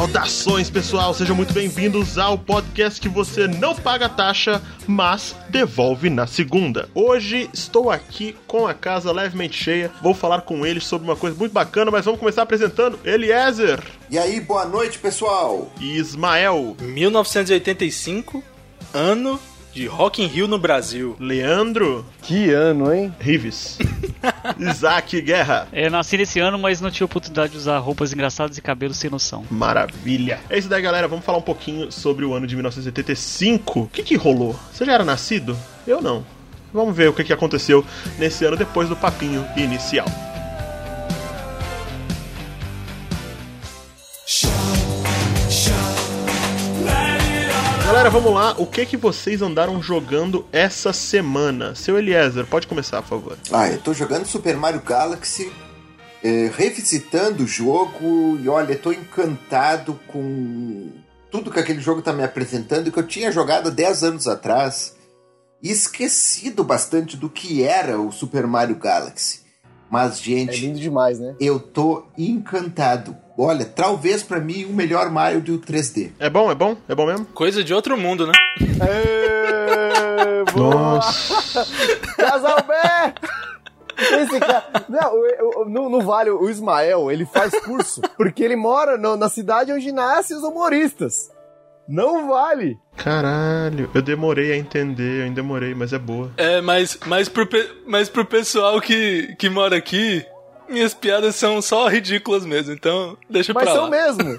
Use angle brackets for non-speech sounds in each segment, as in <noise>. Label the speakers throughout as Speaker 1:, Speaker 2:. Speaker 1: Parabéns, pessoal. Sejam muito bem-vindos ao podcast que você não paga taxa, mas devolve na segunda. Hoje estou aqui com a casa levemente cheia. Vou falar com eles sobre uma coisa muito bacana, mas vamos começar apresentando Eliezer
Speaker 2: E aí, boa noite, pessoal!
Speaker 1: e Ismael,
Speaker 3: 1985, ano de Rock in Rio no Brasil.
Speaker 1: Leandro,
Speaker 4: Que ano, hein? <laughs>
Speaker 1: Rives, Isaac Guerra.
Speaker 5: Eu É, nasci nesse ano, mas não tive oportunidade de usar roupas engraçadas e cabelos sem noção.
Speaker 1: Maravilha. É isso daí, galera. Vamos falar um pouquinho sobre o ano de 1985. O que, que rolou? Você já era nascido? Eu não. Vamos ver o que, que aconteceu nesse ano depois do papinho inicial. Galera, vamos lá. O que que vocês andaram jogando essa semana? Seu Eliezer, pode começar, por favor.
Speaker 2: Ah, eu tô jogando Super Mario Galaxy, eh, revisitando o jogo, e olha, tô encantado com tudo que aquele jogo tá me apresentando, que eu tinha jogado há 10 anos atrás, e esquecido bastante do que era o Super Mario Galaxy. Mas,
Speaker 4: É
Speaker 2: gente,
Speaker 4: lindo demais, né?
Speaker 2: eu tô encantado. Olha, talvez pra mim o melhor Mario do 3D.
Speaker 1: É bom? É bom? É bom mesmo?
Speaker 3: Coisa de outro mundo, né?
Speaker 4: É, <laughs> boa.
Speaker 1: Nossa.
Speaker 4: Casalbé! Esse cara. Não, o- o- não, não vale. O Ismael, ele faz curso. Porque ele mora no- na cidade onde nascem os humoristas. Não vale.
Speaker 1: Caralho, eu demorei a entender, eu ainda demorei, mas é boa.
Speaker 3: É, mas, mas, pro, pe- mas pro pessoal que, que mora aqui, minhas piadas são só ridículas mesmo, então deixa
Speaker 4: Mas
Speaker 3: pra
Speaker 4: são
Speaker 3: lá.
Speaker 4: mesmo.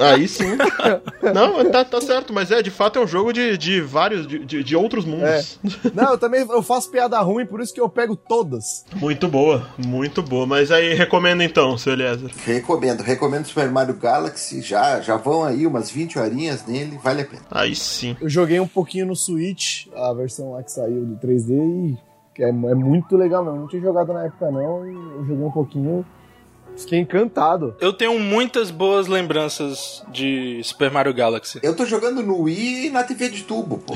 Speaker 1: Aí sim. <laughs> Não, tá, tá certo, mas é, de fato é um jogo de, de vários, de, de, de outros mundos.
Speaker 4: Não, eu também eu faço piada ruim, por isso que eu pego todas.
Speaker 1: Muito boa, muito boa. Mas aí recomendo então, seu Eliezer.
Speaker 2: Recomendo, recomendo Super Mario Galaxy, já, já vão aí umas 20 horinhas nele, vale a pena.
Speaker 1: Aí sim.
Speaker 4: Eu joguei um pouquinho no Switch, a versão lá que saiu do 3D, e que é, é muito legal mesmo. Não tinha jogado na época, não. e Eu joguei um pouquinho. Fiquei encantado.
Speaker 3: Eu tenho muitas boas lembranças de Super Mario Galaxy.
Speaker 2: Eu tô jogando no Wii e na TV de tubo, pô.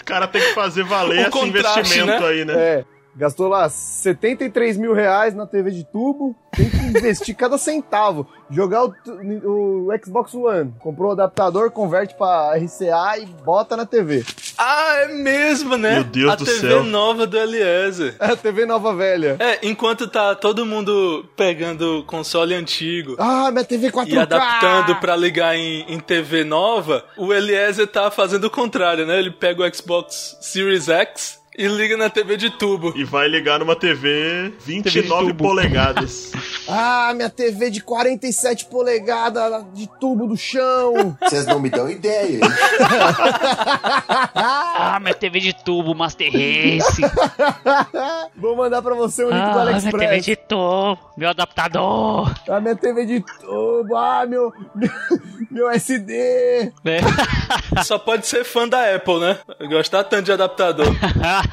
Speaker 1: O cara tem que fazer valer
Speaker 3: O
Speaker 1: esse
Speaker 3: contraste,
Speaker 1: investimento
Speaker 3: né?
Speaker 1: aí, né?
Speaker 4: É, gastou lá 73 mil reais na TV de tubo, tem que investir cada centavo. Jogar o, t- o Xbox One, comprou o adaptador, converte pra RCA e bota na TV.
Speaker 3: Ah, é mesmo, né?
Speaker 1: Meu Deus
Speaker 3: A
Speaker 1: do
Speaker 3: TV
Speaker 1: céu.
Speaker 3: nova do Eliezer.
Speaker 4: É a TV nova velha.
Speaker 3: É, enquanto tá todo mundo pegando console antigo
Speaker 4: Ah, minha TV 4K!
Speaker 3: e adaptando pra ligar em, em TV nova, o Eliezer tá fazendo o contrário, né? Ele pega o Xbox Series X e liga na TV de tubo.
Speaker 1: <laughs> E vai ligar numa TV 29
Speaker 5: tubo.
Speaker 1: polegadas.
Speaker 4: Ah, minha TV de 47 polegadas de tubo do <laughs> chão.
Speaker 2: Vocês não me dão ideia. hein?
Speaker 5: Ah, minha TV de tubo, Master
Speaker 4: <laughs>
Speaker 5: Race.
Speaker 4: Vou mandar pra você o link do
Speaker 5: Ah, minha TV
Speaker 4: AliExpress.
Speaker 5: de tubo, meu adaptador.
Speaker 4: Ah, minha TV de tubo. Ah, meu, <laughs> meu SD.
Speaker 3: <laughs>
Speaker 5: É.
Speaker 3: Só pode ser fã da Apple, né? Gostar tanto de adaptador.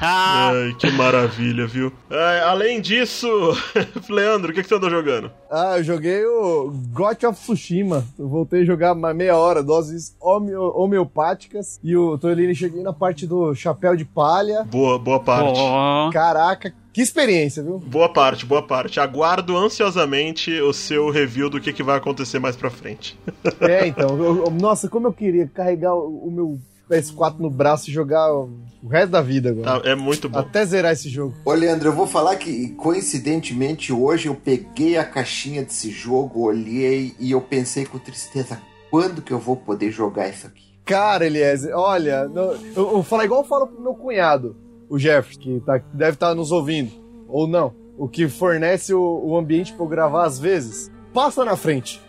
Speaker 1: Ai, que maravilha, viu? Ai, além disso, <laughs> Leandro, o que, que você andou jogando?
Speaker 4: Ah, eu joguei o God of Tsushima. Eu voltei a jogar uma meia hora, doses homeo- homeopáticas. E o Tolini cheguei na parte do chapéu de palha.
Speaker 1: Boa, boa parte.
Speaker 5: Bom,
Speaker 4: Caraca, que experiência, viu?
Speaker 1: <laughs> Boa parte, boa parte. Aguardo ansiosamente o seu review do que, que vai acontecer mais pra frente.
Speaker 4: É, então. eu- eu- nossa, como eu queria carregar o, o meu PS4 no braço e jogar o, o resto da vida agora.
Speaker 1: Tá, é muito bom.
Speaker 4: Até zerar esse jogo.
Speaker 2: Ô, Leandro, eu vou falar que, coincidentemente, hoje eu peguei a caixinha desse jogo, olhei e eu pensei com tristeza, quando que eu vou poder jogar isso aqui?
Speaker 4: Cara, Eliezer, olha, não- eu, eu vou falar igual eu falo pro meu cunhado, o Jefferson, que tá- deve estar nos ouvindo, ou não, o que fornece o, o ambiente pra eu gravar às vezes. Passa na frente.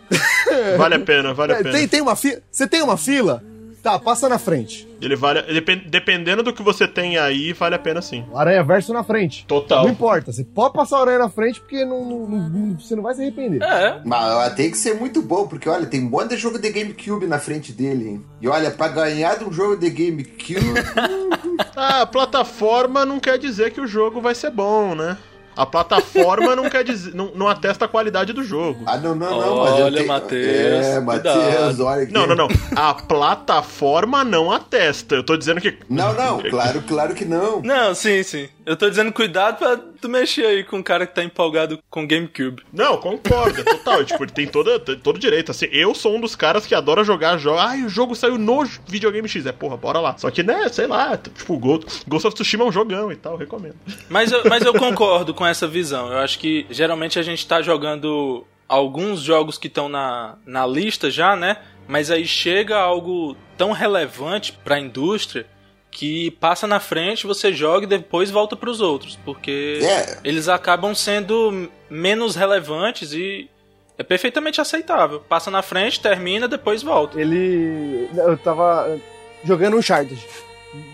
Speaker 1: Vale a pena, vale a
Speaker 4: É,
Speaker 1: pena.
Speaker 4: tem, tem uma fila? Você tem uma fila? Tá, passa na frente.
Speaker 1: Ele vale. depen- dependendo do que você tem aí, vale a pena sim.
Speaker 4: Aranha verso na frente.
Speaker 1: Total.
Speaker 4: Não importa, você pode passar a aranha na frente porque não, não- não- você não vai se arrepender.
Speaker 3: É.
Speaker 2: Mas ó, tem que ser muito bom, porque olha, tem um monte de jogo de GameCube na frente dele, hein? E olha, pra ganhar de um jogo de GameCube, <laughs>
Speaker 1: Ah, a plataforma não quer dizer que o jogo vai ser bom, né? A plataforma não quer dizer. Não, não atesta a qualidade do jogo.
Speaker 2: ah, não, não, não, mas eu
Speaker 3: Olha,
Speaker 2: tenho...
Speaker 3: Matheus,
Speaker 2: É, Matheus,
Speaker 3: cuidado.
Speaker 2: olha que...
Speaker 1: Não, não, não. A plataforma não atesta. Eu tô dizendo que. <laughs>
Speaker 2: Não, não, claro, claro que não.
Speaker 3: Não, sim, sim. Eu tô dizendo cuidado pra tu mexer aí com um cara que tá empolgado com GameCube.
Speaker 1: Não, concordo, total. tipo, ele tem toda, tem todo direito. Assim, eu sou um dos caras que adora jogar jogos. Ai, o jogo saiu no videogame X. É, porra, bora lá. Só que, né, sei lá, t- tipo, Go- Ghost of Tsushima é um jogão e tal, recomendo.
Speaker 3: Mas eu, mas eu concordo com essa visão. Eu acho que geralmente a gente tá jogando alguns jogos que estão na, na lista já, né? Mas aí chega algo tão relevante pra indústria que passa na frente, você joga e depois volta pros outros, porque
Speaker 2: É.
Speaker 3: eles acabam sendo menos relevantes e é perfeitamente aceitável. Passa na frente, termina, depois volta.
Speaker 4: Ele. Eu tava jogando um Uncharted.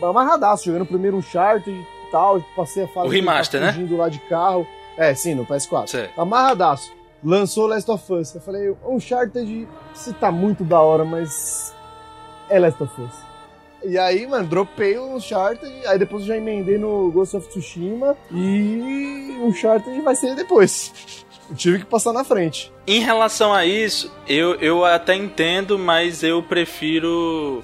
Speaker 4: Amarradaço, jogando o primeiro Uncharted e tal. Passei a fase.
Speaker 3: O remaster,
Speaker 4: que ele
Speaker 3: né?
Speaker 4: tá Fugindo lá de carro. É, sim, no PS4.
Speaker 3: Sei.
Speaker 4: Amarradaço. Lançou Last of Us. Eu falei, Uncharted, se tá muito da hora, mas. É Last of Us. E aí, mano, dropei o Uncharted. Aí depois eu já emendei no Ghost of Tsushima. E. o Uncharted vai ser depois. <laughs> Eu tive que passar na frente.
Speaker 3: Em relação a isso, eu, eu até entendo, mas eu prefiro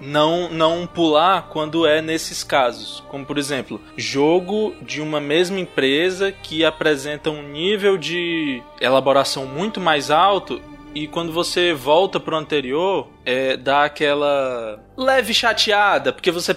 Speaker 3: não não pular quando é nesses casos. Como por exemplo, jogo de uma mesma empresa que apresenta um nível de elaboração muito mais alto e quando você volta pro anterior, é, dá aquela leve chateada, porque você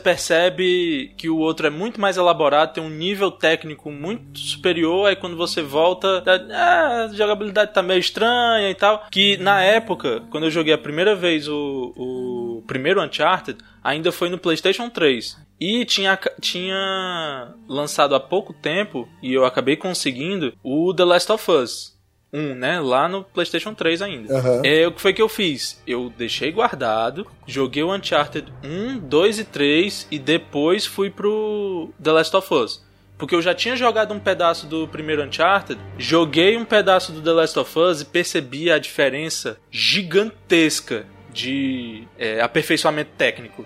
Speaker 3: percebe que o outro é muito mais elaborado, tem um nível técnico muito superior, aí quando você volta, dá, "Ah, a jogabilidade tá meio estranha e tal. Que na época, quando eu joguei a primeira vez o, o primeiro Uncharted, ainda foi no PlayStation 3. E tinha, ca- tinha lançado há pouco tempo, e eu acabei conseguindo, o The Last of Us. 1, né? Lá no PlayStation 3 ainda.
Speaker 4: Aham.
Speaker 3: É, o que foi que eu fiz? Eu deixei guardado, joguei o Uncharted 1, 2 e 3 e depois fui pro The Last of Us. Porque eu já tinha jogado um pedaço do primeiro Uncharted, joguei um pedaço do The Last of Us e percebi a diferença gigantesca de é, aperfeiçoamento técnico.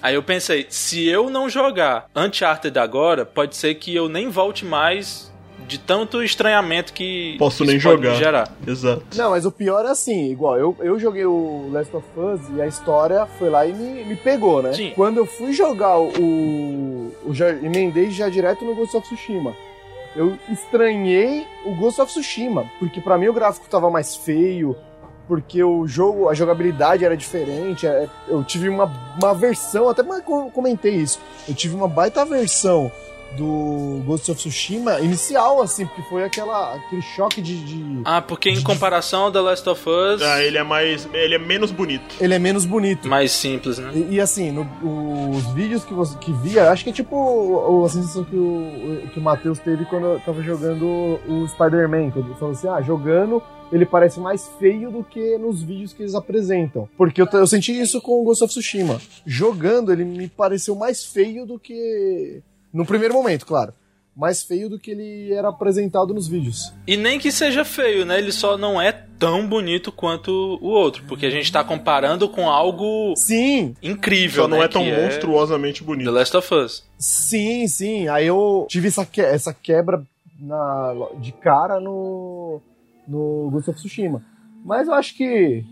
Speaker 3: Aí eu pensei, se eu não jogar Uncharted agora, pode ser que eu nem volte mais de tanto estranhamento que
Speaker 1: Posso
Speaker 3: isso
Speaker 1: nem
Speaker 3: pode
Speaker 1: jogar.
Speaker 3: me gerar.
Speaker 1: Exato.
Speaker 4: Não, mas o pior é assim, igual, eu, eu joguei o Last of Us e a história foi lá e me, me pegou, né?
Speaker 3: Sim.
Speaker 4: Quando eu fui jogar o. o já emendei já direto no Ghost of Tsushima. Eu estranhei o Ghost of Tsushima, porque pra mim o gráfico tava mais feio, porque o jogo, a jogabilidade era diferente. é- Eu tive uma, uma versão, até mais com- comentei isso. Eu tive uma baita versão do Ghost of Tsushima inicial, assim, porque foi aquela, aquele choque de- de
Speaker 3: Ah, porque em comparação ao The Last of Us,
Speaker 1: Ah, ele é mais. Ele é menos bonito.
Speaker 4: ele é menos bonito.
Speaker 3: mais simples, né?
Speaker 4: E, e assim, no- os vídeos que você que via, acho que é tipo o- a sensação que o, que o Matheus teve quando tava jogando o Spider-Man. Quando ele falou assim: ah, jogando ele parece mais feio do que nos vídeos que eles apresentam. Porque eu, t- eu senti isso com o Ghost of Tsushima. Jogando ele me pareceu mais feio do que. No primeiro momento, claro. Mais feio do que ele era apresentado nos vídeos.
Speaker 3: E nem que seja feio, né? Ele só não é tão bonito quanto o outro, porque a gente tá comparando com algo
Speaker 4: Sim,
Speaker 3: incrível,
Speaker 1: Só não
Speaker 3: né?
Speaker 1: é tão
Speaker 3: que
Speaker 1: monstruosamente
Speaker 3: The
Speaker 1: bonito.
Speaker 3: Last of Us.
Speaker 4: Sim, sim. Aí eu tive essa, que- essa quebra na- de cara no, no Ghost of Tsushima. Mas eu acho que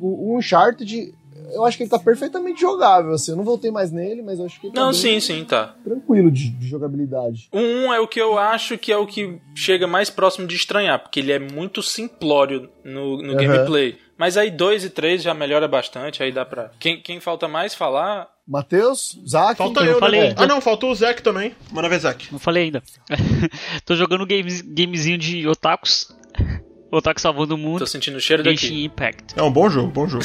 Speaker 4: o, o Uncharted, eu acho que ele tá perfeitamente jogável. Assim. Eu não voltei mais nele, mas eu acho que ele tá
Speaker 3: Não,
Speaker 4: bem
Speaker 3: sim, sim, tá.
Speaker 4: tranquilo de, de jogabilidade.
Speaker 3: O 1 é o que eu acho que é o que chega mais próximo de estranhar, porque ele é muito simplório no, no
Speaker 4: Aham.
Speaker 3: gameplay. Mas aí 2 e 3 já melhora bastante, aí dá pra. Quem, quem falta mais falar.
Speaker 4: Matheus, Zack.
Speaker 1: Falta
Speaker 5: eu
Speaker 1: eu,
Speaker 5: falei.
Speaker 1: né? Ah, não, faltou o Zack também. Manda ver, Zack.
Speaker 5: Não falei ainda. <laughs> Tô jogando um games, gamezinho de otakus. Otaku salvando o mundo.
Speaker 3: Tô sentindo o cheiro daqui.
Speaker 5: Genshin Impact.
Speaker 1: É um bom jogo, bom jogo.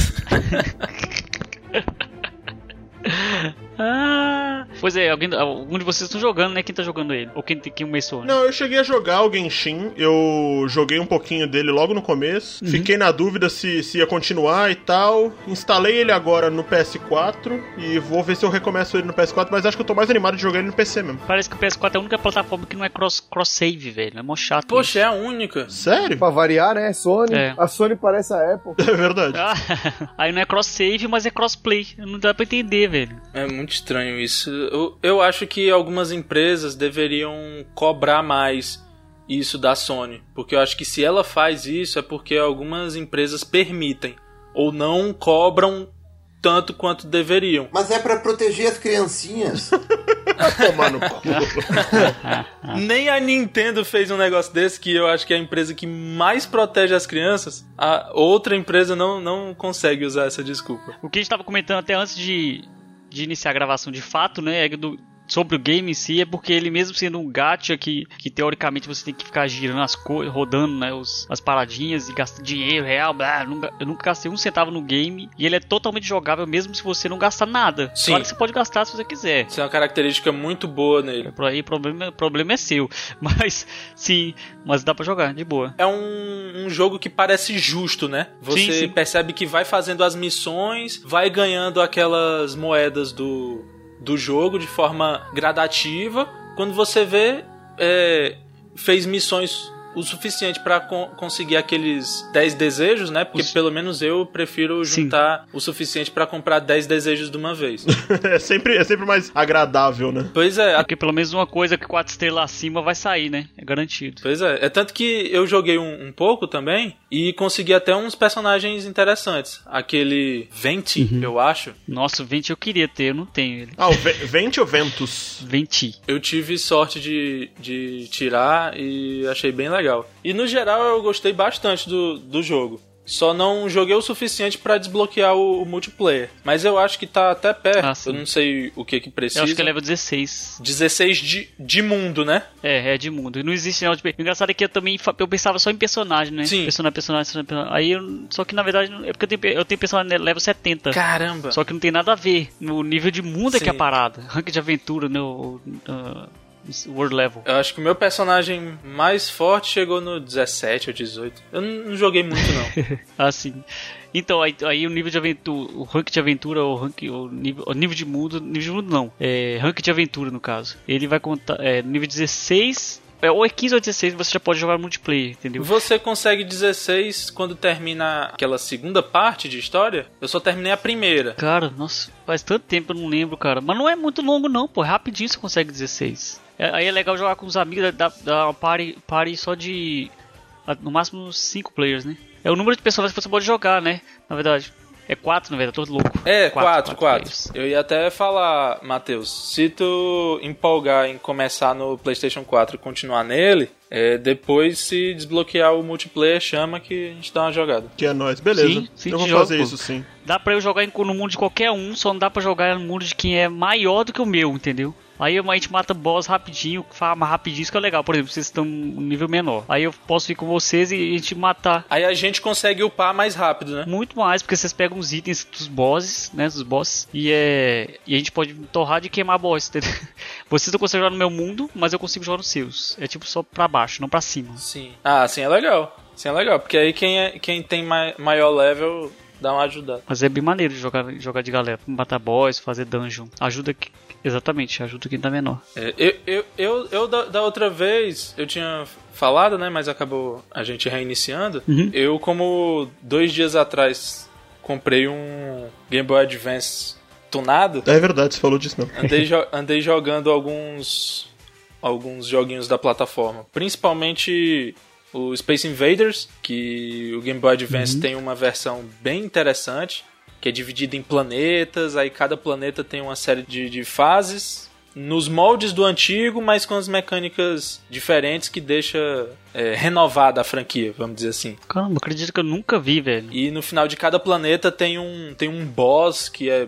Speaker 5: Ah, pois é, alguém, algum de vocês estão jogando, né? Quem tá jogando ele? Ou quem, quem começou, né?
Speaker 1: Não, eu cheguei a jogar o Genshin, eu joguei um pouquinho dele logo no começo, fiquei na dúvida se, se ia continuar e tal. Instalei ele agora no PS4 e vou ver se eu recomeço ele no PS4, mas acho que eu tô mais animado de jogar ele no PC mesmo.
Speaker 5: Parece que o PS4 é a única plataforma que não é cross- cross-save, velho. É mó chato.
Speaker 3: Poxa, é a única.
Speaker 1: Sério?
Speaker 4: Pra variar, né? Sony.
Speaker 5: É.
Speaker 4: A Sony parece a Apple.
Speaker 1: <laughs> É verdade.
Speaker 5: Ah, <laughs> aí não é cross-save, mas é cross-play. Não dá pra entender, velho.
Speaker 3: É muito estranho isso. Eu, eu acho que algumas empresas deveriam cobrar mais isso da Sony. Porque eu acho que se ela faz isso é porque algumas empresas permitem. Ou não cobram tanto quanto deveriam.
Speaker 2: Mas é pra proteger as criancinhas.
Speaker 1: Tomar no cu.
Speaker 3: Nem a Nintendo fez um negócio desse, que eu acho que é a empresa que mais protege as crianças. A outra empresa não, não consegue usar essa desculpa.
Speaker 5: O que a gente tava comentando até antes de, de iniciar a gravação de fato, né? É que do- sobre o game em si, é porque ele mesmo sendo um gacha que, que teoricamente você tem que ficar girando as coisas, rodando né, os- as paradinhas e gastando dinheiro real, blá, eu nunca, eu nunca gastei um centavo no game e ele é totalmente jogável mesmo se você não gastar nada.
Speaker 3: Sim.
Speaker 5: Claro que você pode gastar se você quiser.
Speaker 3: Isso é uma característica muito boa nele.
Speaker 5: Por aí, problema, problema é seu. <laughs> Mas, sim, mas dá pra jogar, de boa.
Speaker 3: É um, um jogo que parece justo, né? Você
Speaker 5: Sim, sim.
Speaker 3: percebe que vai fazendo as missões, vai ganhando aquelas moedas do, do jogo de forma gradativa. Quando você vê, é, fez missões o suficiente pra con- conseguir aqueles 10 desejos, né? Porque
Speaker 5: Os-
Speaker 3: pelo menos eu prefiro
Speaker 5: Sim.
Speaker 3: juntar o suficiente pra comprar 10 desejos de uma
Speaker 5: <laughs>
Speaker 3: vez.
Speaker 1: <laughs> É sempre, é sempre mais agradável, né?
Speaker 3: pois é,
Speaker 5: É
Speaker 3: a-
Speaker 5: porque pelo menos uma coisa que quatro estrelas acima vai sair, né? É garantido.
Speaker 3: Pois é, é tanto que eu joguei um, um pouco também e consegui até uns personagens interessantes. Aquele Venti, eu acho.
Speaker 5: Nossa, o 20 eu queria ter, eu não tenho ele.
Speaker 1: Ah, o Ve- Vente ou Ventus?
Speaker 5: 20.
Speaker 3: Eu tive sorte de, de tirar e achei bem legal. E no geral eu gostei bastante do, do jogo. Só não joguei o suficiente pra desbloquear o, o multiplayer. Mas eu acho que tá até perto.
Speaker 5: Ah, sim.
Speaker 3: eu não sei o que que precisa.
Speaker 5: Eu acho que é level 16.
Speaker 3: 16 de, de mundo, né?
Speaker 5: É, é de mundo. E não existe não. Tipo, o engraçado é que eu também fa- eu pensava só em personagem, né?
Speaker 3: Sim.
Speaker 5: Personagem, personagem, personagem. personagem. Aí eu, só que na verdade não- é porque eu tenho, pe- eu tenho personagem level 70.
Speaker 3: Caramba!
Speaker 5: Só que não tem nada a ver. No nível de mundo é que é a
Speaker 3: Sim.
Speaker 5: parada. Rank de aventura, né? O, ah, world level.
Speaker 3: Eu acho que o meu personagem mais forte chegou no 17 ou 18. Eu não não joguei muito,
Speaker 5: <laughs>
Speaker 3: não.
Speaker 5: Assim. Então, aí, aí o nível de aventura, o rank de aventura, o rank, o nível, o nível de mundo, nível de mundo não, é rank de aventura no caso. Ele vai contar, é, nível 16, é, ou é 15 ou 16, você já pode jogar multiplayer, entendeu?
Speaker 3: Você consegue 16 quando termina aquela segunda parte de história? Eu só terminei a primeira.
Speaker 5: Cara, nossa, faz tanto tempo eu não lembro, cara. Mas não é muito longo não, pô, rapidinho você consegue 16. É, aí é legal jogar com os amigos, dá, dá uma party, party só de, a- no máximo 5 players, né? É o número de pessoas que você pode jogar, né? Na verdade, é 4, na verdade, tô louco.
Speaker 3: É, 4,
Speaker 5: Quatro, quatro
Speaker 3: 4.
Speaker 5: players.
Speaker 3: Eu ia até falar, Matheus, se tu empolgar em começar no PlayStation 4 e continuar nele, é, depois se desbloquear o multiplayer, chama que a gente dá uma jogada.
Speaker 1: Que é nóis. Beleza.
Speaker 5: Sim, sim,
Speaker 1: eu vou
Speaker 5: te jogo,
Speaker 1: fazer
Speaker 5: pô.
Speaker 1: isso sim.
Speaker 5: Dá pra eu jogar em- no mundo de qualquer um, só não dá pra jogar no mundo de quem é maior do que o meu, entendeu? Aí a gente mata boss rapidinho, farma rapidinho, isso que é legal. Por exemplo, vocês estão um nível menor. Aí eu posso ir com vocês e a gente matar
Speaker 3: Aí a gente consegue upar mais rápido, né?
Speaker 5: muito mais, porque vocês pegam os itens dos bosses, né? Dos bosses. E é. E a gente pode torrar de queimar boss, <laughs> entendeu? Vocês não conseguem jogar no meu mundo, mas eu consigo jogar nos seus. É tipo só pra baixo, não pra cima.
Speaker 3: Sim. Ah, assim é legal. Assim é legal, porque aí quem, é, quem tem ma- maior level dá uma ajudada.
Speaker 5: Mas é bem maneiro de jogar, jogar de galera. Matar boss, fazer dungeon. Ajuda. que- Exatamente, ajuda quem tá menor.
Speaker 3: É, eu, eu, eu, eu da, da outra vez, eu tinha falado, né? Mas acabou a gente reiniciando.
Speaker 5: Uhum.
Speaker 3: Eu, como dois dias atrás, comprei um Game Boy Advance tunado.
Speaker 1: É verdade, você falou disso não.
Speaker 3: Andei, jo- andei jogando alguns alguns joguinhos da plataforma, principalmente o Space Invaders, que o Game Boy Advance tem uma versão bem interessante, que é dividida em planetas, aí cada planeta tem uma série de, de fases, nos moldes do antigo, mas com as mecânicas diferentes que deixa é, renovada a franquia, vamos dizer assim.
Speaker 5: Caramba, acredito que eu nunca vi, velho.
Speaker 3: E no final de cada planeta tem um, tem um boss que é.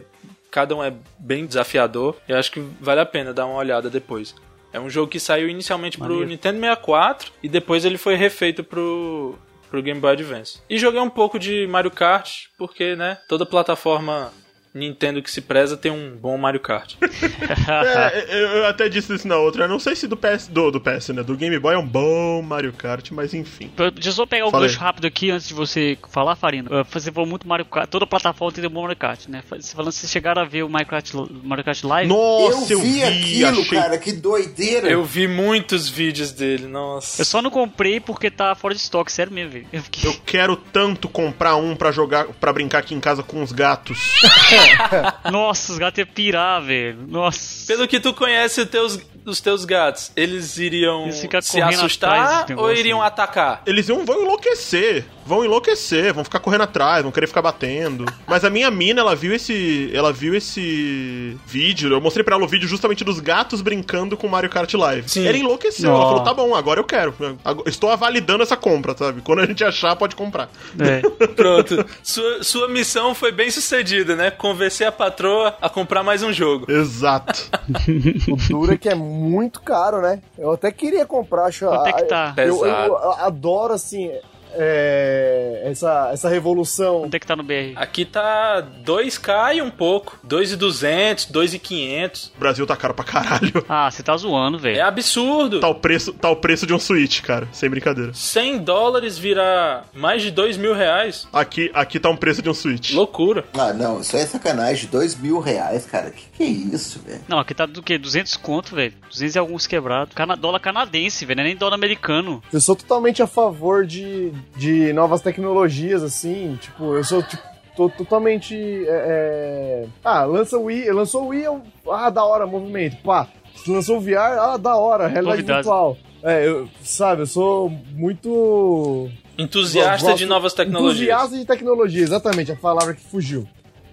Speaker 3: Cada um é bem desafiador. Eu acho que vale a pena dar uma olhada depois. É um jogo que saiu inicialmente pro
Speaker 5: Maneiro.
Speaker 3: Nintendo 64 e depois ele foi refeito pro, pro Game Boy Advance. E joguei um pouco de Mario Kart, porque, né, toda plataforma Nintendo que se preza tem um bom Mario Kart.
Speaker 5: <laughs>
Speaker 1: <laughs> É, eu, eu até disse isso na outra. Eu não sei se do PS, do, do PS, né? Do Game Boy é um bom Mario Kart, mas enfim.
Speaker 5: Eu- <laughs> Deixa eu só pegar o
Speaker 1: Fala aí.
Speaker 5: gancho rápido aqui antes de você falar, Farina. Ah, Você falou muito Mario Kart, toda plataforma tem um bom Mario Kart, né? Fa- Você falando vocês chegaram a ver o Mario Kart, Mario Kart Live?
Speaker 1: Nossa,
Speaker 2: eu
Speaker 1: eu,
Speaker 2: vi aquilo,
Speaker 1: achei
Speaker 2: cara, que doideira.
Speaker 3: Eu vi muitos vídeos dele, nossa.
Speaker 5: Eu só não comprei porque tá fora de estoque, sério mesmo, velho. Eu fiquei.
Speaker 1: Eu quero tanto comprar um pra jogar, para brincar aqui em casa com os gatos.
Speaker 2: <laughs>
Speaker 5: <laughs> Nossa, os gatos iam pirar, velho. Nossa.
Speaker 3: Pelo que tu conhece os teus, os teus gatos, eles iriam
Speaker 5: Eles ficam
Speaker 3: se
Speaker 5: correndo atrás
Speaker 3: assustar
Speaker 5: do
Speaker 3: ou
Speaker 5: negócio,
Speaker 3: iriam
Speaker 5: né?
Speaker 3: atacar?
Speaker 1: Eles iam, vão enlouquecer, vão enlouquecer, vão ficar correndo atrás, vão querer ficar batendo. Mas a minha mina, ela viu esse, ela viu esse vídeo, eu mostrei pra ela o vídeo justamente dos gatos brincando com Mario Kart Live.
Speaker 3: Sim.
Speaker 1: Ela enlouqueceu, ela
Speaker 5: Nossa.
Speaker 1: falou, tá bom, agora eu quero. Agora- Estou avalidando essa compra, sabe? Quando a gente achar, pode comprar.
Speaker 5: É.
Speaker 3: Pronto. sua, sua missão foi bem sucedida, né? Convencer a patroa a comprar mais um jogo.
Speaker 1: Exato.
Speaker 4: Dura que é muito caro, né? Eu até queria comprar, acho.
Speaker 5: Quanto é que
Speaker 4: a-
Speaker 5: tá?
Speaker 4: Eu,
Speaker 3: Pesado.
Speaker 4: eu adoro, assim, é, essa, essa revolução.
Speaker 5: Quanto é que tá no BR?
Speaker 3: Aqui tá 2k e um pouco. 2,200, 2,500.
Speaker 1: O Brasil tá caro pra caralho.
Speaker 5: Ah, você tá zoando,
Speaker 3: É
Speaker 5: velho.
Speaker 3: absurdo.
Speaker 1: Tá o preço, tá o preço de um Switch, cara, sem brincadeira.
Speaker 3: 100 dólares virar mais de 2 mil reais.
Speaker 1: Aqui, aqui tá um preço de um Switch.
Speaker 3: Loucura.
Speaker 2: Ah, não, isso aí é sacanagem. Dois mil reais, cara. Que que é isso, velho?
Speaker 5: Não, aqui tá do quê? 200 conto, velho. 200 e alguns quebrados. Cana dólar canadense, velho. Não é nem dólar americano.
Speaker 4: Eu sou totalmente a favor de, de novas tecnologias, assim. Tipo, eu sou, tipo, tô totalmente. é, é, Ah, lança o Wii. Lançou o Wii, eu... ah, da hora, movimento. Pá, lançou o VR, ah, da hora, realidade
Speaker 5: Novidades.
Speaker 4: virtual. É, eu, sabe, eu sou muito
Speaker 3: Entusiasta
Speaker 4: Gosto-
Speaker 3: de novas tecnologias.
Speaker 4: Entusiasta de tecnologia, exatamente, a palavra que fugiu.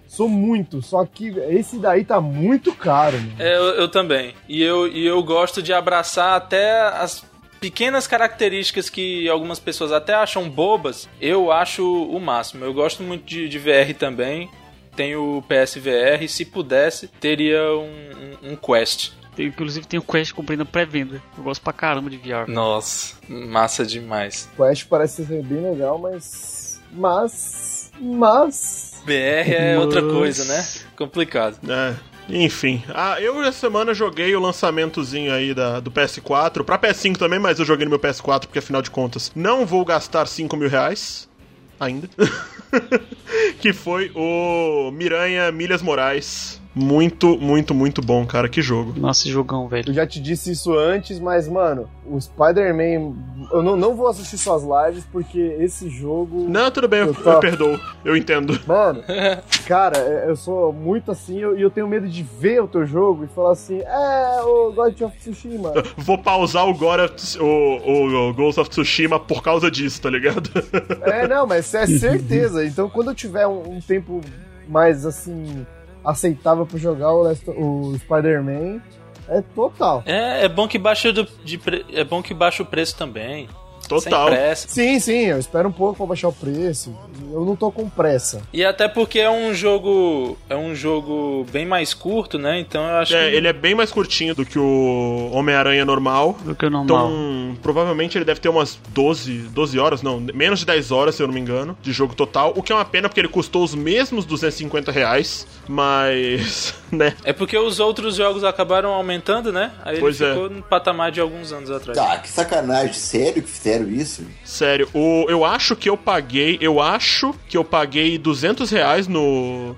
Speaker 4: Sou muito, só que esse daí tá muito caro, mano.
Speaker 3: É, eu, eu também. E eu, e eu gosto de abraçar até as pequenas características que algumas pessoas até acham bobas, eu acho o máximo. Eu gosto muito de, de VR também. Tenho o PSVR. Se pudesse, teria um, um- um Quest.
Speaker 5: Tem- inclusive tem o Quest comprei na pré-venda. Eu gosto pra caramba de VR.
Speaker 3: Nossa, massa demais.
Speaker 4: O Quest parece ser bem legal, mas. Mas. Mas.
Speaker 3: VR é outra
Speaker 5: Nossa.
Speaker 3: coisa, né? Complicado.
Speaker 1: É. Enfim, ah, eu essa semana joguei o lançamentozinho aí da, do PS4, pra PS5 também, mas eu joguei no meu PS4 porque afinal de contas não vou gastar 5 mil reais ainda. <laughs> que foi o Miranha Milhas Morais. Muito, muito, muito bom, cara. Que jogo.
Speaker 5: Nossa, esse jogão, velho.
Speaker 4: Eu já te disse isso antes, mas, mano, o Spider-Man. Eu não, não vou assistir suas lives, porque esse jogo.
Speaker 1: Não, tudo bem, eu,
Speaker 4: Eu tô-
Speaker 1: eu perdoo. Eu entendo.
Speaker 3: <laughs>
Speaker 4: Mano, cara, é- eu sou muito assim, e eu, e eu tenho medo de ver o teu jogo e falar assim, é, o God of Tsushima.
Speaker 1: Vou pausar o, Gora, o, o- o Ghost of Tsushima por causa disso, tá ligado? <laughs>
Speaker 4: É, não, mas é certeza. Então, quando eu tiver um, um tempo mais, assim, aceitável pra jogar o, Last- o Spider-Man, é total.
Speaker 3: É, é bom que baixa do- de pre- é bom que baixa o preço também.
Speaker 1: Total.
Speaker 3: Sem pressa.
Speaker 4: Sim, sim, eu espero um pouco pra baixar o preço. Eu não tô com pressa.
Speaker 3: E até porque é um jogo. É um jogo bem mais curto, né? Então eu acho
Speaker 1: É,
Speaker 3: que.
Speaker 1: ele é bem mais curtinho do que o Homem-Aranha normal.
Speaker 5: Do que o normal.
Speaker 1: Então, provavelmente ele deve ter umas 12, 12 horas, não, menos de 10 horas, se eu não me engano, de jogo total. O que é uma pena, porque ele custou os mesmos 250 reais, mas, <laughs> né,
Speaker 3: É porque os outros jogos acabaram aumentando, né? Aí
Speaker 1: Pois
Speaker 3: ele
Speaker 1: é.
Speaker 3: ficou no patamar de alguns anos atrás.
Speaker 2: Tá, que sacanagem. Sério que fizeram isso?
Speaker 1: sério, o, eu acho que eu paguei, eu acho que eu paguei 200 reais no,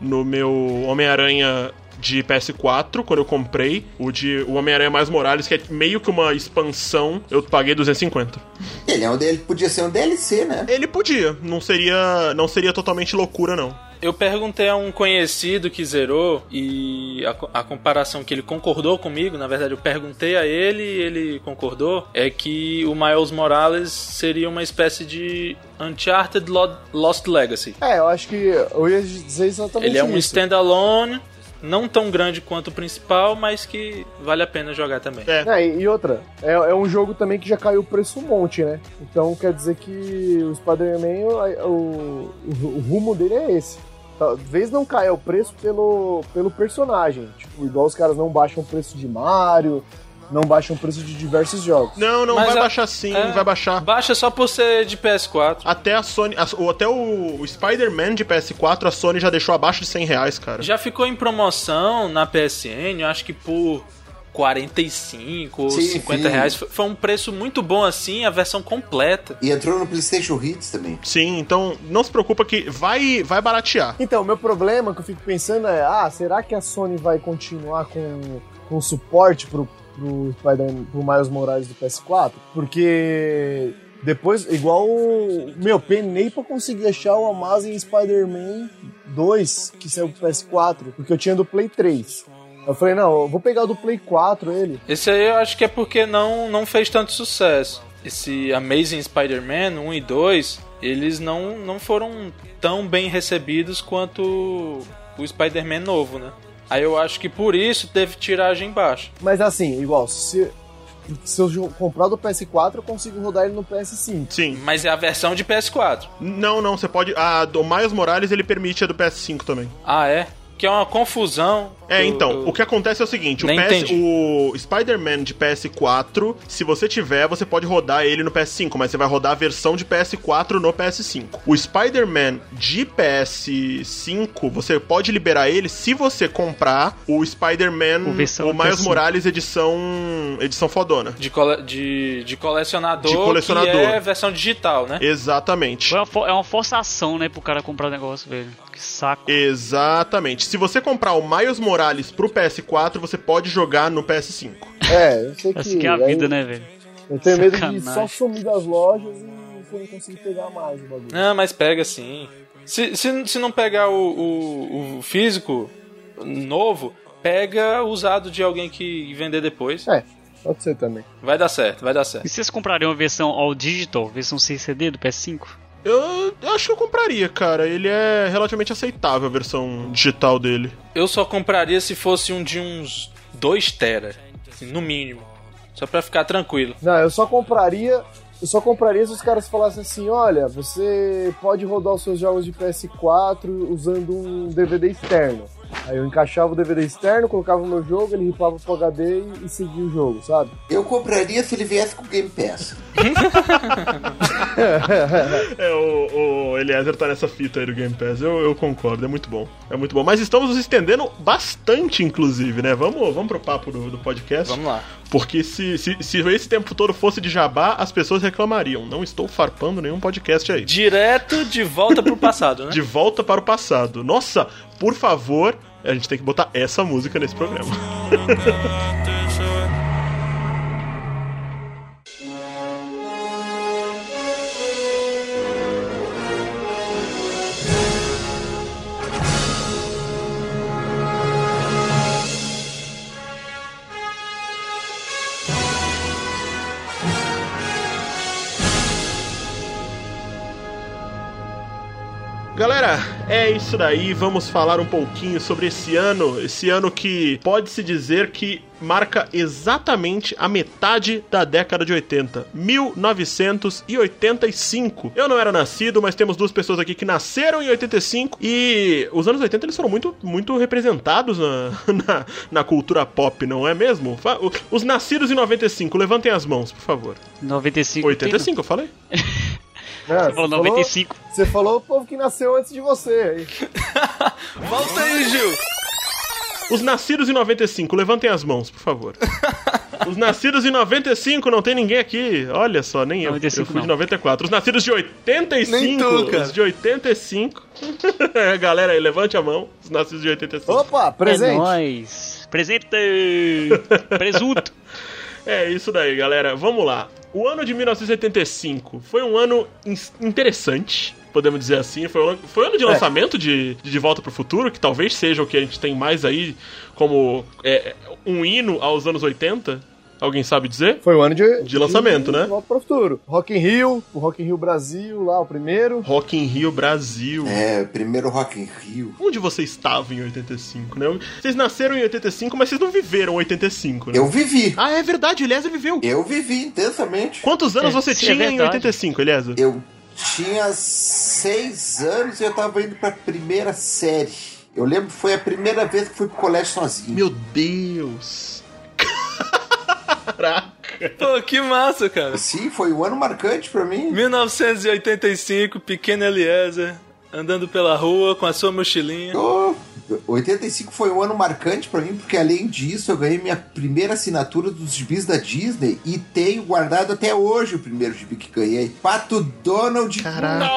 Speaker 1: no meu Homem-Aranha de PS4, quando eu comprei, o de o Homem-Aranha Mais Morales, que é meio que uma expansão, eu paguei 250.
Speaker 2: Ele, é um, ele podia ser um DLC, né?
Speaker 1: Ele podia, não seria, não seria totalmente loucura, não.
Speaker 3: Eu perguntei a um conhecido que zerou e a, co- a comparação que ele concordou comigo, na verdade eu perguntei a ele e ele concordou, é que o Miles Morales seria uma espécie de Uncharted Lo- Lost Legacy.
Speaker 4: É, eu acho que eu ia dizer exatamente
Speaker 3: Ele é um
Speaker 4: isso.
Speaker 3: standalone, não tão grande quanto o principal, mas que vale a pena jogar também.
Speaker 1: É.
Speaker 4: É, e e outra, é, é um jogo também que já caiu o preço um monte, né? Então quer dizer que o Spider-Man, o, o- o rumo dele é esse. Talvez não caia o preço pelo, pelo personagem. Tipo, igual os caras não baixam o preço de Mario, não baixam o preço de diversos jogos.
Speaker 1: Não, não,
Speaker 3: Mas
Speaker 1: vai
Speaker 3: a-
Speaker 1: baixar sim,
Speaker 3: é.
Speaker 1: vai baixar.
Speaker 3: Baixa só por ser de PS4.
Speaker 1: Até a Sony. a- ou até o, o Spider-Man de PS4, a Sony já deixou abaixo de 100 reais, cara.
Speaker 3: Já ficou em promoção na PSN, eu acho que por 45 ou
Speaker 2: Sim,
Speaker 3: 50
Speaker 2: sim.
Speaker 3: reais. Foi- Foi um preço muito bom assim, a versão completa.
Speaker 2: E entrou no PlayStation Hits também.
Speaker 1: Sim, então não se preocupa que vai, vai baratear.
Speaker 4: Então, meu problema que eu fico pensando é, ah, será que a Sony vai continuar com, com suporte pro, pro, Spider- pro Miles Morales do PS4? Porque depois, igual, o- meu, penei pra conseguir achar o Amazing Spider-Man 2, que saiu pro PS4, porque eu tinha do Play 3. Eu falei, não, eu vou pegar o do Play 4 ele.
Speaker 3: Esse aí eu acho que é porque não, não fez tanto sucesso. Esse Amazing Spider-Man 1 e 2, eles não, não foram tão bem recebidos quanto o Spider-Man novo, né? Aí eu acho que por isso teve tiragem baixa.
Speaker 4: Mas assim, igual, se, se eu jo- comprar o do PS4, eu consigo rodar ele no PS5.
Speaker 1: Sim.
Speaker 3: Mas é a versão de PS4.
Speaker 1: Não, não, você pode. A do Miles Morales ele permite a do PS5 também.
Speaker 3: Ah, é? Que é uma confusão.
Speaker 1: É,
Speaker 3: do-
Speaker 1: então,
Speaker 3: do-
Speaker 1: o que acontece é o seguinte: o,
Speaker 3: Nem
Speaker 1: PS
Speaker 3: entendi.
Speaker 1: o Spider-Man de PS4, se você tiver, você pode rodar ele no PS5, mas você vai rodar a versão de PS4 no PS5. O Spider-Man de PS5, você pode liberar ele se você comprar o Spider-Man,
Speaker 5: O versão
Speaker 1: o Miles
Speaker 5: PS5.
Speaker 1: Morales edição, edição fodona.
Speaker 3: de, cole- de, de colecionador,
Speaker 1: De colecionador.
Speaker 3: que é versão digital, né?
Speaker 1: Exatamente.
Speaker 5: É uma, fo- é uma forçação, né, pro cara comprar negócio, velho. Que saco.
Speaker 1: Exatamente. Se você comprar o Miles Morales pro PS4, você pode jogar no PS5.
Speaker 4: É, eu
Speaker 5: <laughs>
Speaker 4: sei que.
Speaker 5: Essa que é a
Speaker 4: aí
Speaker 5: vida, né, velho?
Speaker 4: Eu tenho medo de
Speaker 5: Sacanagem.
Speaker 4: só sumir das lojas e eu não conseguir pegar mais o bagulho.
Speaker 3: Não, mas pega sim. Se, se, se não pegar o, o, o físico novo, pega usado de alguém que vender depois.
Speaker 4: É, pode ser também.
Speaker 3: Vai dar certo, vai dar certo.
Speaker 5: E vocês comprariam a versão all digital, versão sem CD do PS5?
Speaker 1: Eu, eu acho que eu compraria, cara. Ele é relativamente aceitável a versão digital dele.
Speaker 3: Eu só compraria se fosse um de uns 2 tera, assim, no mínimo. Só pra ficar tranquilo.
Speaker 4: Não, eu só compraria. Eu só compraria se os caras falassem assim: olha, você pode rodar os seus jogos de PS4 usando um DVD externo. Aí eu encaixava o DVD externo, colocava o meu jogo, ele ripava pro HD e, e seguia o
Speaker 5: <laughs>
Speaker 4: jogo, sabe?
Speaker 2: Eu compraria se ele viesse com Game Pass.
Speaker 1: É, o, o Eliezer tá nessa fita aí do Game Pass. Eu, eu concordo, é muito bom. É muito bom. Mas estamos nos estendendo bastante, inclusive, né? Vamos, vamos pro papo do, do podcast.
Speaker 3: Vamos lá.
Speaker 1: Porque se, se, se esse tempo todo fosse de jabá, as pessoas reclamariam. Não estou farpando nenhum podcast aí.
Speaker 3: Direto de volta pro passado, né?
Speaker 1: De volta para o passado. Nossa, por favor, a gente tem que botar essa música nesse programa. Galera, é isso daí. Vamos falar um pouquinho sobre esse ano. Esse ano que pode-se dizer que marca exatamente a metade da década de 80, 1985. Eu não era nascido, mas temos duas pessoas aqui que nasceram em 85 e os anos 80 eles foram muito, muito representados na, <laughs> na, na cultura pop, não é mesmo? Fa- o- Os nascidos em 95, levantem as mãos, por favor.
Speaker 5: 95.
Speaker 1: 85, eu falei?
Speaker 4: Né?
Speaker 5: Você falou 95.
Speaker 4: Falou, você falou o povo que nasceu antes de você.
Speaker 3: Volta aí, Gil!
Speaker 1: Os nascidos em 95, levantem as mãos, por
Speaker 3: <laughs>
Speaker 1: favor. Os nascidos em 95, não tem ninguém aqui. Olha só, nem eu.
Speaker 5: 95
Speaker 1: eu fui de
Speaker 5: não.
Speaker 1: 94. Os nascidos de 85.
Speaker 3: Nem tu, cara.
Speaker 1: Os de 85. <laughs> Galera aí, levante a mão. Os nascidos de 85.
Speaker 4: Opa,
Speaker 5: É
Speaker 4: presente!
Speaker 5: nóis. Presente. <laughs> Presunto.
Speaker 1: É isso daí, galera. Vamos lá. O ano de 1985 foi um ano in- interessante, podemos dizer assim. Foi um ano, foi um ano de lançamento de, de De Volta pro Futuro, que talvez seja o que a gente tem mais aí como é, um hino aos anos 80. Alguém sabe dizer?
Speaker 4: Foi o ano de,
Speaker 1: De lançamento, né?
Speaker 4: Volta para o futuro. Rock in Rio, o Rock in Rio Brasil lá, o primeiro.
Speaker 1: Rock in Rio Brasil.
Speaker 2: É, primeiro Rock in Rio.
Speaker 1: Onde você estava em 85, né? Vocês nasceram em 85, mas vocês não viveram 85, né?
Speaker 2: Eu vivi.
Speaker 1: Ah, é verdade, o Eliezer viveu.
Speaker 2: Eu vivi intensamente.
Speaker 1: Quantos anos
Speaker 5: É,
Speaker 1: você
Speaker 5: sim, é
Speaker 1: tinha em
Speaker 5: verdade.
Speaker 1: 85, Eliezer?
Speaker 2: Eu tinha seis anos e eu tava indo pra primeira série. Eu lembro que foi a primeira vez que fui pro colégio sozinho.
Speaker 1: Meu Deus. Caraca.
Speaker 3: Pô, que massa, cara.
Speaker 2: Sim, foi um ano marcante pra mim.
Speaker 3: 1985, pequeno Eliezer, andando pela rua com a sua mochilinha.
Speaker 2: Ô, 85 foi um ano marcante pra mim, porque além disso eu ganhei minha primeira assinatura dos gibis da Disney e tenho guardado até hoje o primeiro gibi que ganhei. Pato Donald.
Speaker 1: Caraca.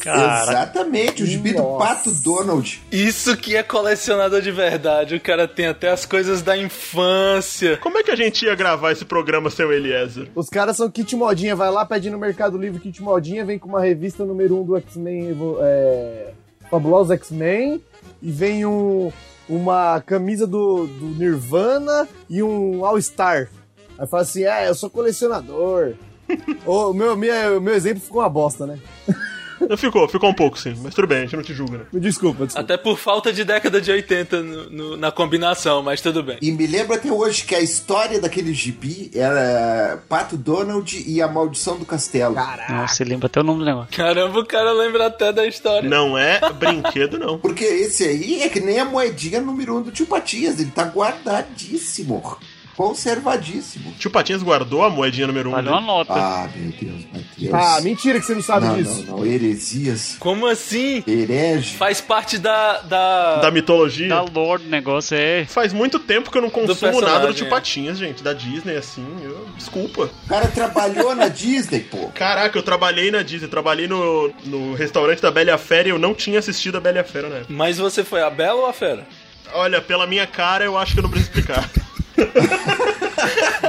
Speaker 5: Cara.
Speaker 2: Exatamente, o gibi do
Speaker 4: Nossa.
Speaker 2: Pato Donald.
Speaker 3: Isso que é colecionador de verdade. O cara tem até as coisas da infância.
Speaker 1: Como é que a gente ia gravar esse programa sem o Eliezer?
Speaker 4: Os caras são kit modinha, vai lá, pede no Mercado Livre kit modinha, vem com uma revista número 1 um do X-Men, evo- é, Fabulosos X-Men, e vem um, uma camisa do, do Nirvana e um All-Star. Aí fala assim: ah, eu sou colecionador. O meu, minha- meu exemplo ficou uma bosta, né?
Speaker 1: Ficou, ficou um pouco sim, mas tudo bem, a gente não te julga, né?
Speaker 4: Me desculpa, desculpa.
Speaker 3: Até por falta de década de 80 no- no- na combinação, mas tudo bem.
Speaker 2: E me lembro até hoje que a história daquele gibi era Pato Donald e a Maldição do Castelo.
Speaker 5: Nossa, você lembra até o nome do negócio.
Speaker 3: Caramba, o cara lembra até da história.
Speaker 1: Não é brinquedo, não.
Speaker 2: Porque esse aí é que nem a moedinha número um do tio Patias. Ele tá guardadíssimo. Conservadíssimo.
Speaker 1: Tio Patinhas guardou a moedinha número 1 um
Speaker 5: Valeu uma
Speaker 1: dele.
Speaker 5: nota.
Speaker 2: Ah, meu Deus, Matheus.
Speaker 4: Ah, mentira que você não sabe
Speaker 2: não,
Speaker 4: disso.
Speaker 2: não, não. Heresias.
Speaker 3: Como assim?
Speaker 2: Herege.
Speaker 3: Faz parte da. da...
Speaker 1: da mitologia.
Speaker 5: Da lore do Tá negócio é.
Speaker 1: Faz muito tempo que eu não consumo
Speaker 3: personagem,
Speaker 1: nada do Tio
Speaker 3: é.
Speaker 1: Patinhas, gente, da Disney, assim. eu- Desculpa.
Speaker 2: O cara trabalhou na Disney, pô.
Speaker 1: Caraca, eu trabalhei na Disney, trabalhei no, no restaurante da Bela e a Fera e eu não tinha assistido a Bela e a Fera na época.
Speaker 3: Mas você foi a Bela ou a Fera?
Speaker 1: Olha, pela minha cara, eu acho que eu não preciso explicar. <laughs>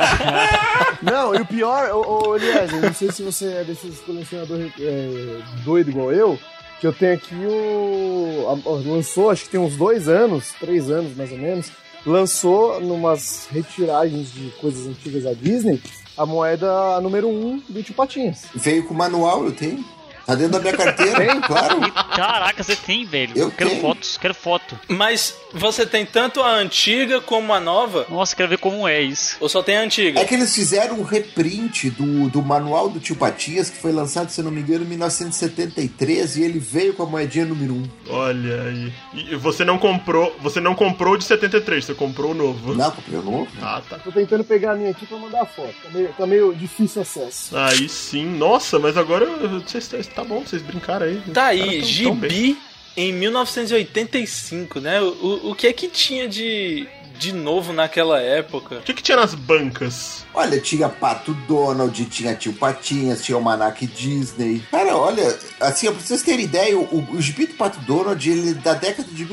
Speaker 4: Não, e o pior, ô, ô, Elias, eu não sei se você é desses colecionadores é, doido igual eu, que eu tenho aqui o. a- a- lançou, acho que tem uns dois anos, três anos mais ou menos, lançou numas retiragens de coisas antigas da Disney a moeda número um do Tio Patinhas.
Speaker 2: Veio com o manual, eu tenho. Tá dentro da minha carteira, claro.
Speaker 5: Caraca, você tem, velho.
Speaker 2: Eu
Speaker 5: quero
Speaker 2: tenho.
Speaker 5: fotos, quero foto.
Speaker 3: Mas você tem tanto a antiga como a nova?
Speaker 5: Nossa, quero ver como é isso.
Speaker 3: Ou só tem a
Speaker 2: É
Speaker 3: antiga?
Speaker 2: que eles fizeram um reprint do, do manual do tio Patias, que foi lançado, se eu não me engano, em 1973, e ele veio com a moedinha número 1.
Speaker 1: Olha aí. E você não comprou, você não comprou o de 73, você comprou o novo.
Speaker 2: Não, comprei o novo. né?
Speaker 1: Ah, tá.
Speaker 4: Tô tentando pegar a minha aqui pra mandar a foto. Tá meio, tá meio difícil acesso.
Speaker 1: Aí sim. Nossa, mas agora eu- vocês tá bom, vocês brincaram aí.
Speaker 3: Tá
Speaker 1: Cara,
Speaker 3: aí,
Speaker 1: tão- tão bem.
Speaker 3: Gibi em 1985, né? O, o- o que é que tinha de, de novo naquela época?
Speaker 1: O que, que tinha nas bancas?
Speaker 2: Olha, tinha Pato Donald, tinha tio Patinhas, tinha o Manac Disney. Cara, olha, assim, ó, pra vocês terem ideia, o, o gibi do Pato Donald, ele é da década de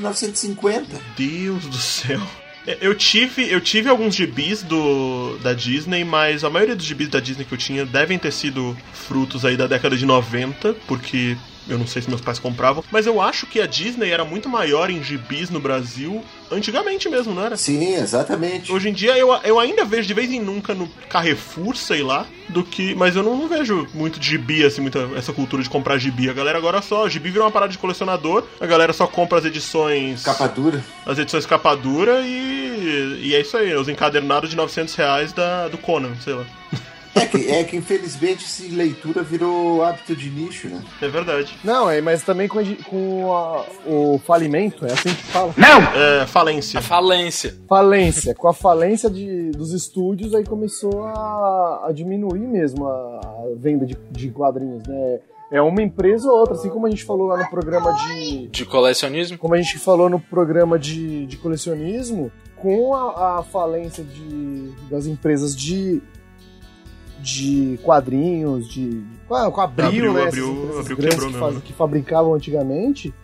Speaker 2: 1950.
Speaker 1: Deus do céu. É, Eu tive, eu tive alguns gibis do, da Disney, mas a maioria dos gibis da Disney que eu tinha devem ter sido frutos aí da década de 90, porque eu não sei se meus pais compravam, mas eu acho que a Disney era muito maior em gibis no Brasil antigamente mesmo, não era?
Speaker 2: Sim, exatamente.
Speaker 1: Hoje em dia eu, eu ainda vejo de vez em nunca no Carrefour, sei lá, do que. Mas eu não, não vejo muito de gibi, assim, muita, essa cultura de comprar gibi. A galera agora só. Gibi virou uma parada de colecionador, a galera só compra as edições.
Speaker 2: Capa dura.
Speaker 1: As edições capa dura e. E é isso aí, os encadernados de 900 reais da, do Conan, sei lá.
Speaker 2: É que, é que infelizmente esse leitura virou hábito de nicho, né?
Speaker 1: É verdade.
Speaker 4: Não, é, mas também com, a di- com a- o falimento, é assim que fala.
Speaker 1: É, falência.
Speaker 3: A falência.
Speaker 4: falência. Com a falência de, dos estúdios, aí começou a, a diminuir mesmo a, a venda de, de quadrinhos, né? É uma empresa ou outra, assim como a gente falou lá no programa de.
Speaker 3: De colecionismo?
Speaker 4: Como a gente falou no programa de, de colecionismo, com a, a falência de, das empresas de, de quadrinhos, de. Com a, com a Abril,
Speaker 1: Abril,
Speaker 4: né?
Speaker 1: Abril-
Speaker 4: essas empresas
Speaker 1: Abril
Speaker 4: grandes
Speaker 1: quebrou
Speaker 4: que,
Speaker 1: mesmo,
Speaker 4: faz-
Speaker 1: né?
Speaker 4: que fabricavam antigamente,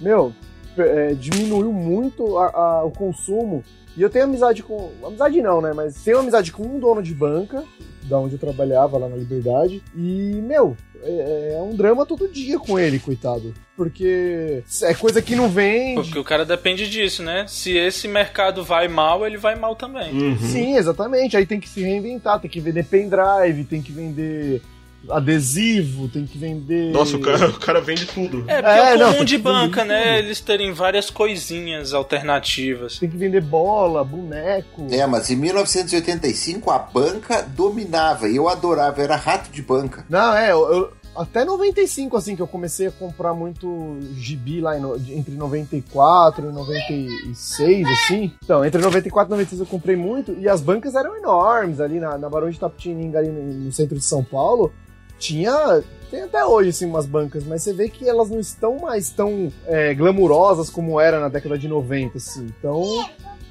Speaker 4: meu, é, diminuiu muito a- a- o consumo. E eu tenho amizade com. Amizade não, né? Mas tenho amizade com um dono de banca, da onde eu trabalhava lá na Liberdade. E, meu, é, é um drama todo dia com ele, coitado. Porque é coisa que não vende.
Speaker 3: Porque o cara depende disso, né? Se esse mercado vai mal, ele vai mal também.
Speaker 1: Uhum.
Speaker 4: Sim, exatamente. Aí tem que se reinventar, tem que vender pendrive, tem que vender adesivo, tem que vender.
Speaker 1: Nossa, o cara, o cara vende tudo.
Speaker 3: É, porque é,
Speaker 4: É,
Speaker 3: o
Speaker 4: não,
Speaker 3: comum
Speaker 4: tem
Speaker 3: de
Speaker 4: tudo,
Speaker 3: banca,
Speaker 4: tudo.
Speaker 3: né? Eles terem várias coisinhas alternativas.
Speaker 4: Tem que vender bola, boneco.
Speaker 2: É, mas em 1985 a banca dominava e eu adorava, era rato de banca.
Speaker 4: Não, é, eu, eu- até 95, assim, que eu comecei a comprar muito gibi lá em no- de- entre 94 e 96, assim. Então, entre 94 e 96 eu comprei muito, e as bancas eram enormes ali na, na Barão de Tapetininga, ali no, no centro de São Paulo. Tinha. Tem até hoje, assim, umas bancas, mas você vê que elas não estão mais tão é, glamurosas como era na década de 90, assim. Então,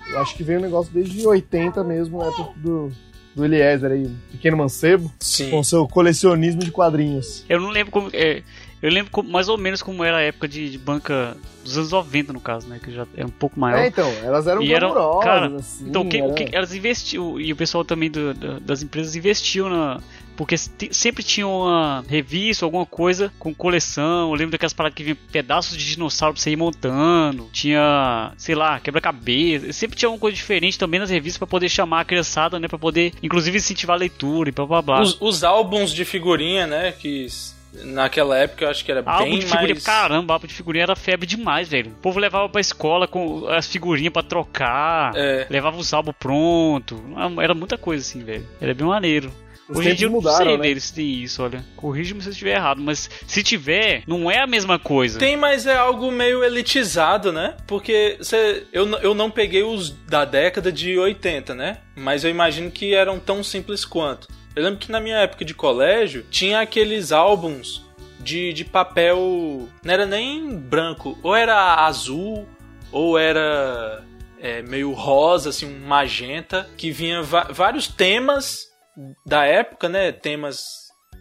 Speaker 4: eu acho que veio um negócio desde 80 mesmo, né, do, do Eliezer aí, Pequeno Mancebo
Speaker 3: Sim.
Speaker 4: com seu colecionismo de quadrinhos.
Speaker 5: Eu não lembro como. é, eu lembro como- mais ou menos como era a época de, de banca dos anos 90, no caso, né? Que já é um pouco maior.
Speaker 4: É, então, elas eram
Speaker 5: E eram-
Speaker 4: glamurosas,
Speaker 5: cara,
Speaker 4: assim.
Speaker 5: Então, quem,
Speaker 4: era-
Speaker 5: o que elas investiu e o pessoal também do- da- das empresas investiu na, Porque se- sempre tinha uma revista, alguma coisa com coleção. Eu lembro daquelas paradas que vinha pedaços de dinossauro pra você ir montando. Tinha, sei lá, quebra-cabeça. Sempre tinha alguma coisa diferente também nas revistas pra poder chamar a criançada, né? Pra poder, inclusive, incentivar a leitura e blá blá blá.
Speaker 3: Os, os álbuns de figurinha, né? Que s- naquela época eu acho que era
Speaker 5: Álbum
Speaker 3: bem
Speaker 5: de figurinha,
Speaker 3: mais.
Speaker 5: caramba, álbum de figurinha era febre demais, velho. O povo levava pra escola com as figurinhas pra trocar,
Speaker 3: É.
Speaker 5: levava os álbuns pronto. Era muita coisa assim, velho. Era bem maneiro.
Speaker 4: Os
Speaker 5: Hoje em
Speaker 4: tempos
Speaker 5: dia eu não
Speaker 4: mudaram,
Speaker 5: sei
Speaker 4: né?
Speaker 5: velho, se tem isso, olha. Corrija-me se eu estiver errado, mas se tiver, não é a mesma coisa.
Speaker 3: Tem, mas é algo meio elitizado, né? Porque você, eu, n- eu não peguei os da década de 80, né? Mas eu imagino que eram tão simples quanto. Eu lembro que na minha época de colégio tinha aqueles álbuns de, de papel. Não era nem branco, ou era azul, ou era é, meio rosa, assim, um magenta, que vinha va- vários temas da época, né? Temas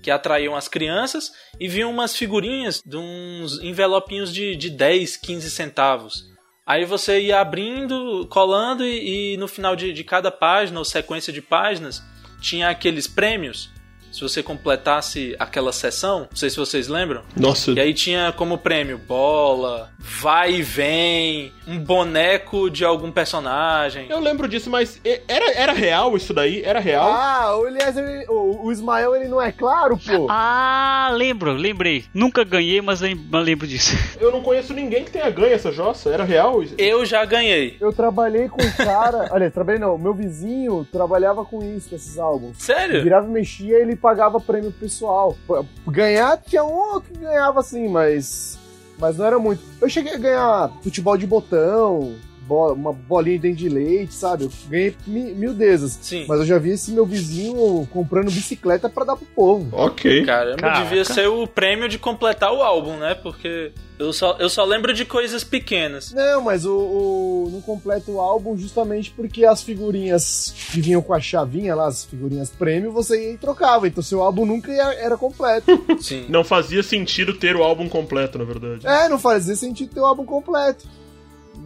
Speaker 3: que atraíam as crianças e vinham umas figurinhas de uns envelopinhos de, de 10, 15 centavos. Aí você ia abrindo, colando e, e no final de, de cada página ou sequência de páginas tinha aqueles prêmios. Se você completasse aquela sessão, não sei se vocês lembram.
Speaker 1: Nossa,
Speaker 3: E aí tinha como prêmio bola, vai e vem, um boneco de algum personagem.
Speaker 1: eu lembro disso, mas e- era, era real isso daí? Era real?
Speaker 4: Ah, o Eliezer, ele- o, o Ismael, ele não é claro, pô.
Speaker 5: Ah, lembro, lembrei. Nunca ganhei, mas lem- mas lembro disso. <laughs>
Speaker 1: Eu não conheço ninguém que tenha ganho essa jossa. Era real? isso?
Speaker 3: Eu já ganhei.
Speaker 4: Eu trabalhei com um cara. <laughs> Olha, trabalhei não. Meu vizinho trabalhava com isso, com esses álbuns.
Speaker 5: É.
Speaker 3: Sério?
Speaker 4: Virava e mexia ele pagava prêmio pessoal. Pô, Ganhar tinha um ou outro que ganhava assim, mas. Mas não era muito. Eu cheguei a ganhar futebol de botão, bo- uma bolinha de dente de leite, sabe? Eu ganhei mi- mil dessas.
Speaker 3: Sim.
Speaker 4: Mas eu já vi esse meu vizinho comprando bicicleta pra dar pro povo.
Speaker 1: Ok.
Speaker 3: Caramba,
Speaker 5: Caraca.
Speaker 3: devia ser o prêmio de completar o álbum, né? Porque eu só, eu só lembro de coisas
Speaker 4: <laughs>
Speaker 3: pequenas.
Speaker 4: Não, mas o, o- não completa o álbum justamente porque as figurinhas que vinham com a chavinha lá, as figurinhas prêmio, você ia e trocava. Então seu álbum nunca ia- era <laughs> completo.
Speaker 3: Sim.
Speaker 1: Não fazia sentido ter o álbum completo, na verdade.
Speaker 4: é, não fazia sentido ter o álbum completo.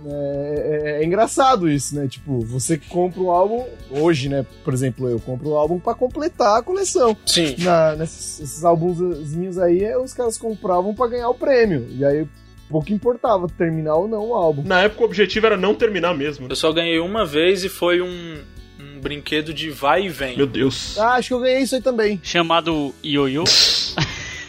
Speaker 4: É, é- é engraçado isso, né? Tipo, você compra um álbum hoje, né? Por exemplo, eu compro um álbum pra completar a coleção.
Speaker 3: Sim.
Speaker 4: Na- nesses esses albumzinhos aí, é, os caras compravam pra ganhar o prêmio. E aí pouco importava terminar ou não o álbum.
Speaker 1: Na época o objetivo era não terminar mesmo. né?
Speaker 3: Eu só ganhei uma vez e foi um, um brinquedo de vai e vem.
Speaker 1: Meu Deus.
Speaker 4: Ah, acho que eu ganhei isso aí também.
Speaker 5: Chamado Ioiô.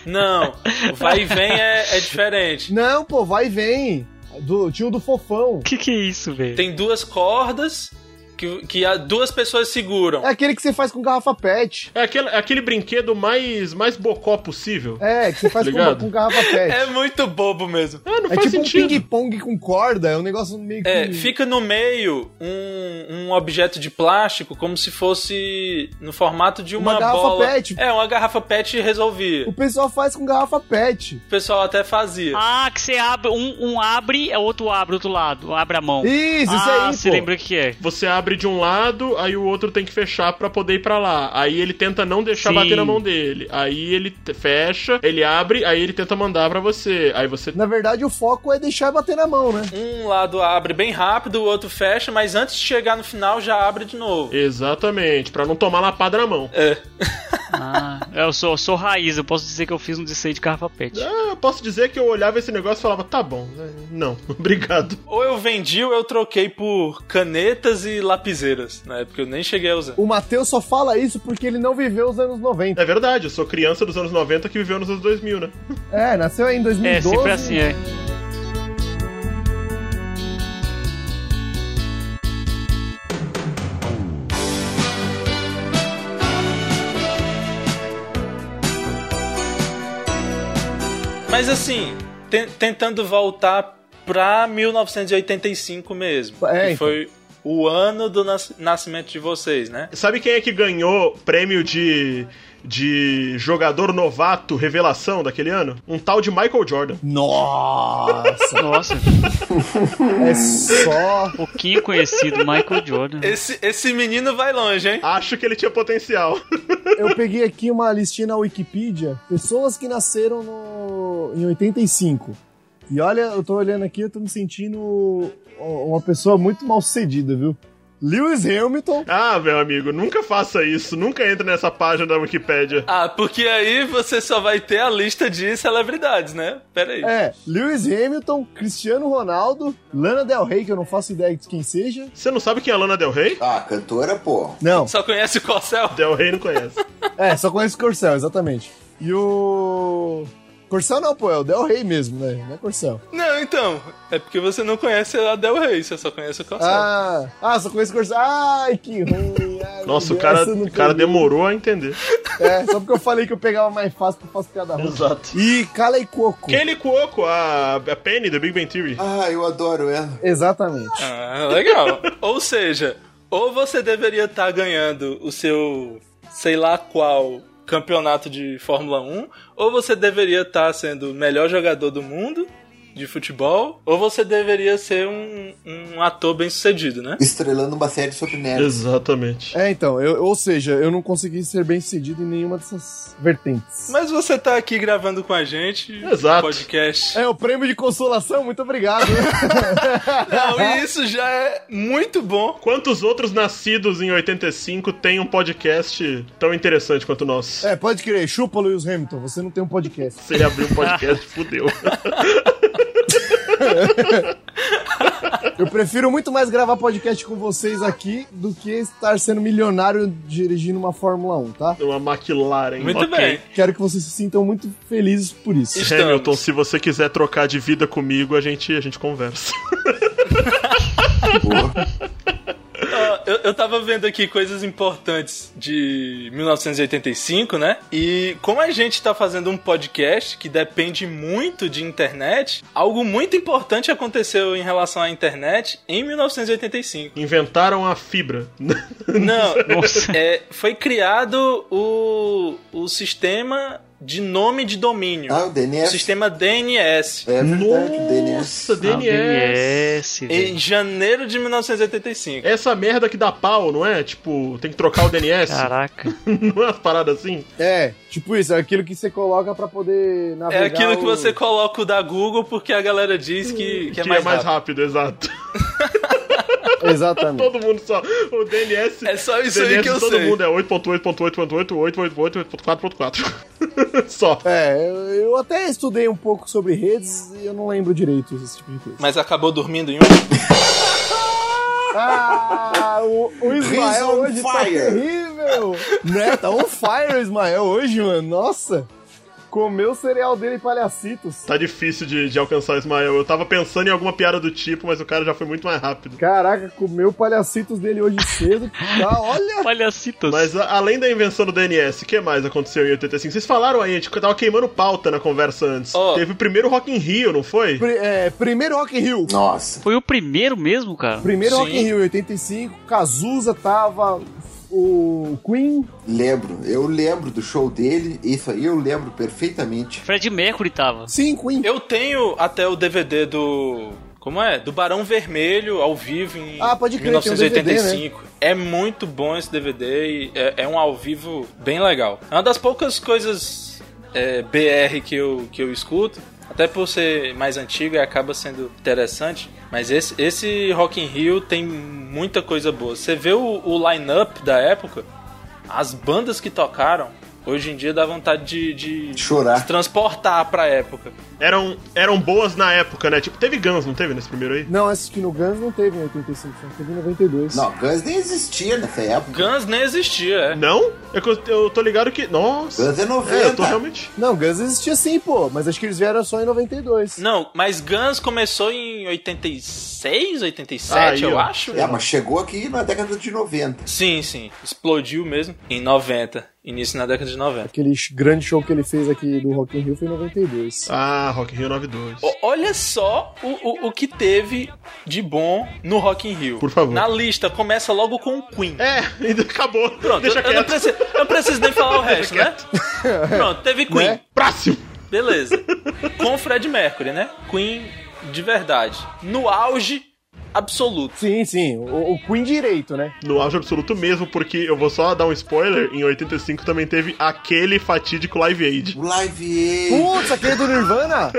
Speaker 3: Não, o vai e vem é, é diferente.
Speaker 4: Não, pô, vai e vem. Do, tinha o do fofão.
Speaker 5: <laughs> Que que é isso, velho?
Speaker 3: Tem duas cordas que, que a- duas pessoas seguram.
Speaker 4: É aquele que você faz com garrafa pet.
Speaker 1: É aquele, aquele brinquedo mais, mais bocó possível.
Speaker 4: É, que você faz com,
Speaker 1: Ligado?
Speaker 4: com garrafa pet.
Speaker 3: É muito bobo mesmo.
Speaker 1: Ah, não
Speaker 4: É,
Speaker 1: faz
Speaker 4: tipo um
Speaker 1: sentido.
Speaker 4: ping-pong com corda, é um negócio meio que.
Speaker 3: É, fica no meio um, um objeto de plástico como se fosse no formato de uma,
Speaker 4: Uma garrafa
Speaker 3: bola.
Speaker 4: pet.
Speaker 3: É, uma garrafa pet resolvia.
Speaker 4: O pessoal faz com garrafa pet.
Speaker 3: O pessoal até fazia.
Speaker 5: Ah, que você abre, um, um abre, o outro abre, outro lado, abre a mão.
Speaker 4: Isso, isso
Speaker 5: ah,
Speaker 4: aí,
Speaker 5: você
Speaker 4: pô.
Speaker 5: lembra o que é?
Speaker 1: Você abre de um lado, aí o outro tem que fechar pra poder ir pra lá. Aí ele tenta não deixar
Speaker 5: Sim.
Speaker 1: bater na mão dele. Aí ele te- fecha, ele abre, aí ele tenta mandar pra você. Aí você.
Speaker 4: Na verdade, o foco é deixar bater na mão, né?
Speaker 3: Um lado abre bem rápido, o outro fecha, mas antes de chegar no final já abre de novo.
Speaker 1: Exatamente, pra não tomar lapada na mão.
Speaker 3: É.
Speaker 5: Ah, eu sou, eu sou raiz, eu posso dizer que eu fiz um desenho de garrafa pet.
Speaker 1: Ah, eu posso dizer que eu olhava esse negócio e falava: tá bom, né? não, <laughs> obrigado.
Speaker 3: Ou eu vendi ou eu troquei por canetas e lapiseiras, na época eu nem cheguei a usar.
Speaker 4: O Matheus só fala isso porque ele não viveu os anos 90.
Speaker 1: É verdade, eu sou criança dos anos 90 que viveu nos anos 2000, né?
Speaker 4: É, nasceu aí em
Speaker 5: É,
Speaker 4: 2012.
Speaker 5: sempre assim, é.
Speaker 3: Mas assim, ten- tentando voltar pra 1985 mesmo,
Speaker 4: É,
Speaker 3: que
Speaker 4: então.
Speaker 3: foi o ano do nas- nascimento de vocês, né?
Speaker 1: Sabe quem é que ganhou prêmio de. de jogador novato revelação daquele ano? Um tal de Michael Jordan.
Speaker 4: Nossa,
Speaker 5: Nossa,
Speaker 4: <laughs> é só.
Speaker 5: pouquinho conhecido, Michael Jordan.
Speaker 3: Esse, esse menino vai longe, hein?
Speaker 1: Acho que ele tinha potencial. <laughs>
Speaker 4: Eu peguei aqui uma listinha na Wikipedia. Pessoas que nasceram no... em 85. E olha, eu tô olhando aqui, eu tô me sentindo uma pessoa muito mal sucedida, viu? Lewis Hamilton.
Speaker 1: Ah, meu amigo, nunca faça isso. Nunca entre nessa página da Wikipédia.
Speaker 3: Ah, porque aí você só vai ter a lista de celebridades, né? Pera aí.
Speaker 4: É, Lewis Hamilton, Cristiano Ronaldo, Lana Del Rey, que eu não faço ideia de quem seja.
Speaker 1: Você não sabe quem é a Lana Del Rey?
Speaker 2: Ah, cantora, pô.
Speaker 4: Não,
Speaker 3: Só conhece o Corcel?
Speaker 1: Del Rey não conhece.
Speaker 4: é, só conheço o Corcel, exatamente. E o... Corcel não, pô, é o Del Rey mesmo, né? Não é Corcel.
Speaker 3: Não, então. É porque você não conhece a Del Rey, você só conhece o Corcel.
Speaker 4: Ah, ah, só conheço o Corcel. Ai, que ruim. ai,
Speaker 1: <laughs>
Speaker 4: meu
Speaker 1: Nossa, o
Speaker 4: Deus,
Speaker 1: cara,
Speaker 4: essa eu não
Speaker 1: o cara
Speaker 4: peguei.
Speaker 1: demorou a entender.
Speaker 4: É, só porque eu falei que eu pegava mais fácil, porque eu faço piada ruim.
Speaker 1: Exato.
Speaker 4: E Cala e Coco.
Speaker 1: Kelly Cuoco, a, a Penny do Big Bang Theory.
Speaker 2: Ah, eu adoro ela.
Speaker 4: Exatamente.
Speaker 1: <laughs>
Speaker 3: Ah, legal. ou seja, ou você deveria estar ganhando o seu, sei lá qual, campeonato de Fórmula 1, ou você deveria estar sendo o melhor jogador do mundo de futebol, ou você deveria ser um, um ator bem sucedido, né?
Speaker 2: Estrelando uma série sobre nerds.
Speaker 1: Exatamente.
Speaker 4: É, então, eu- ou seja, eu não consegui ser bem sucedido em nenhuma dessas vertentes.
Speaker 3: Mas você tá aqui gravando com a gente
Speaker 1: Exato.
Speaker 3: podcast.
Speaker 4: É, o prêmio de consolação, muito obrigado.
Speaker 3: Não, e isso já é muito bom.
Speaker 1: Quantos outros nascidos em 85 têm um podcast tão interessante quanto o nosso?
Speaker 4: é, pode crer, chupa Lewis Hamilton, você não tem um podcast.
Speaker 1: Se ele abrir um podcast, <laughs> fudeu.
Speaker 4: Eu prefiro muito mais gravar podcast com vocês aqui do que estar sendo milionário dirigindo uma Fórmula 1, tá?
Speaker 1: Uma McLaren.
Speaker 3: Muito
Speaker 1: ok.
Speaker 3: bem.
Speaker 4: Quero que vocês se sintam muito felizes por isso.
Speaker 3: Estamos.
Speaker 1: Hamilton, se você quiser trocar de vida comigo, a gente, a gente conversa.
Speaker 2: Pô.
Speaker 3: Ó, Ah, Eu, eu tava vendo aqui coisas importantes de 1985, né? E como a gente tá fazendo um podcast que depende muito de internet, algo muito importante aconteceu em relação à internet em
Speaker 1: <laughs>
Speaker 3: 1985.
Speaker 1: Inventaram a fibra.
Speaker 3: Não,
Speaker 1: <laughs>
Speaker 5: Nossa.
Speaker 3: é, foi criado o, o sistema de nome de domínio.
Speaker 2: Ah, o
Speaker 3: o
Speaker 2: DNS.
Speaker 3: sistema DNS.
Speaker 2: É verdade, o DNS.
Speaker 1: Nossa, DNS.
Speaker 5: Ah, velho.
Speaker 3: Em janeiro de 1985.
Speaker 1: Essa merda que dá pau, não é? Tipo, tem que trocar o DNS.
Speaker 5: Caraca.
Speaker 1: Não é umas paradas assim?
Speaker 4: É, tipo isso, é aquilo que você coloca pra poder navegar.
Speaker 3: É aquilo que
Speaker 4: o-
Speaker 3: você coloca o da Google porque a galera diz que, que é mais rápido.
Speaker 1: exato.
Speaker 4: <laughs> Exatamente.
Speaker 1: Todo mundo só. O DNS.
Speaker 3: É só isso aí
Speaker 1: DNS
Speaker 3: que eu
Speaker 1: todo
Speaker 3: sei.
Speaker 1: mundo é 8.8.8.8.8.8.8.4.4. só.
Speaker 4: É, eu- eu até estudei um pouco sobre redes e eu não lembro direito esse tipo de coisa.
Speaker 3: Mas acabou dormindo em um.
Speaker 4: Ah, o, o Ismael
Speaker 2: He's on
Speaker 4: hoje tá
Speaker 2: fire.
Speaker 4: terrível! Né, tá on fire o Ismael hoje, mano. Nossa! Comeu o cereal dele em palhacitos.
Speaker 1: Tá difícil de, de alcançar o Ismael. Eu tava pensando em alguma piada do tipo, mas o cara já foi muito mais rápido.
Speaker 4: Caraca, comeu palhacitos dele hoje cedo. Tá, olha!
Speaker 5: Palhacitos.
Speaker 1: Mas a- além da invenção do DNS, o que mais aconteceu em 85? Vocês falaram aí, a gente tava queimando pauta na conversa antes.
Speaker 3: Ó.
Speaker 1: Teve o primeiro Rock in Rio, não foi?
Speaker 4: Pri- é, primeiro Rock in Rio.
Speaker 2: Nossa.
Speaker 5: Foi o primeiro mesmo, cara?
Speaker 4: Primeiro
Speaker 3: Sim.
Speaker 4: Rock in Rio, 85. Cazuza tava... O Queen...
Speaker 2: Lembro, eu lembro do show dele, isso aí eu lembro perfeitamente.
Speaker 5: Fred Mercury tava.
Speaker 4: Sim, Queen.
Speaker 3: Eu tenho até o DVD do. Como é? Do Barão Vermelho, ao vivo, em
Speaker 4: Ah, pode crer, tem um DVD,
Speaker 3: 1985. É muito bom esse DVD e é, é um ao vivo bem legal. É uma das poucas coisas é, BR que eu, que eu escuto. Até por ser mais antigo e acaba sendo interessante. Mas esse, esse Rock in Rio tem muita coisa boa. Você vê o, o line-up da época, as bandas que tocaram, hoje em dia dá vontade de- de
Speaker 2: Chorar.
Speaker 3: se transportar pra época.
Speaker 1: Eram, eram boas na época, né? Tipo, teve Guns, não teve nesse primeiro aí?
Speaker 4: Não, esse que no Guns não teve em 85, só teve em 92.
Speaker 2: Não, Guns nem existia nessa época.
Speaker 3: Guns nem existia, é.
Speaker 1: Não? É que eu, eu tô ligado que. Nossa!
Speaker 2: Guns é 90.
Speaker 1: É, eu tô realmente.
Speaker 4: Não, Guns existia sim, pô, mas acho que eles vieram só em 92.
Speaker 3: Não, mas Guns começou em 86, 87,
Speaker 1: Aí,
Speaker 3: eu
Speaker 1: ó.
Speaker 3: acho.
Speaker 2: É, mas chegou aqui na década de 90.
Speaker 3: Sim, sim. Explodiu mesmo em 90. Início na década de 90.
Speaker 4: Aquele sh- grande show que ele fez aqui do Rock in Rio foi em 92.
Speaker 1: Ah, Rock in Rio 92.
Speaker 3: O- olha só o, o, o que teve de bom no Rock in Rio.
Speaker 1: Por favor.
Speaker 3: Na lista, começa logo com o Queen.
Speaker 1: É, ainda acabou.
Speaker 3: Pronto,
Speaker 1: Deixa
Speaker 3: eu, eu não
Speaker 1: quieto.
Speaker 3: preciso, eu não preciso
Speaker 1: <laughs>
Speaker 3: nem falar o resto, né? Pronto, teve Queen.
Speaker 1: é?
Speaker 4: Né?
Speaker 1: Próximo!
Speaker 3: Beleza. Com o Fred Mercury, né? Queen de verdade. No auge, absoluto.
Speaker 4: Sim, sim. O, o Queen direito, né?
Speaker 1: No auge absoluto mesmo, porque eu vou só dar um spoiler: em 85 também teve aquele fatídico Live Aid.
Speaker 2: O Live Aid.
Speaker 4: Putz, aquele do Nirvana?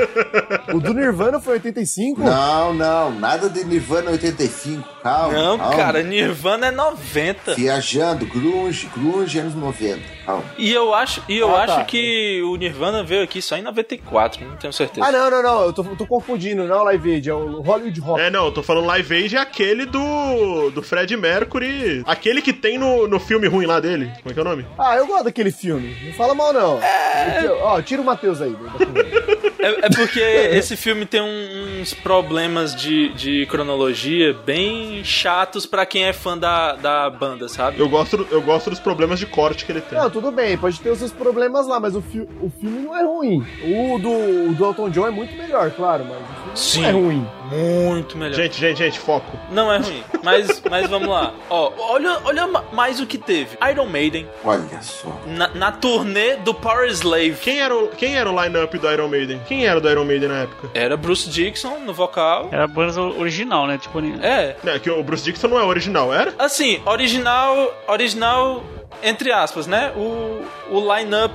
Speaker 4: o do Nirvana foi 85?
Speaker 2: Não, não, nada de Nirvana 85, calma.
Speaker 3: Não,
Speaker 2: calma.
Speaker 3: cara, Nirvana é 90.
Speaker 2: Viajando, grunge, grunge anos Ah, 90, calma.
Speaker 3: E eu acho, e eu
Speaker 4: Ah,
Speaker 3: acho
Speaker 4: tá.
Speaker 3: que o Nirvana veio aqui só em 94, não tenho certeza.
Speaker 4: Ah, não, não, não. Eu tô, eu tô confundindo. Não é o Live Aid, é o Hollywood Rock.
Speaker 1: É, não, eu tô falando Live Aid é aquele do. do Fred Mercury. Aquele que tem no, no filme ruim lá dele. Como é que é o nome?
Speaker 4: Ah, eu gosto daquele filme. Não fala mal, não. É... Ó, tira o Matheus aí. da conversa.
Speaker 3: É, é porque esse filme tem um- uns problemas de, de cronologia bem chatos pra quem é fã da, da banda, sabe?
Speaker 1: Eu gosto, eu gosto dos problemas de corte que ele tem.
Speaker 4: não, tudo bem. Pode ter os seus problemas lá, mas o, fi o filme não é ruim. O do, o do Elton John é muito melhor, claro, mas o filme
Speaker 3: Sim.
Speaker 4: não é ruim.
Speaker 3: Muito melhor.
Speaker 1: Gente, gente, gente, foco.
Speaker 3: Não é ruim, mas, mas vamos lá. Ó, olha, olha ma- mais o que teve. Iron Maiden,
Speaker 2: Olha só.
Speaker 3: na, na turnê do Power Slave.
Speaker 1: Quem era o, quem era o line-up do Iron Maiden? Quem era do Iron Maiden na época?
Speaker 3: Era Bruce Dixon no vocal.
Speaker 5: Era a banda original, né? Tipo,
Speaker 3: É.
Speaker 1: Não, é que o Bruce Dixon não é original, era?
Speaker 3: Assim, original. Original, entre aspas, né? O, o line-up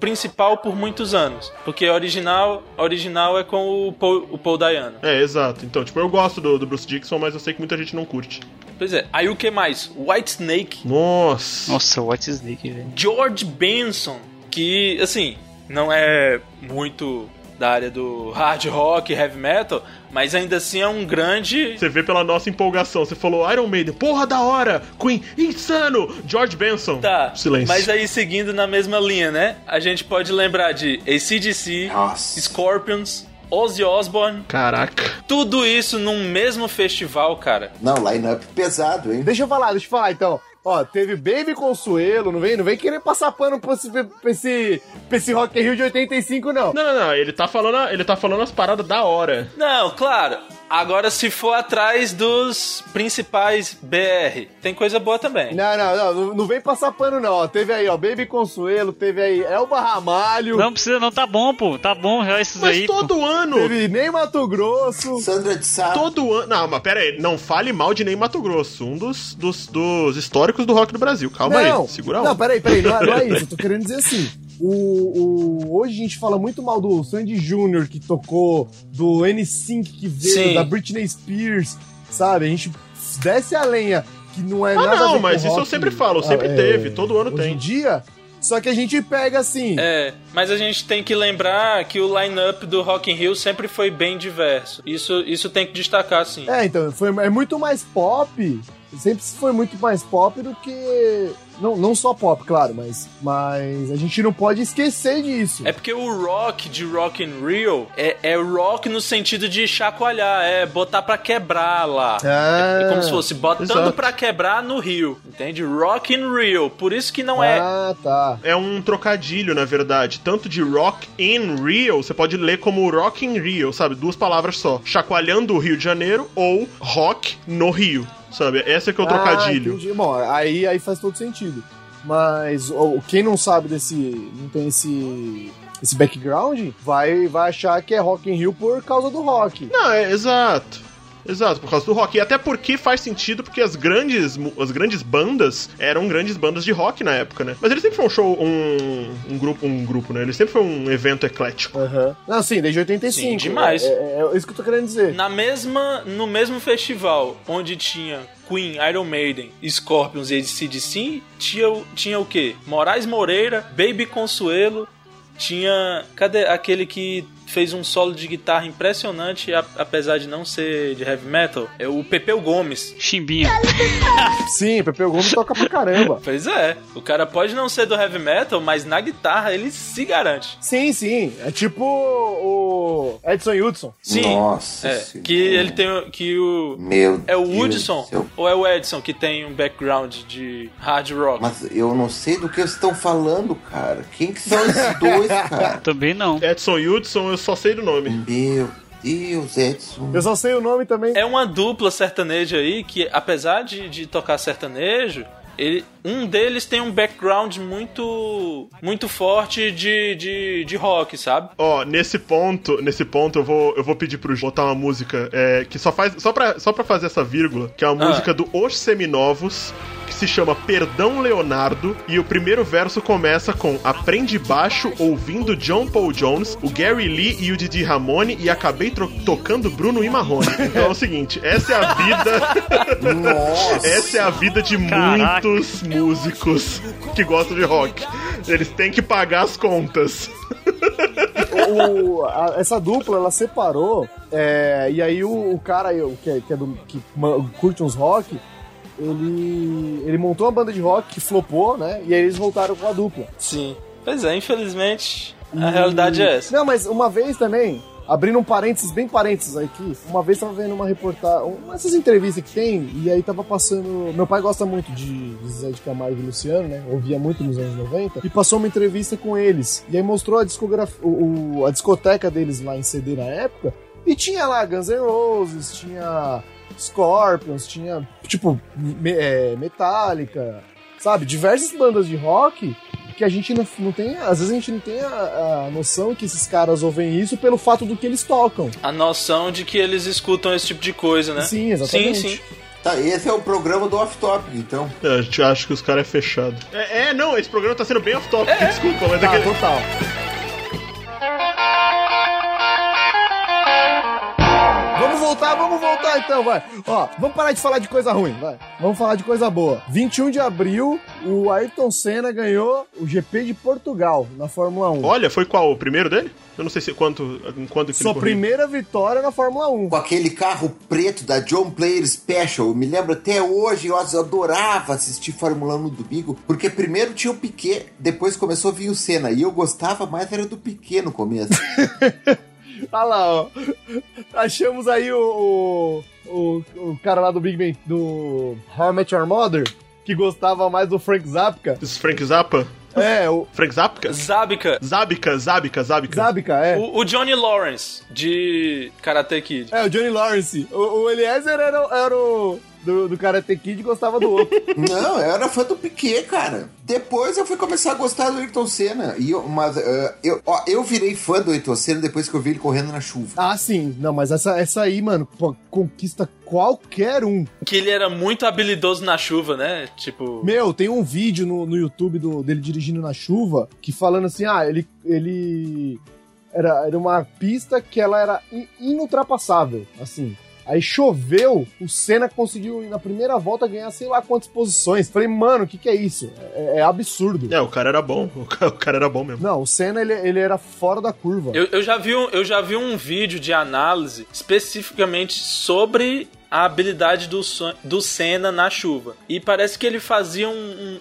Speaker 3: principal por muitos anos. Porque original, original é com o Paul, o Paul Dayano.
Speaker 1: É, exato. Então, tipo, eu gosto do, do Bruce Dixon, mas eu sei que muita gente não curte.
Speaker 3: Pois é. Aí o que mais? White Snake,
Speaker 1: Nossa.
Speaker 5: Nossa, White Snake, velho.
Speaker 3: George Benson, que assim, não é muito da área do hard rock, heavy metal, mas ainda assim é um grande
Speaker 1: Você vê pela nossa empolgação. Você falou Iron Maiden, porra da hora! Queen, insano! George Benson.
Speaker 3: Tá,
Speaker 1: Silêncio.
Speaker 3: mas aí seguindo na mesma linha, né? A gente pode lembrar de ACDC,
Speaker 2: Nossa.
Speaker 3: Scorpions, Ozzy Osbourne,
Speaker 1: Caraca.
Speaker 3: tudo isso num mesmo festival, cara.
Speaker 2: Não, line-up pesado, hein?
Speaker 4: Deixa eu falar, deixa eu falar então. Ó, teve Baby Consuelo, não vem, não vem querer passar pano pra esse, pra esse, pra esse Rock in Rio de 85, não.
Speaker 1: Não, não, não. Ele tá falando, ele tá falando as paradas da hora.
Speaker 3: Não, claro. Agora se for atrás dos principais BR, tem coisa boa também.
Speaker 4: Não, não, não, não, não vem passar pano, não. Ó, teve aí, ó, Baby Consuelo, teve aí Elba Ramalho,
Speaker 5: Não precisa, não, tá bom, pô. Tá bom já esses
Speaker 1: Mas
Speaker 5: aí. pô.
Speaker 1: todo ano.
Speaker 4: teve Ney Mato Grosso.
Speaker 2: Sandra de Sá.
Speaker 1: Todo ano. Não, mas pera aí, não fale mal de nem Mato Grosso, um dos, dos, dos históricos do rock do Brasil. Calma
Speaker 4: não,
Speaker 1: aí, segura
Speaker 4: Não,
Speaker 1: um.
Speaker 4: peraí, peraí, não é, não
Speaker 1: <laughs>
Speaker 4: é isso. Eu tô querendo dizer assim. O, o- hoje a gente fala muito mal do Sandy Júnior, que tocou, do N5 que veio,
Speaker 3: Sim.
Speaker 4: da Britney Spears, sabe? A gente desce a lenha, que não é
Speaker 1: Ah,
Speaker 4: nada. a
Speaker 1: não,
Speaker 4: ver com
Speaker 1: mas isso eu
Speaker 4: rock.
Speaker 1: sempre falo, sempre
Speaker 4: é,
Speaker 1: teve, todo ano
Speaker 4: hoje
Speaker 1: tem.
Speaker 4: Em dia, só que a gente pega assim.
Speaker 3: É, mas a gente tem que lembrar que o line-up do Rock in Rio sempre foi bem diverso. Isso, isso tem que destacar, sim.
Speaker 4: É, então, foi, é muito mais pop. Sempre foi muito mais pop do que. Não, não só pop, claro, mas, mas a gente não pode esquecer disso.
Speaker 3: É porque o rock de Rock in Rio é, é rock no sentido de chacoalhar, é botar pra quebrar lá.
Speaker 4: Ah,
Speaker 3: É como se fosse botando
Speaker 1: exato.
Speaker 3: pra quebrar no Rio, entende? Rock in Rio. Por isso que não é.
Speaker 4: Ah, tá.
Speaker 1: É um trocadilho, na verdade. Tanto de rock in Rio, você pode ler como rock in Rio, sabe? Duas palavras só. Chacoalhando o Rio de Janeiro ou rock no Rio, sabe? Essa que é o
Speaker 4: Ah,
Speaker 1: trocadilho.
Speaker 4: entendi. Bom, aí, aí faz todo sentido. Mas ó, quem não sabe desse. não tem esse. esse background, vai, vai achar que é Rock in Rio por causa do rock.
Speaker 1: Não, é exato. Exato, por causa do rock. E até porque faz sentido, porque as grandes, mu- as grandes bandas eram grandes bandas de rock na época, né? Mas ele sempre foi um show, um, um grupo, um grupo, né? Ele sempre foi um evento eclético.
Speaker 4: Aham. Não, sim, desde 85.
Speaker 3: Sim, demais.
Speaker 4: É, é- é isso que eu tô querendo dizer.
Speaker 3: Na mesma, no mesmo festival onde tinha Queen, Iron Maiden, Scorpions e ACDC, tinha, o- tinha o quê? Moraes Moreira, Baby Consuelo, tinha... Cadê aquele que fez um solo de guitarra impressionante, a- apesar de não ser de heavy metal? É o Pepeu Gomes.
Speaker 5: Chimbinha.
Speaker 4: Sim, Pepeu Gomes toca
Speaker 3: <laughs>
Speaker 4: pra caramba.
Speaker 3: Pois é, o cara pode não ser do heavy metal, mas na guitarra ele se garante.
Speaker 4: Sim, sim. É tipo o Edson Hudson.
Speaker 3: Sim,
Speaker 2: Nossa
Speaker 3: é,
Speaker 2: Senhora.
Speaker 3: que ele tem o- que o...
Speaker 2: Meu
Speaker 3: É o
Speaker 2: Deus
Speaker 3: Woodson
Speaker 2: do céu.
Speaker 3: ou é o Edson que tem um background de hard rock?
Speaker 2: Mas eu não sei do que eles estão falando, cara. Quem que são esses
Speaker 3: <laughs>
Speaker 2: dois, cara?
Speaker 5: Também não.
Speaker 1: Edson Hudson, eu só sei do nome.
Speaker 2: Meu Deus, Edson.
Speaker 4: Eu só sei o nome também.
Speaker 3: É uma dupla sertaneja aí que, apesar de, de tocar sertanejo, ele, Um deles tem um background muito muito forte de, de, de rock, sabe?
Speaker 1: Ó, nesse ponto, nesse ponto eu vou, eu vou pedir pro Ju botar uma música é, que só faz. Só pra, só pra fazer essa vírgula, que é uma
Speaker 3: Ah.
Speaker 1: música do Os Seminovos, que se chama Perdão Leonardo, e o primeiro verso começa com Aprende baixo ouvindo John Paul Jones, o Gary Lee e o Didi Ramone, e acabei tro- tocando Bruno e Marrone. Então é o seguinte, essa é a vida.
Speaker 2: Nossa!
Speaker 1: Essa é a vida de
Speaker 5: Caraca.
Speaker 1: muitos músicos que gostam de rock. Eles têm que pagar as contas.
Speaker 4: o- a- essa dupla, ela separou, é, e aí o, o cara aí, o que, é- que é do, que ma- curte uns rock, ele, ele montou uma banda de rock que flopou, né? E aí eles voltaram com a dupla.
Speaker 3: Sim. Pois é, infelizmente, a
Speaker 4: E-
Speaker 3: realidade é essa.
Speaker 4: Não, mas uma vez também, abrindo um parênteses, bem parênteses aqui, uma vez tava vendo uma reportagem, uma dessas entrevistas que tem, e aí tava passando. Meu pai gosta muito de Zé de Camargo e Luciano, né? Ouvia muito nos anos 90, e passou uma entrevista com eles. E aí mostrou a discografia, a discoteca deles lá em CD na época, e tinha lá Guns N' Roses, tinha Scorpions, tinha, tipo, me- é, Metallica, sabe? Diversas bandas de rock que a gente não, não tem, às vezes a gente não tem a, a noção que esses caras ouvem isso pelo fato do que eles tocam.
Speaker 3: A noção de que eles escutam esse tipo de coisa, né?
Speaker 4: Sim, exatamente.
Speaker 3: Sim, sim.
Speaker 2: Tá, esse é o programa do Off Topic, então.
Speaker 1: Eu te acho que os caras é fechado. É, é, não, esse programa tá sendo bem off-topic, desculpa, mas é
Speaker 4: Tá,
Speaker 1: que-
Speaker 4: total. Vamos voltar, vamos voltar então, vai. Ó, vamos parar de falar de coisa ruim, vai. Vamos falar de coisa boa. 21 de abril, o Ayrton Senna ganhou o GP de Portugal na Fórmula 1.
Speaker 1: Olha, foi qual? O primeiro dele? Eu não sei se quanto, em quanto que ele
Speaker 4: Sua
Speaker 1: correu.
Speaker 4: primeira vitória na Fórmula 1.
Speaker 2: Com aquele carro preto da John Player Special. Eu me lembro até hoje, eu adorava assistir Fórmula 1 no domingo, porque primeiro tinha o Piquet, depois começou a vir o Senna. E eu gostava mais era do Piquet no começo.
Speaker 4: Olha Tá lá, ó. Achamos aí o, o, o, o cara lá do Big Bang, do How I Met Your Mother, que gostava mais do Frank Zapka.
Speaker 1: Esse Frank Zappa?
Speaker 4: É, o
Speaker 1: Frank Zapka?
Speaker 3: Zabica.
Speaker 1: Zabica, Zabica, Zabica.
Speaker 4: Zabka, é.
Speaker 3: O, o Johnny Lawrence, de Karate Kid.
Speaker 4: É, o Johnny Lawrence. O, o Eliezer era, o- era o do, do Karate Kid e gostava do outro.
Speaker 2: Não, eu era fã do Piquet, cara. Depois eu fui começar a gostar do Ayrton Senna. E eu, mas, eh, eu, ó, eu virei fã do Ayrton Senna depois que eu vi ele correndo na chuva.
Speaker 4: <laughs> ah, sim. Não, mas essa, essa aí, mano, pô, conquista qualquer um.
Speaker 3: Que ele era muito habilidoso na chuva, né? Tipo.
Speaker 4: Meu, tem um vídeo no, no YouTube do- dele dirigindo na chuva que falando assim, ah, ele. ele era, era uma pista que ela era in- inultrapassável, assim. Aí choveu, o Senna conseguiu na primeira volta ganhar sei lá quantas posições. Falei, mano, o que, que é isso? É, é absurdo.
Speaker 1: É, o cara era bom. O ca- o cara, era bom mesmo.
Speaker 4: Não, o Senna ele, ele era fora da curva.
Speaker 3: Eu, eu, já vi um, eu já vi um vídeo de análise especificamente sobre a habilidade do, Son- do Senna na chuva. E parece que ele fazia um,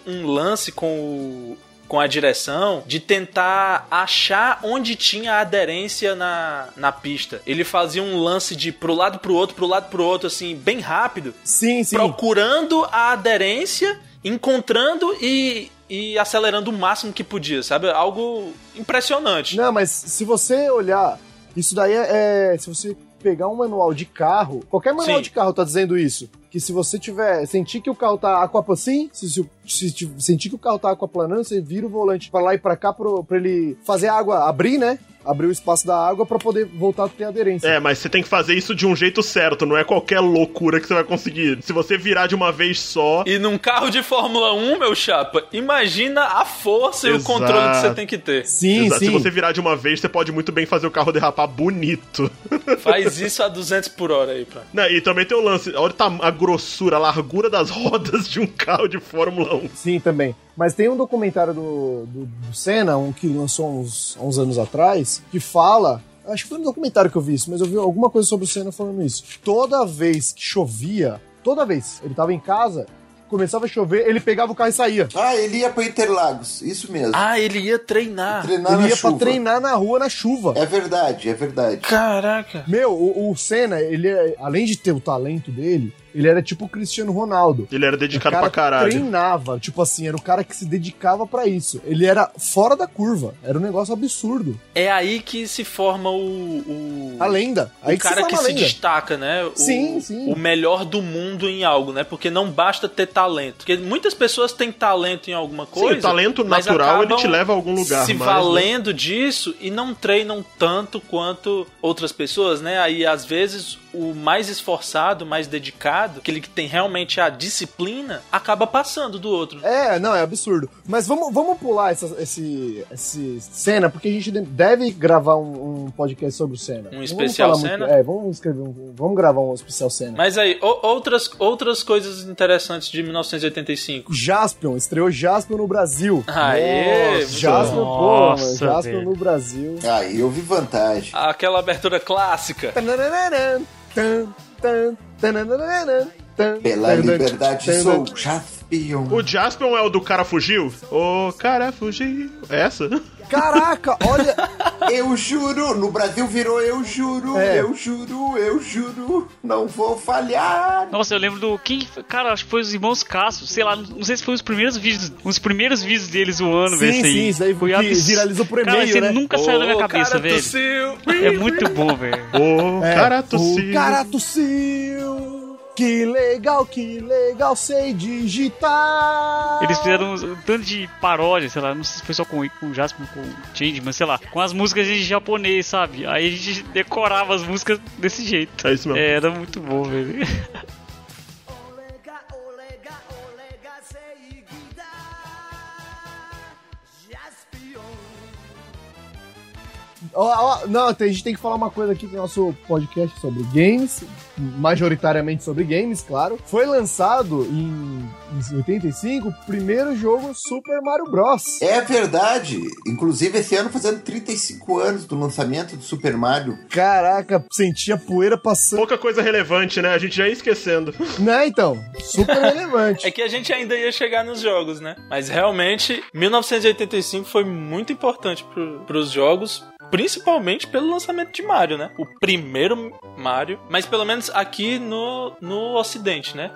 Speaker 3: um- um lance com o- Com a direção de tentar achar onde tinha aderência na, na pista. Ele fazia um lance de pro lado pro outro, pro lado pro outro, assim, bem rápido,
Speaker 4: Sim, sim.
Speaker 3: procurando a aderência, encontrando e, e acelerando o máximo que podia, sabe? Algo impressionante.
Speaker 4: Não, mas se você olhar, isso daí é. é- se você pegar um manual de carro, qualquer manual
Speaker 3: Sim.
Speaker 4: de carro tá dizendo isso. Que se você tiver. Sentir que o carro tá aquapa assim, se, se, se ti- sentir que o carro tá aquaplanando, você vira o volante pra lá e pra cá pro, pra ele fazer a água abrir, né? Abrir o espaço da água pra poder voltar a ter aderência.
Speaker 1: É, mas você tem que fazer isso de um jeito certo, não é qualquer loucura que você vai conseguir. Se você virar de uma vez só.
Speaker 3: E num carro de Fórmula 1, meu chapa, imagina a força e o
Speaker 1: Exato.
Speaker 3: controle que você tem que ter.
Speaker 4: Sim,
Speaker 1: Exato, tipo,
Speaker 4: sim.
Speaker 1: Se você virar de uma vez, você pode muito bem fazer o carro derrapar bonito. <laughs>
Speaker 3: Faz isso a 200 por hora aí, pá.
Speaker 1: Não, e também tem o lance, olha o tam- a grossura, a largura das <laughs> rodas de um carro de Fórmula 1.
Speaker 4: Sim, também. Mas tem um documentário do, do, do Senna, um que lançou uns, uns anos atrás, que fala. Acho que foi no documentário que eu vi isso, mas eu vi alguma coisa sobre o Senna falando isso. Toda vez que chovia, toda vez, ele tava em casa, começava a chover, ele pegava o carro e saía.
Speaker 2: Ah, ele ia pra Interlagos, isso mesmo.
Speaker 3: Ah, ele ia treinar.
Speaker 2: treinar
Speaker 4: ele
Speaker 2: na
Speaker 4: ia pra
Speaker 2: chuva.
Speaker 4: treinar na rua na chuva.
Speaker 2: É verdade, é verdade.
Speaker 3: Caraca.
Speaker 4: Meu, o, o Senna, ele é- além de ter o talento dele, Ele era tipo o Cristiano Ronaldo.
Speaker 1: Ele era dedicado
Speaker 4: o
Speaker 1: pra
Speaker 4: cara
Speaker 1: caralho.
Speaker 4: treinava, tipo assim, era o cara que se dedicava pra isso. Ele era fora da curva, era um negócio absurdo.
Speaker 3: É aí que se forma o. o...
Speaker 4: A lenda. Aí
Speaker 3: o Um cara
Speaker 4: se
Speaker 3: que
Speaker 4: forma a
Speaker 3: se
Speaker 4: lenda.
Speaker 3: destaca, né? O,
Speaker 4: Sim, sim.
Speaker 3: O melhor do mundo em algo, né? Porque não basta ter talento. Porque muitas pessoas têm talento em alguma coisa.
Speaker 1: Sim, o talento
Speaker 3: mas
Speaker 1: natural ele
Speaker 3: acabam
Speaker 1: te leva a algum lugar.
Speaker 3: se
Speaker 1: mas, né?
Speaker 3: valendo disso e não treinam tanto quanto outras pessoas, né? Aí às vezes o mais esforçado, mais dedicado, aquele que tem realmente a disciplina, acaba passando do outro.
Speaker 4: É, não, é absurdo. Mas vamos, vamos pular essa, esse, esse cena, porque a gente de- deve gravar um, um podcast sobre o Senna. Não vamos
Speaker 3: especial
Speaker 4: falar
Speaker 3: Senna?
Speaker 4: é, vamos escrever um. Vamos gravar um especial Senna.
Speaker 3: Mas aí, o- outras, outras coisas interessantes de 1985.
Speaker 4: Jaspion, estreou Jaspion no Brasil.
Speaker 3: Aê, muito
Speaker 4: Jaspion,
Speaker 5: bom.
Speaker 4: pô, mano,
Speaker 5: Nossa,
Speaker 4: Jaspion
Speaker 5: velho.
Speaker 4: no Brasil.
Speaker 2: Aí Ah, eu vi vantagem.
Speaker 3: Aquela abertura clássica.
Speaker 4: Tananana, tan, tan, tananana, tan,
Speaker 2: Pela
Speaker 4: tan, tan,
Speaker 2: liberdade
Speaker 4: tan,
Speaker 2: sou
Speaker 4: tan.
Speaker 2: Jaspion.
Speaker 1: O Jasper é o do cara fugiu? O cara fugiu. É Essa?
Speaker 4: Caraca, olha.
Speaker 2: Eu juro, no Brasil virou eu juro,
Speaker 4: É.
Speaker 2: eu juro, eu juro, não vou falhar.
Speaker 5: Nossa, eu lembro do. Quem. que foi? Cara, acho que foi os irmãos Castro. Sei lá, não sei se foi os primeiros vídeos. Os primeiros vídeos deles o ano, velho.
Speaker 4: sim,
Speaker 5: esse aí.
Speaker 4: sim, isso daí
Speaker 5: foi
Speaker 4: que
Speaker 5: abs-
Speaker 4: viralizou por
Speaker 5: Cara,
Speaker 4: e-mail,
Speaker 5: você
Speaker 4: né?
Speaker 5: nunca saiu da minha
Speaker 3: Ô,
Speaker 5: cabeça,
Speaker 3: cara
Speaker 5: velho.
Speaker 3: tossiu.
Speaker 5: É muito bom, velho.
Speaker 1: O
Speaker 4: <laughs> É,
Speaker 1: cara tossiu.
Speaker 4: O cara tossiu. Que legal, que legal, sei digitar.
Speaker 5: Eles fizeram uns- um tanto de paródia, sei lá, não sei se foi só com com o Jasper, com o Change, mas sei lá, com as músicas de japonês, sabe? Aí a gente decorava as músicas desse jeito.
Speaker 1: É isso mesmo.
Speaker 5: É, era muito bom, velho.
Speaker 6: 俺が俺が俺が正義だジャスピオン
Speaker 4: Ó, ó, não, tem- a gente tem que falar uma coisa aqui do nosso podcast sobre games, majoritariamente sobre games, claro. Foi lançado em, em 85 o primeiro jogo Super Mario Bros.
Speaker 2: É verdade. Inclusive, esse ano fazendo 35 anos do lançamento do Super Mario.
Speaker 4: Caraca, sentia poeira passando.
Speaker 1: Pouca coisa relevante, né? A gente já ia esquecendo.
Speaker 4: Né, então?
Speaker 3: <laughs>
Speaker 4: Super relevante.
Speaker 3: É que a gente ainda ia chegar nos jogos, né? Mas realmente, 1985 foi muito importante para os jogos, principalmente pelo lançamento de Mario, né? O primeiro Mario, mas pelo menos aqui no, no Ocidente, né?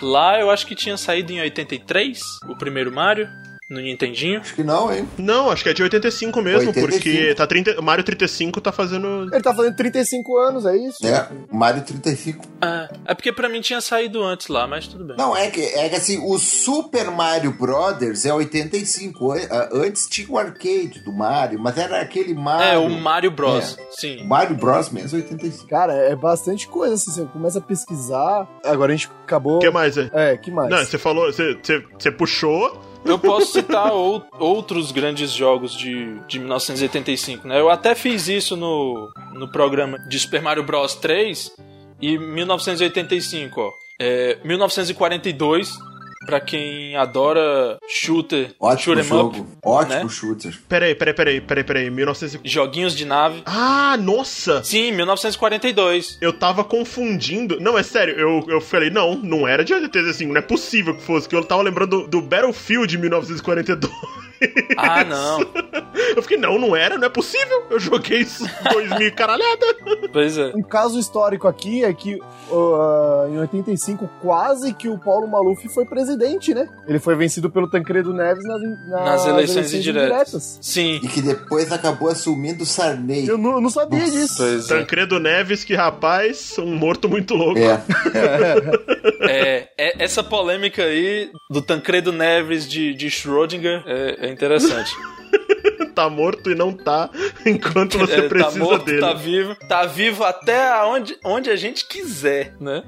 Speaker 3: Lá eu acho que tinha saído em 83 o primeiro Mario, no Nintendinho.
Speaker 2: Acho que não, hein?
Speaker 1: Não, acho que é de 85 mesmo,
Speaker 2: 85.
Speaker 1: porque tá 30, Mario 35 tá fazendo.
Speaker 4: Ele tá fazendo 35 anos, é isso?
Speaker 2: É, Mario 35.
Speaker 3: Ah, é porque pra mim tinha saído antes lá, mas tudo bem.
Speaker 2: Não, é que, é que assim, o Super Mario Brothers é 85. An- a- Antes tinha o arcade do Mario, mas era aquele Mario. É.
Speaker 3: É, o Mario Bros.
Speaker 2: o
Speaker 3: Sim.
Speaker 2: Mario Bros mesmo, 85.
Speaker 4: Cara, é bastante coisa, assim, você começa a pesquisar. Agora a gente acabou.
Speaker 1: O que mais é?
Speaker 4: É, que mais?
Speaker 1: Não, você falou, você, você, você puxou.
Speaker 3: Eu posso citar ou- outros grandes jogos de, de 1985, né? Eu até fiz isso no, no programa de Super Mario Bros 3 e 1985, ó. É, 1942, pra quem adora shooter,
Speaker 2: Ótimo
Speaker 3: shoot'em
Speaker 2: jogo.
Speaker 3: up,
Speaker 2: ótimo
Speaker 3: né?
Speaker 2: shooter.
Speaker 1: Peraí, peraí, peraí, peraí, peraí. 1950.
Speaker 3: joguinhos de nave.
Speaker 1: Ah, nossa!
Speaker 3: Sim, 1942.
Speaker 1: Eu tava confundindo. Não, é sério, eu, eu falei, não, não era de 85, não é possível que fosse, que eu tava lembrando do, do Battlefield 1942. <laughs>
Speaker 3: Ah, não.
Speaker 1: Eu fiquei, não, não era, não é possível. Eu joguei isso 2000 caralhada.
Speaker 3: <laughs> Pois é.
Speaker 4: Um caso histórico aqui é que ah, em 85, quase que o Paulo Maluf foi presidente, né? Ele foi vencido pelo Tancredo Neves nas, nas
Speaker 3: Nas eleições indiretas.
Speaker 4: indiretas.
Speaker 3: Sim.
Speaker 2: E que depois acabou assumindo o Sarney.
Speaker 4: Eu não, eu não sabia
Speaker 2: Nossa.
Speaker 4: disso.
Speaker 3: Pois é.
Speaker 1: Tancredo Neves, que rapaz, um morto muito louco.
Speaker 2: É.
Speaker 3: É, é, essa polêmica aí do Tancredo Neves de, de Schrödinger é- é interessante.
Speaker 1: Tá morto e não tá, <laughs> enquanto você
Speaker 3: É,
Speaker 1: precisa
Speaker 3: tá morto,
Speaker 1: dele.
Speaker 3: Tá vivo, tá vivo até onde, onde a gente quiser, né?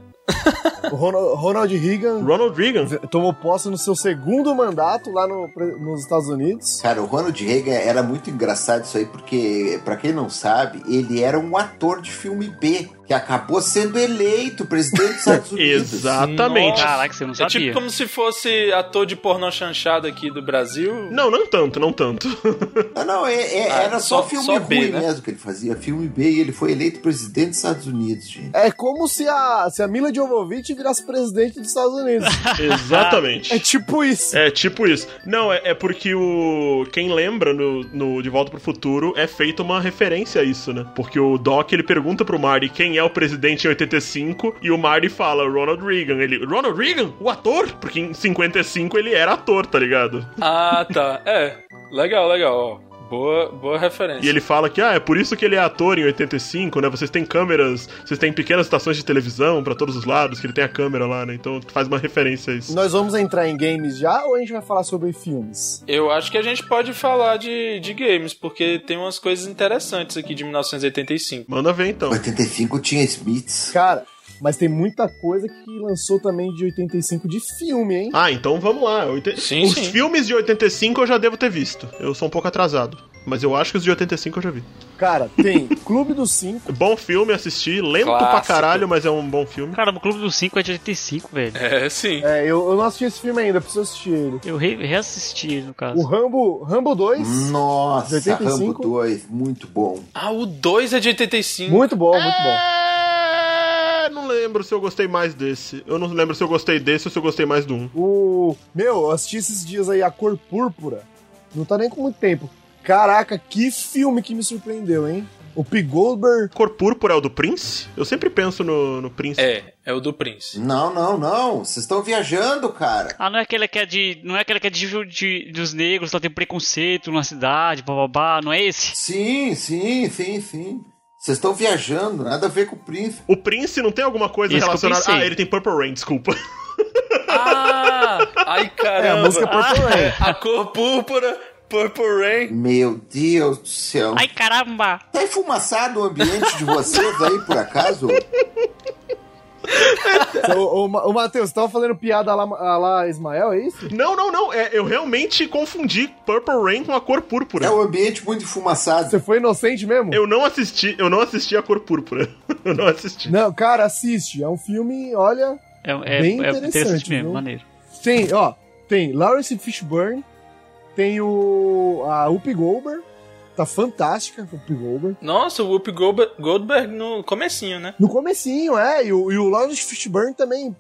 Speaker 4: O Ronald, Ronald Reagan
Speaker 1: Ronald Reagan.
Speaker 4: tomou posse no seu segundo mandato lá no pre- nos Estados Unidos.
Speaker 2: Cara, o Ronald Reagan era muito engraçado isso aí, porque, pra quem não sabe, ele era um ator de filme B, que acabou sendo eleito presidente dos Estados Unidos.
Speaker 1: Exatamente.
Speaker 3: Nossa.
Speaker 5: Caraca, você não
Speaker 3: É
Speaker 5: sabia.
Speaker 3: tipo como se fosse ator de pornô chanchado aqui do Brasil.
Speaker 1: Não, não tanto, não
Speaker 3: <laughs>
Speaker 1: tanto.
Speaker 2: Não, não, é- é-
Speaker 3: Ah,
Speaker 2: era só,
Speaker 3: só-
Speaker 2: filme
Speaker 3: só B,
Speaker 2: ruim
Speaker 3: né?
Speaker 2: mesmo que ele fazia, filme B, e ele foi eleito presidente dos Estados Unidos, gente.
Speaker 4: É como se a, se a Mila Jovovich virasse presidente dos Estados Unidos.
Speaker 1: Exatamente.
Speaker 4: é tipo isso.
Speaker 1: É tipo isso. Não, é, é porque o. Quem lembra no, no De Volta pro Futuro é feita uma referência a isso, né? Porque o Doc ele pergunta pro Marty quem é o presidente em 85 e o Marty fala Ronald Reagan. Ele, Ronald Reagan? O ator? Porque em 55 ele era ator, tá ligado?
Speaker 3: Ah, tá. É. Legal, legal. ó. Boa, boa referência.
Speaker 1: E ele fala que, ah, é por isso que ele é ator em 85, né? Vocês têm câmeras, vocês têm pequenas estações de televisão pra todos os lados, que ele tem a câmera lá, né? Então faz uma referência a isso.
Speaker 4: Nós vamos entrar em games já ou a gente vai falar sobre filmes?
Speaker 3: Eu acho que a gente pode falar de, de games, porque tem umas coisas interessantes aqui de 1985.
Speaker 1: Manda ver então.
Speaker 2: 85 tinha Smiths.
Speaker 4: Cara, mas tem muita coisa que lançou também de 85 de filme, hein?
Speaker 1: Ah, então vamos lá. Oite-
Speaker 3: Sim,
Speaker 1: os
Speaker 3: sim.
Speaker 1: filmes de 85 eu já devo ter visto. Eu sou um pouco atrasado. Mas eu acho que os de 85 eu já vi.
Speaker 4: Cara, tem Clube dos Cinco.
Speaker 1: Bom filme, assisti. Lento pra
Speaker 3: Clássico.
Speaker 1: caralho, mas é um bom filme.
Speaker 5: Caramba, o Clube dos 5 é de 85, velho.
Speaker 3: É, sim.
Speaker 4: É, eu, eu não assisti esse filme ainda, preciso assistir ele.
Speaker 5: Eu re- reassisti, ele, no caso.
Speaker 4: O Rambo, Rambo 2.
Speaker 2: Nossa,
Speaker 4: 85?
Speaker 2: Rambo 2, muito bom.
Speaker 3: Ah, o 2 é de 85.
Speaker 4: Muito bom, muito
Speaker 1: Ah.
Speaker 4: bom.
Speaker 3: É,
Speaker 1: É, Não lembro se eu gostei mais desse. Eu não lembro se eu gostei desse ou se eu gostei mais do um.
Speaker 4: O. Meu, eu assisti esses dias aí a cor púrpura. Não tá nem com muito tempo. Caraca, que filme que me surpreendeu, hein? O P. Goldberg.
Speaker 1: Cor púrpura é o do Prince? Eu sempre penso no, no Prince.
Speaker 3: É, é o do Prince.
Speaker 2: Não, não, não. Vocês estão viajando, cara.
Speaker 5: Ah, não é aquele que é de. Não é aquele que é de, ju- de- dos negros, lá tem preconceito na cidade, bababá, não é esse?
Speaker 2: Sim, sim, sim, sim. Vocês estão viajando, nada a ver com o príncipe.
Speaker 1: O Prince não tem alguma coisa
Speaker 5: Isso que eu
Speaker 1: relacionada.
Speaker 5: pensei.
Speaker 1: Ah, ele tem Purple Rain, desculpa. <laughs>
Speaker 3: Ah! Ai, caramba.
Speaker 4: É, a música Purple Rain.
Speaker 3: <laughs> É, a cor púrpura, Purple Rain.
Speaker 2: Meu Deus do céu.
Speaker 5: Ai, caramba!
Speaker 2: Tá enfumaçado o ambiente de vocês aí, por acaso?
Speaker 4: o, o, Ma- o Matheus, tava fazendo piada lá, lá Ismael, é isso?
Speaker 1: Não, não, não. É, eu realmente confundi Purple Rain com a cor púrpura.
Speaker 2: É um ambiente muito enfumaçado.
Speaker 4: Você foi inocente mesmo?
Speaker 1: Eu não assisti, eu não assisti a cor púrpura. <laughs> Eu não assisti.
Speaker 4: Não, cara, assiste. É um filme, olha.
Speaker 5: É, é,
Speaker 4: Bem
Speaker 5: é
Speaker 4: interessante,
Speaker 5: mesmo,
Speaker 4: viu?
Speaker 5: maneiro.
Speaker 4: Tem, ó, tem Lawrence Fishburne, tem o. a Whoopi Goldberg. Tá fantástica o Whoopi Goldberg.
Speaker 3: Nossa, o Whoopi Goldber- Goldberg no comecinho, né?
Speaker 4: No comecinho, é, e o, e o Lawrence Fishburne também,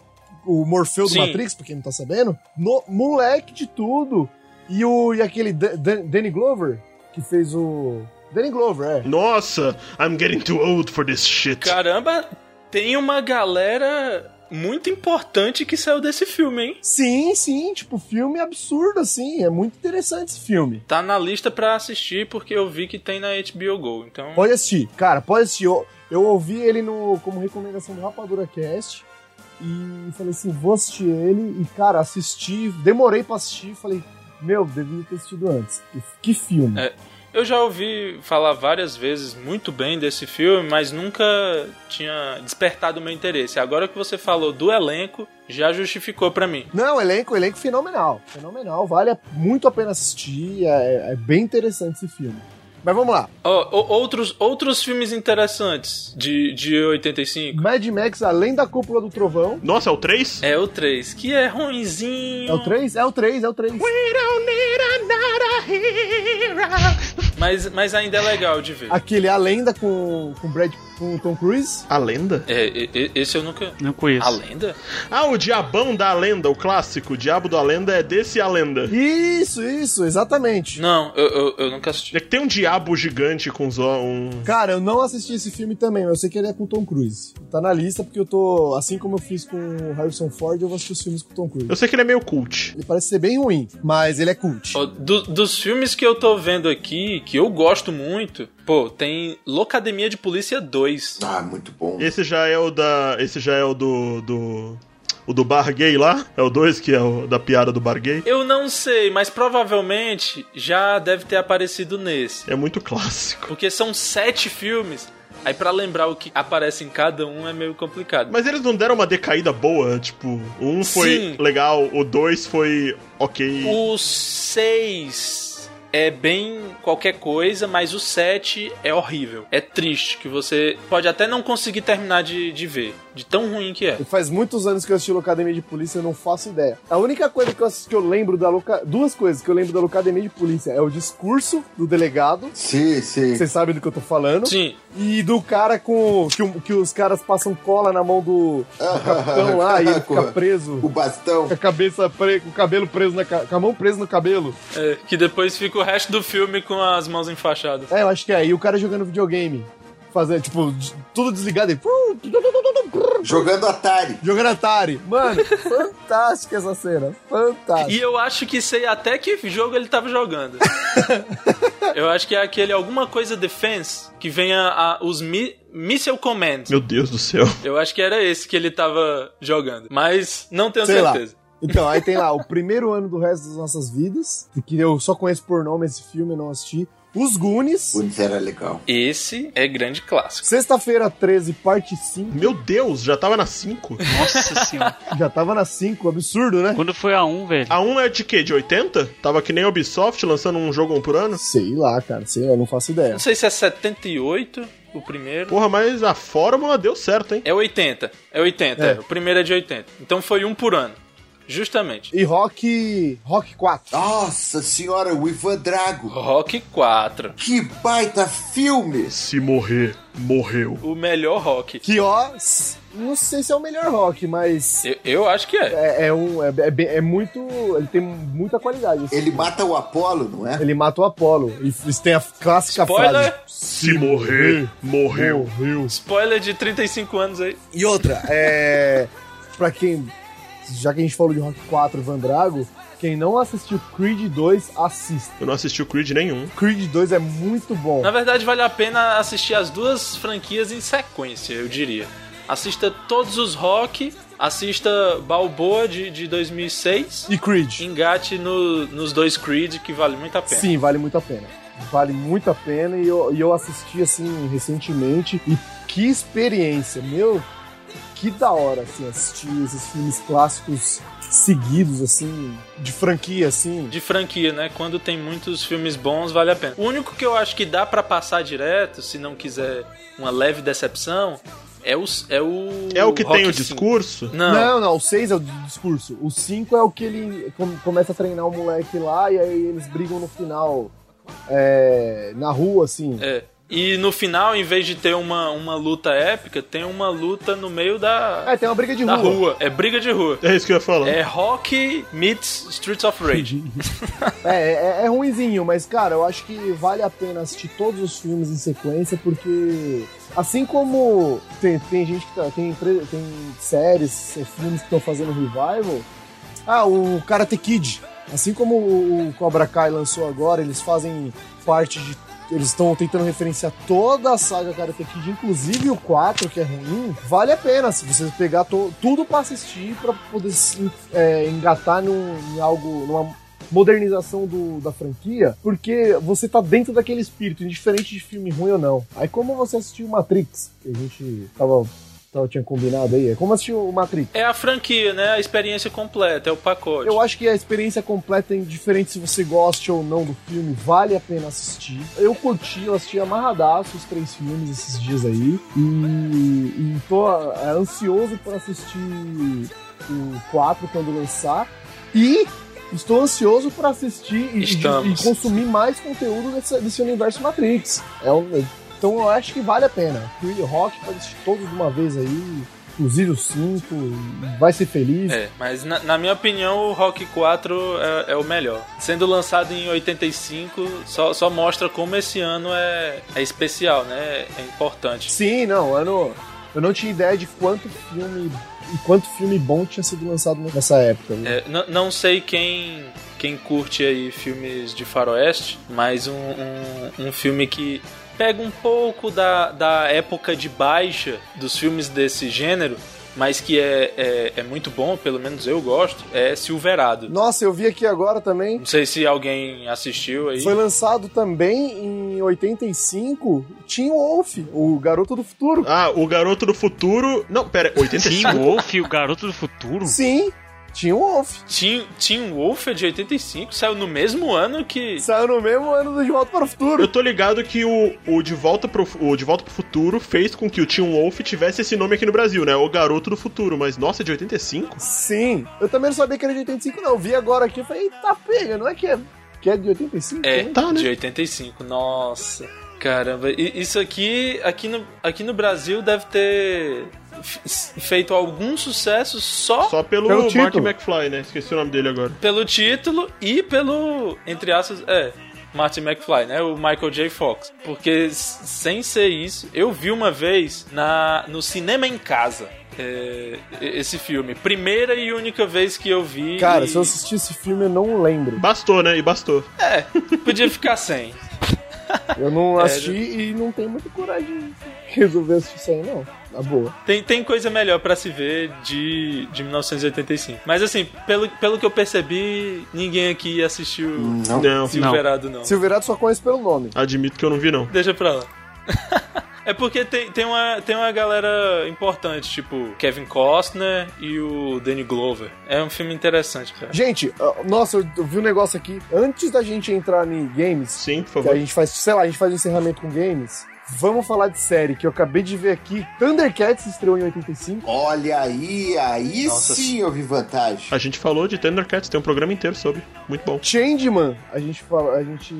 Speaker 4: o Morfeu do
Speaker 3: Sim.
Speaker 4: Matrix, pra quem não tá sabendo, no, moleque de tudo. E o e aquele Dan- Dan- Danny Glover, que fez o... Danny Glover, é.
Speaker 1: Nossa, I'm getting too old for this shit.
Speaker 3: Caramba, tem uma galera muito importante que saiu desse filme, hein?
Speaker 4: Sim, sim, tipo, filme absurdo, assim, é muito interessante esse filme.
Speaker 3: Tá na lista pra assistir porque eu vi que tem na HBO Go. Então,
Speaker 4: Pode assistir, cara, pode assistir. Eu, eu ouvi ele no, como recomendação do Rapadura Cast e falei assim, vou assistir ele. E, cara, assisti, demorei pra assistir, falei, meu, devia ter assistido antes. Que, que filme.
Speaker 3: É. eu já ouvi falar várias vezes muito bem desse filme, mas nunca tinha despertado o meu interesse. Agora que você falou do elenco, já justificou pra mim.
Speaker 4: Não, elenco, elenco fenomenal. Fenomenal, vale muito a pena assistir, é, é bem interessante esse filme. Mas vamos lá,
Speaker 3: Ó, o- outros, outros filmes interessantes de, de 85.
Speaker 4: Mad Max, além da cúpula do trovão.
Speaker 1: Nossa, é o 3?
Speaker 3: É o 3, que é ruinzinho.
Speaker 4: É o 3? É o 3, é o 3.
Speaker 3: Mas, mas ainda é legal de ver.
Speaker 4: Aquele A Lenda com com Brad com Tom Cruise.
Speaker 1: A lenda?
Speaker 3: É, e- e- esse eu nunca.
Speaker 5: Não conheço.
Speaker 3: A lenda?
Speaker 1: Ah, o Diabão da Lenda, o clássico. O Diabo da Lenda é desse a lenda.
Speaker 4: Isso, isso, exatamente.
Speaker 3: Não, eu, eu, eu nunca assisti.
Speaker 1: É que tem um diabo gigante com zo- um.
Speaker 4: Cara, eu não assisti esse filme também, mas eu sei que ele é com Tom Cruise. Tá na lista porque eu tô, assim como eu fiz com o Harrison Ford, eu vou assistir os filmes com Tom Cruise.
Speaker 1: Eu sei que ele é meio cult.
Speaker 4: Ele parece ser bem ruim, mas ele é cult.
Speaker 3: Ó, do- dos filmes que eu tô vendo aqui, que eu gosto muito, pô, tem Locademia de Polícia 2.
Speaker 2: Ah, muito bom.
Speaker 1: Esse já é o da. Esse já é o do. do... O do bar gay lá? É o 2, que é o da piada do bar gay.
Speaker 3: Eu não sei, mas provavelmente já deve ter aparecido nesse.
Speaker 1: É muito clássico.
Speaker 3: Porque são sete filmes. Aí pra lembrar o que aparece em cada um é meio complicado.
Speaker 1: Mas eles não deram uma decaída boa, tipo, um foi
Speaker 3: Sim.
Speaker 1: legal, o dois foi ok.
Speaker 3: O 6 é bem qualquer coisa, mas o 7 é horrível. É triste, que você pode até não conseguir terminar de, de ver. De tão ruim que é.
Speaker 4: E Faz muitos anos que eu assisti Locademia de Polícia, eu não faço ideia. A única coisa que eu, assisti- que eu lembro da Loca... Duas coisas que eu lembro da Locademia de Polícia é o discurso do delegado,
Speaker 2: Sim, sim.
Speaker 4: vocês sabem do que eu tô falando,
Speaker 3: Sim,
Speaker 4: e do cara com... Que, o- que os caras passam cola na mão do
Speaker 2: <laughs>
Speaker 4: capitão lá e ele fica
Speaker 2: O
Speaker 4: preso...
Speaker 2: bastão.
Speaker 4: Com <laughs> a cabeça pre... com o cabelo preso na ca- com a mão presa no cabelo.
Speaker 3: é, que depois fica o resto do filme com as mãos enfaixadas.
Speaker 4: É, eu acho que é. E o cara jogando videogame. fazer, tipo, de- tudo desligado e.
Speaker 2: Jogando Atari.
Speaker 4: Jogando Atari. Mano, <laughs> fantástica essa cena. Fantástica.
Speaker 3: E eu acho que sei até que jogo ele tava
Speaker 4: <laughs>
Speaker 3: jogando. eu acho que é aquele alguma coisa defense que venha a, os mi- missile commands.
Speaker 1: Meu Deus do céu.
Speaker 3: Eu acho que era esse que ele tava jogando, mas não tenho
Speaker 4: Sei lá.
Speaker 3: certeza.
Speaker 4: Então, aí tem lá o primeiro ano do resto das nossas vidas, que eu só conheço por nome esse filme, eu não assisti. Os Goonies.
Speaker 2: Putz, era legal.
Speaker 3: Esse é grande clássico.
Speaker 4: Sexta-feira 13, parte 5.
Speaker 1: Meu Deus, já tava na 5?
Speaker 5: Nossa
Speaker 4: <laughs>
Speaker 5: senhora.
Speaker 4: Já tava na 5, absurdo, né?
Speaker 5: Quando foi a 1, velho?
Speaker 1: A 1 é de quê? De 80? Tava que nem a Ubisoft lançando um jogo um por ano?
Speaker 4: Sei lá, cara, sei lá, não faço ideia.
Speaker 3: Não sei se é 78 o primeiro.
Speaker 1: Porra, mas a fórmula deu certo, hein?
Speaker 3: É 80. É 80.
Speaker 4: É.
Speaker 3: é. O primeiro é de 80. Então foi um por ano. Justamente.
Speaker 4: E Rock. Rock 4.
Speaker 2: Nossa senhora, o Ivan Drago.
Speaker 3: Rock 4.
Speaker 2: Que baita filme!
Speaker 1: Se morrer, morreu.
Speaker 3: O melhor rock.
Speaker 4: Que ó, s- não sei se é o melhor rock, mas.
Speaker 3: Eu, eu acho que é.
Speaker 4: É, é um. É, é bem- é muito. Ele tem muita qualidade. esse
Speaker 2: Ele
Speaker 4: filme.
Speaker 2: mata o Apolo, não é?
Speaker 4: Ele mata o Apolo. E f- tem a clássica
Speaker 3: Spoiler!
Speaker 4: frase.
Speaker 1: Se morrer, morreu.
Speaker 4: Morreu.
Speaker 3: Spoiler de 35 anos aí.
Speaker 4: E outra, é. <laughs> pra quem. Já que a gente falou de Rock 4 Van Drago, quem não assistiu Creed 2, assista.
Speaker 1: Eu não assisti o Creed nenhum.
Speaker 4: Creed 2 é muito bom.
Speaker 3: Na verdade, vale a pena assistir as duas franquias em sequência, eu diria. Assista todos os rock, assista Balboa de, de 2006,
Speaker 4: E Creed?
Speaker 3: engate no- nos dois Creed, que vale muito a pena.
Speaker 4: Sim, vale muito a pena. Vale muito a pena e eu, e eu assisti assim recentemente. E que experiência, meu! Que da hora, assim, assistir esses filmes clássicos seguidos, assim, de franquia, assim.
Speaker 3: de franquia, né? Quando tem muitos filmes bons, vale a pena. O único que eu acho que dá pra passar direto, se não quiser uma leve decepção, é o é o
Speaker 1: É o que tem o
Speaker 3: Rock cinco.
Speaker 1: discurso?
Speaker 3: Não,
Speaker 4: Não, não, o 6 é o do discurso. O 5 é o que ele com- começa a treinar o moleque lá e aí eles brigam no final. é, na rua, assim.
Speaker 3: é. E no final, em vez de ter uma, uma luta épica, tem uma luta no meio da,
Speaker 4: É, tem uma briga de
Speaker 3: da
Speaker 4: rua.
Speaker 3: rua. É briga de rua.
Speaker 1: É isso que eu ia falar.
Speaker 3: É Rock meets Streets of Rage.
Speaker 4: É, é, é ruinzinho, mas, cara, eu acho que vale a pena assistir todos os filmes em sequência, porque assim como tem, tem gente que tá, tem, empre- tem séries, eh, filmes que estão fazendo revival, ah, o Karate Kid, assim como o o Cobra Kai lançou agora, eles fazem parte de. Eles estão tentando referenciar toda a saga Karate Kid, inclusive o 4, que é ruim. Vale a pena se você pegar to- tudo pra assistir, pra poder se, eh, engatar num, em algo, numa modernização do- da franquia, porque você tá dentro daquele espírito, indiferente de filme ruim ou não. Aí como você assistiu Matrix, que a gente tava, tava tinha combinado aí, é como assistir o Matrix.
Speaker 3: É a franquia, né? A experiência completa, é o pacote.
Speaker 4: Eu acho que a experiência completa é indiferente se você gosta ou não do filme, vale a pena assistir. Eu curti, eu assisti amarradaço os três filmes esses dias aí. E, e tô ah, ansioso para assistir o 4 quando lançar. E estou ansioso para assistir e, e- e
Speaker 3: Estamos.
Speaker 4: consumir mais conteúdo desse, desse universo Matrix. É um- então eu acho que vale a pena. Free Rock pode assistir todos de uma vez aí. Inclusive o 5, vai ser feliz.
Speaker 3: É, mas na, na minha opinião o Rock 4 é, é o melhor. Sendo lançado em 85, só, só mostra como esse ano é, é especial, né? É importante.
Speaker 4: Sim, não, eu não, eu não tinha ideia de quanto filme e quanto filme bom tinha sido lançado nessa época. né?
Speaker 3: É, n- não sei quem quem curte aí filmes de faroeste, mas um, um, um filme que pega um pouco da, da época de baixa dos filmes desse gênero, mas que é, é, é muito bom, pelo menos eu gosto, é Silverado.
Speaker 4: Nossa, eu vi aqui agora também.
Speaker 3: Não sei se alguém assistiu aí.
Speaker 4: Foi lançado também em 85 Tim Wolf, o Garoto do Futuro.
Speaker 1: Ah, o Garoto do Futuro. Não, pera,
Speaker 5: Sim,
Speaker 1: 85?
Speaker 5: Wolf e o Garoto do Futuro?
Speaker 4: Sim, Tim Wolf.
Speaker 3: Teen, Teen Wolf é de 85, saiu no mesmo ano que.
Speaker 4: Saiu no mesmo ano do De Volta para o Futuro.
Speaker 1: Eu tô ligado que o, o, de Volta pro, o De Volta pro Futuro fez com que o Tim Wolf tivesse esse nome aqui no Brasil, né? O Garoto do Futuro, mas nossa, é de 85?
Speaker 4: Sim, eu também não sabia que era de 85 não. Eu Vi agora aqui e falei, eita pega, não é que é, que é de 85?
Speaker 3: É,
Speaker 4: né?
Speaker 1: Tá, né?
Speaker 3: de 85, nossa. Caramba, e- isso aqui, aqui no, aqui no Brasil deve ter f- feito algum sucesso só,
Speaker 1: Só pelo,
Speaker 4: Pelo
Speaker 1: Mark
Speaker 4: título.
Speaker 1: McFly, né? Esqueci o nome dele agora.
Speaker 3: pelo título e pelo, entre aspas, é, Martin McFly, né? O Michael J. Fox. Porque s- sem ser isso, eu vi uma vez na, no cinema em casa. é, e- esse filme. Primeira e única vez que eu vi.
Speaker 4: Cara,
Speaker 3: e-
Speaker 4: se eu assistir esse filme, eu não lembro.
Speaker 1: Bastou, né? E bastou.
Speaker 3: É, podia ficar sem.
Speaker 4: Eu não
Speaker 3: É,
Speaker 4: assisti e não tenho muita coragem de resolver assistir isso aí, não. Na boa.
Speaker 3: Tem, tem coisa melhor pra se ver de, de 1985. Mas assim, pelo, pelo que eu percebi, ninguém aqui assistiu
Speaker 2: Não.
Speaker 1: Hum, Não,
Speaker 3: Silverado, não.
Speaker 4: Silverado só conhece pelo nome.
Speaker 1: admito que eu não vi, não.
Speaker 3: Deixa pra lá. <laughs> É porque tem, tem, uma, tem uma galera importante, tipo Kevin Costner e o Danny Glover. É um filme interessante, cara.
Speaker 4: Gente, ah, nossa, eu eu vi um negócio aqui. Antes da gente entrar em games,
Speaker 1: Sim, por
Speaker 4: que a
Speaker 1: favor.
Speaker 4: gente faz, sei lá, a gente faz um encerramento com games. Vamos falar de série que eu acabei de ver aqui. Thundercats estreou em 85.
Speaker 2: Olha aí, aí
Speaker 3: Nossa.
Speaker 2: sim eu vi vantagem.
Speaker 1: A gente falou de Thundercats, tem um programa inteiro sobre. Muito bom.
Speaker 4: Changeman, a gente fala, a gente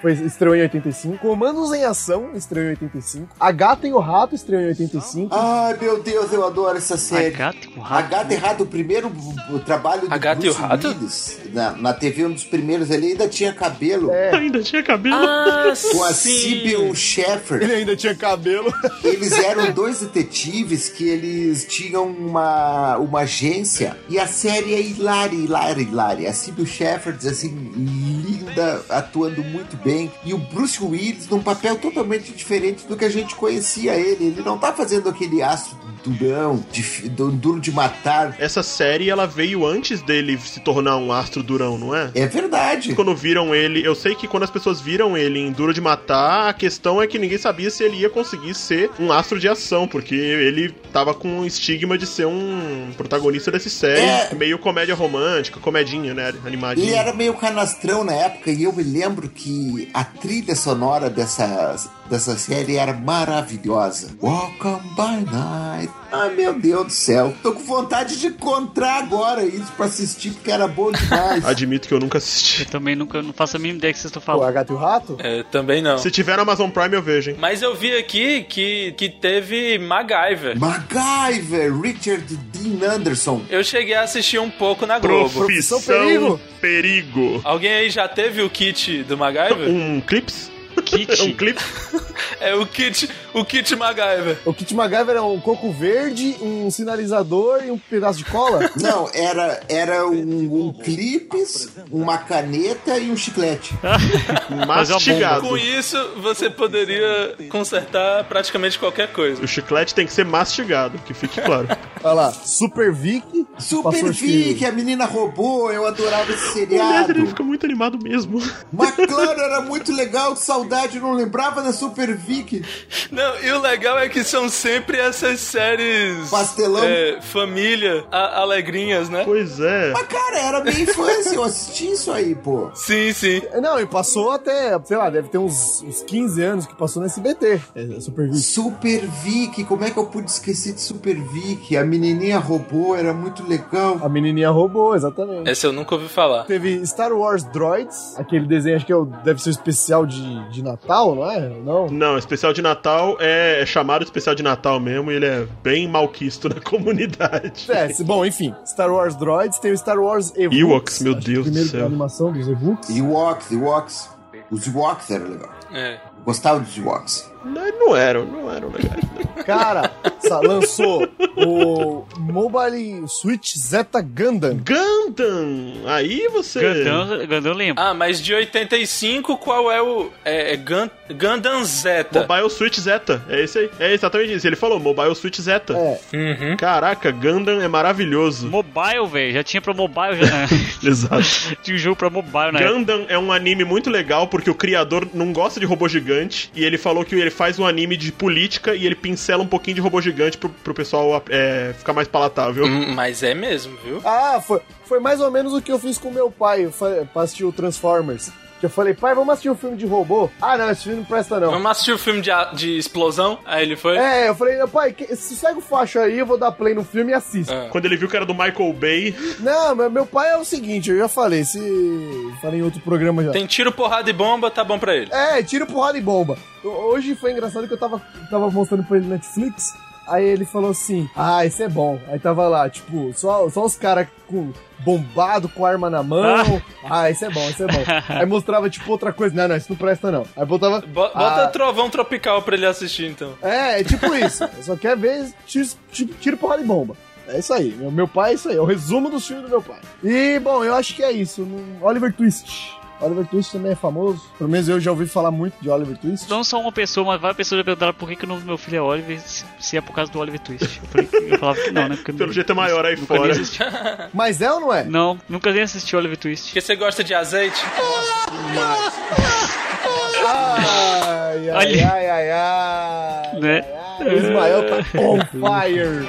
Speaker 4: foi, estreou em 85. Comandos em Ação estreou em 85. A Gata e o Rato estreou em 85.
Speaker 2: Ai, meu Deus, eu adoro essa
Speaker 5: A
Speaker 2: série.
Speaker 5: gata com
Speaker 2: A
Speaker 5: rato.
Speaker 2: Gata e Rato, o primeiro v- o trabalho do
Speaker 3: né? A Gata e o
Speaker 2: Bruce
Speaker 3: Rato?
Speaker 2: Willis na, na TV, um dos primeiros, ele ainda tinha cabelo.
Speaker 4: É.
Speaker 1: <laughs> Ainda tinha cabelo.
Speaker 3: Ah,
Speaker 2: Com a
Speaker 3: sim!
Speaker 2: Sibyl Sheffer,
Speaker 4: Ele ainda tinha cabelo.
Speaker 2: eles eram dois detetives que eles tinham uma, uma agência. E a série é hilária, hilária, hilária. A Sibyl Sheffer, assim, linda, atuando muito bem. E o Bruce Willis num papel totalmente diferente do que a gente conhecia ele. Ele não tá fazendo aquele aço durão, de, fi- do- duro de matar.
Speaker 1: Essa série, ela veio antes dele se tornar um astro durão, não é?
Speaker 2: É verdade.
Speaker 1: Quando viram ele, eu sei que quando as pessoas viram ele em Duro de Matar, a questão é que ninguém sabia se ele ia conseguir ser um astro de ação, porque ele tava com o estigma de ser um protagonista dessa série,
Speaker 2: É.
Speaker 1: meio comédia romântica, comedinha, né?
Speaker 2: Ele
Speaker 1: Animadinha.
Speaker 2: era meio canastrão na época e eu me lembro que a trilha sonora dessa, dessa série era maravilhosa. Walk on by night. Ai meu Deus do céu. Tô com vontade de encontrar agora isso pra assistir porque era bom
Speaker 1: <laughs>
Speaker 2: demais.
Speaker 1: Admito que eu nunca assisti.
Speaker 5: Eu também nunca não faço a mínima ideia que vocês estão
Speaker 4: Pô,
Speaker 5: falando.
Speaker 4: a Gata e o Rato?
Speaker 3: É, também não.
Speaker 1: Se tiver na Amazon Prime, eu vejo, hein?
Speaker 3: Mas eu vi aqui que, que teve MacGyver.
Speaker 2: MacGyver, Richard Dean Anderson.
Speaker 3: Eu cheguei a assistir um pouco na Globo.
Speaker 4: Profissão Perigo.
Speaker 1: Perigo.
Speaker 3: Alguém aí já teve o kit do MacGyver?
Speaker 1: Um clips? Um
Speaker 5: Kit.
Speaker 4: <laughs>
Speaker 1: clipe?
Speaker 3: É o kit, o kit MacGyver.
Speaker 4: O Kit MacGyver é um coco verde, um sinalizador e um pedaço de cola?
Speaker 2: Não, era, era um, um clipes, uma caneta e um chiclete.
Speaker 4: é
Speaker 1: Mastigado.
Speaker 3: Com isso, você poderia consertar praticamente qualquer coisa.
Speaker 1: O chiclete tem que ser mastigado, que fique
Speaker 4: <laughs>
Speaker 1: claro.
Speaker 4: Olha lá, Super Vic.
Speaker 2: Super Vic, a menina robô, eu adorava esse
Speaker 1: Aliás, ele
Speaker 2: seriado.
Speaker 1: fica muito animado mesmo. <laughs>
Speaker 2: McLaren era muito legal, que saudade, eu não lembrava da Super Vic.
Speaker 3: Não, e o legal é que são sempre essas séries.
Speaker 2: Pastelão.
Speaker 3: é, família, a- alegrinhas, né?
Speaker 1: Pois é.
Speaker 2: Mas, cara, era minha infância, eu assisti isso aí, pô.
Speaker 3: Sim, sim.
Speaker 4: Não, e passou até, sei lá, deve ter uns, uns 15 anos que passou no SBT. É, Super Vic.
Speaker 2: Super Vic, como é que eu pude esquecer de Super Vic? A menininha robô era muito legal.
Speaker 4: A menininha roubou,
Speaker 1: É.
Speaker 4: exatamente.
Speaker 3: Essa eu nunca ouvi falar.
Speaker 4: Teve Star Wars Droids, aquele desenho, acho que é o- deve ser o especial de, de Natal, não é? Não.
Speaker 1: Não, especial de Natal é é chamado especial de Natal mesmo, e ele é bem malquisto na <laughs> comunidade. <laughs>
Speaker 4: É, se- bom, enfim. Star Wars Droids, tem o Star Wars Ewoks.
Speaker 1: Ewoks, meu
Speaker 4: acho que
Speaker 1: Deus
Speaker 4: o primeiro
Speaker 1: do céu.
Speaker 4: A animação dos Ewoks.
Speaker 2: Ewoks, Ewoks. Os Ewoks eram legal.
Speaker 3: É.
Speaker 2: Eu Gostava dos Ewoks.
Speaker 1: Não, não eram, não eram legais.
Speaker 4: Cara, sa- lançou o Mobile Switch Zeta Gundam.
Speaker 1: Gundam! Aí você.
Speaker 5: Gandão, Gandão lembra.
Speaker 3: Ah, mas de 85, qual é o. É, é Gun, Gundam Zeta.
Speaker 1: Mobile Switch Zeta, é esse aí. É exatamente isso. Ele falou Mobile Switch Zeta.
Speaker 4: É.
Speaker 3: Uhum.
Speaker 1: Caraca, Gundam é maravilhoso.
Speaker 5: Mobile, velho. Já tinha pra mobile.
Speaker 1: <laughs>
Speaker 5: Já... né?
Speaker 1: Exato.
Speaker 5: tinha um jogo pra mobile, né?
Speaker 1: Gundam é um anime muito legal porque o criador não gosta de robô gigante e ele falou que ele faz um anime de política e ele pincela um pouquinho de robô gigante pro, pro pessoal é, ficar mais palatável.
Speaker 3: Hum, Mas é mesmo, viu?
Speaker 4: Ah, foi, foi mais ou menos o que eu fiz com meu pai eu fa- pra assistir o Transformers. Que eu falei, pai, vamos assistir um filme de robô? Ah, não, esse filme não presta não.
Speaker 3: Vamos assistir o filme de, a- de explosão? Aí ele foi.
Speaker 4: É, eu falei, pai, que- se segue o facho aí, eu vou dar play no filme e assisto.
Speaker 3: Ah.
Speaker 1: Quando ele viu que era do Michael Bay,
Speaker 4: Não, meu, meu pai é o seguinte, eu já falei, se. Falei em outro programa já.
Speaker 3: Tem tiro, porrada e bomba, tá bom pra ele.
Speaker 4: É, tiro, porrada e bomba. Ho- Hoje foi engraçado que eu tava, tava mostrando pra ele Netflix. Aí ele falou assim: Ah, esse é bom. Aí tava lá, tipo, só, só os caras com bombado com arma
Speaker 3: <laughs>
Speaker 4: na mão. Ah, esse é bom, esse é bom. Aí mostrava, tipo, outra coisa. Não, não, isso não presta, não. Aí botava.
Speaker 3: Bo- bota
Speaker 4: Ah.
Speaker 3: Trovão Tropical pra ele assistir, então.
Speaker 4: É, é tipo isso. Só quer ver tiro, tiro, tiro porrada e bomba. É isso aí. Meu, meu pai é isso aí. É o resumo do filme do meu pai. E, bom, eu acho que é isso. Não- Oliver Twist. Oliver Twist também é famoso. Pelo menos eu já ouvi falar muito de Oliver Twist.
Speaker 5: Não só uma pessoa, mas várias pessoas já perguntaram por que, que o nome do meu filho é Oliver, se se é por causa do Oliver Twist. Eu, falei, que- eu falava que não, né? Porque
Speaker 1: Pelo jeito é maior aí
Speaker 5: nunca nem
Speaker 1: fora.
Speaker 5: assisti-
Speaker 4: Mas é ou não é?
Speaker 5: não, nunca nem assisti Oliver Twist.
Speaker 3: Porque você gosta de azeite?
Speaker 4: Ai, ai,
Speaker 5: Olha.
Speaker 4: ai, ai, ai.
Speaker 5: Né?
Speaker 4: ai. O Ismael tá on fire.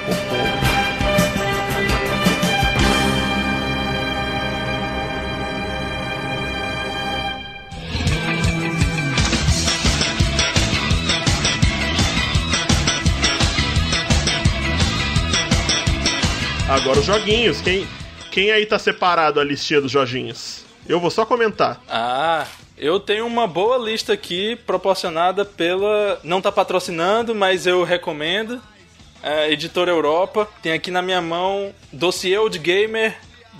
Speaker 1: Agora os joguinhos. Quem, quem aí tá separado a listinha dos joguinhos? Eu vou só comentar.
Speaker 3: Ah, eu tenho uma boa lista aqui proporcionada pela. Não tá patrocinando, mas eu recomendo. É, Editora Europa. Tem aqui na minha mão Dossiê Old Gamer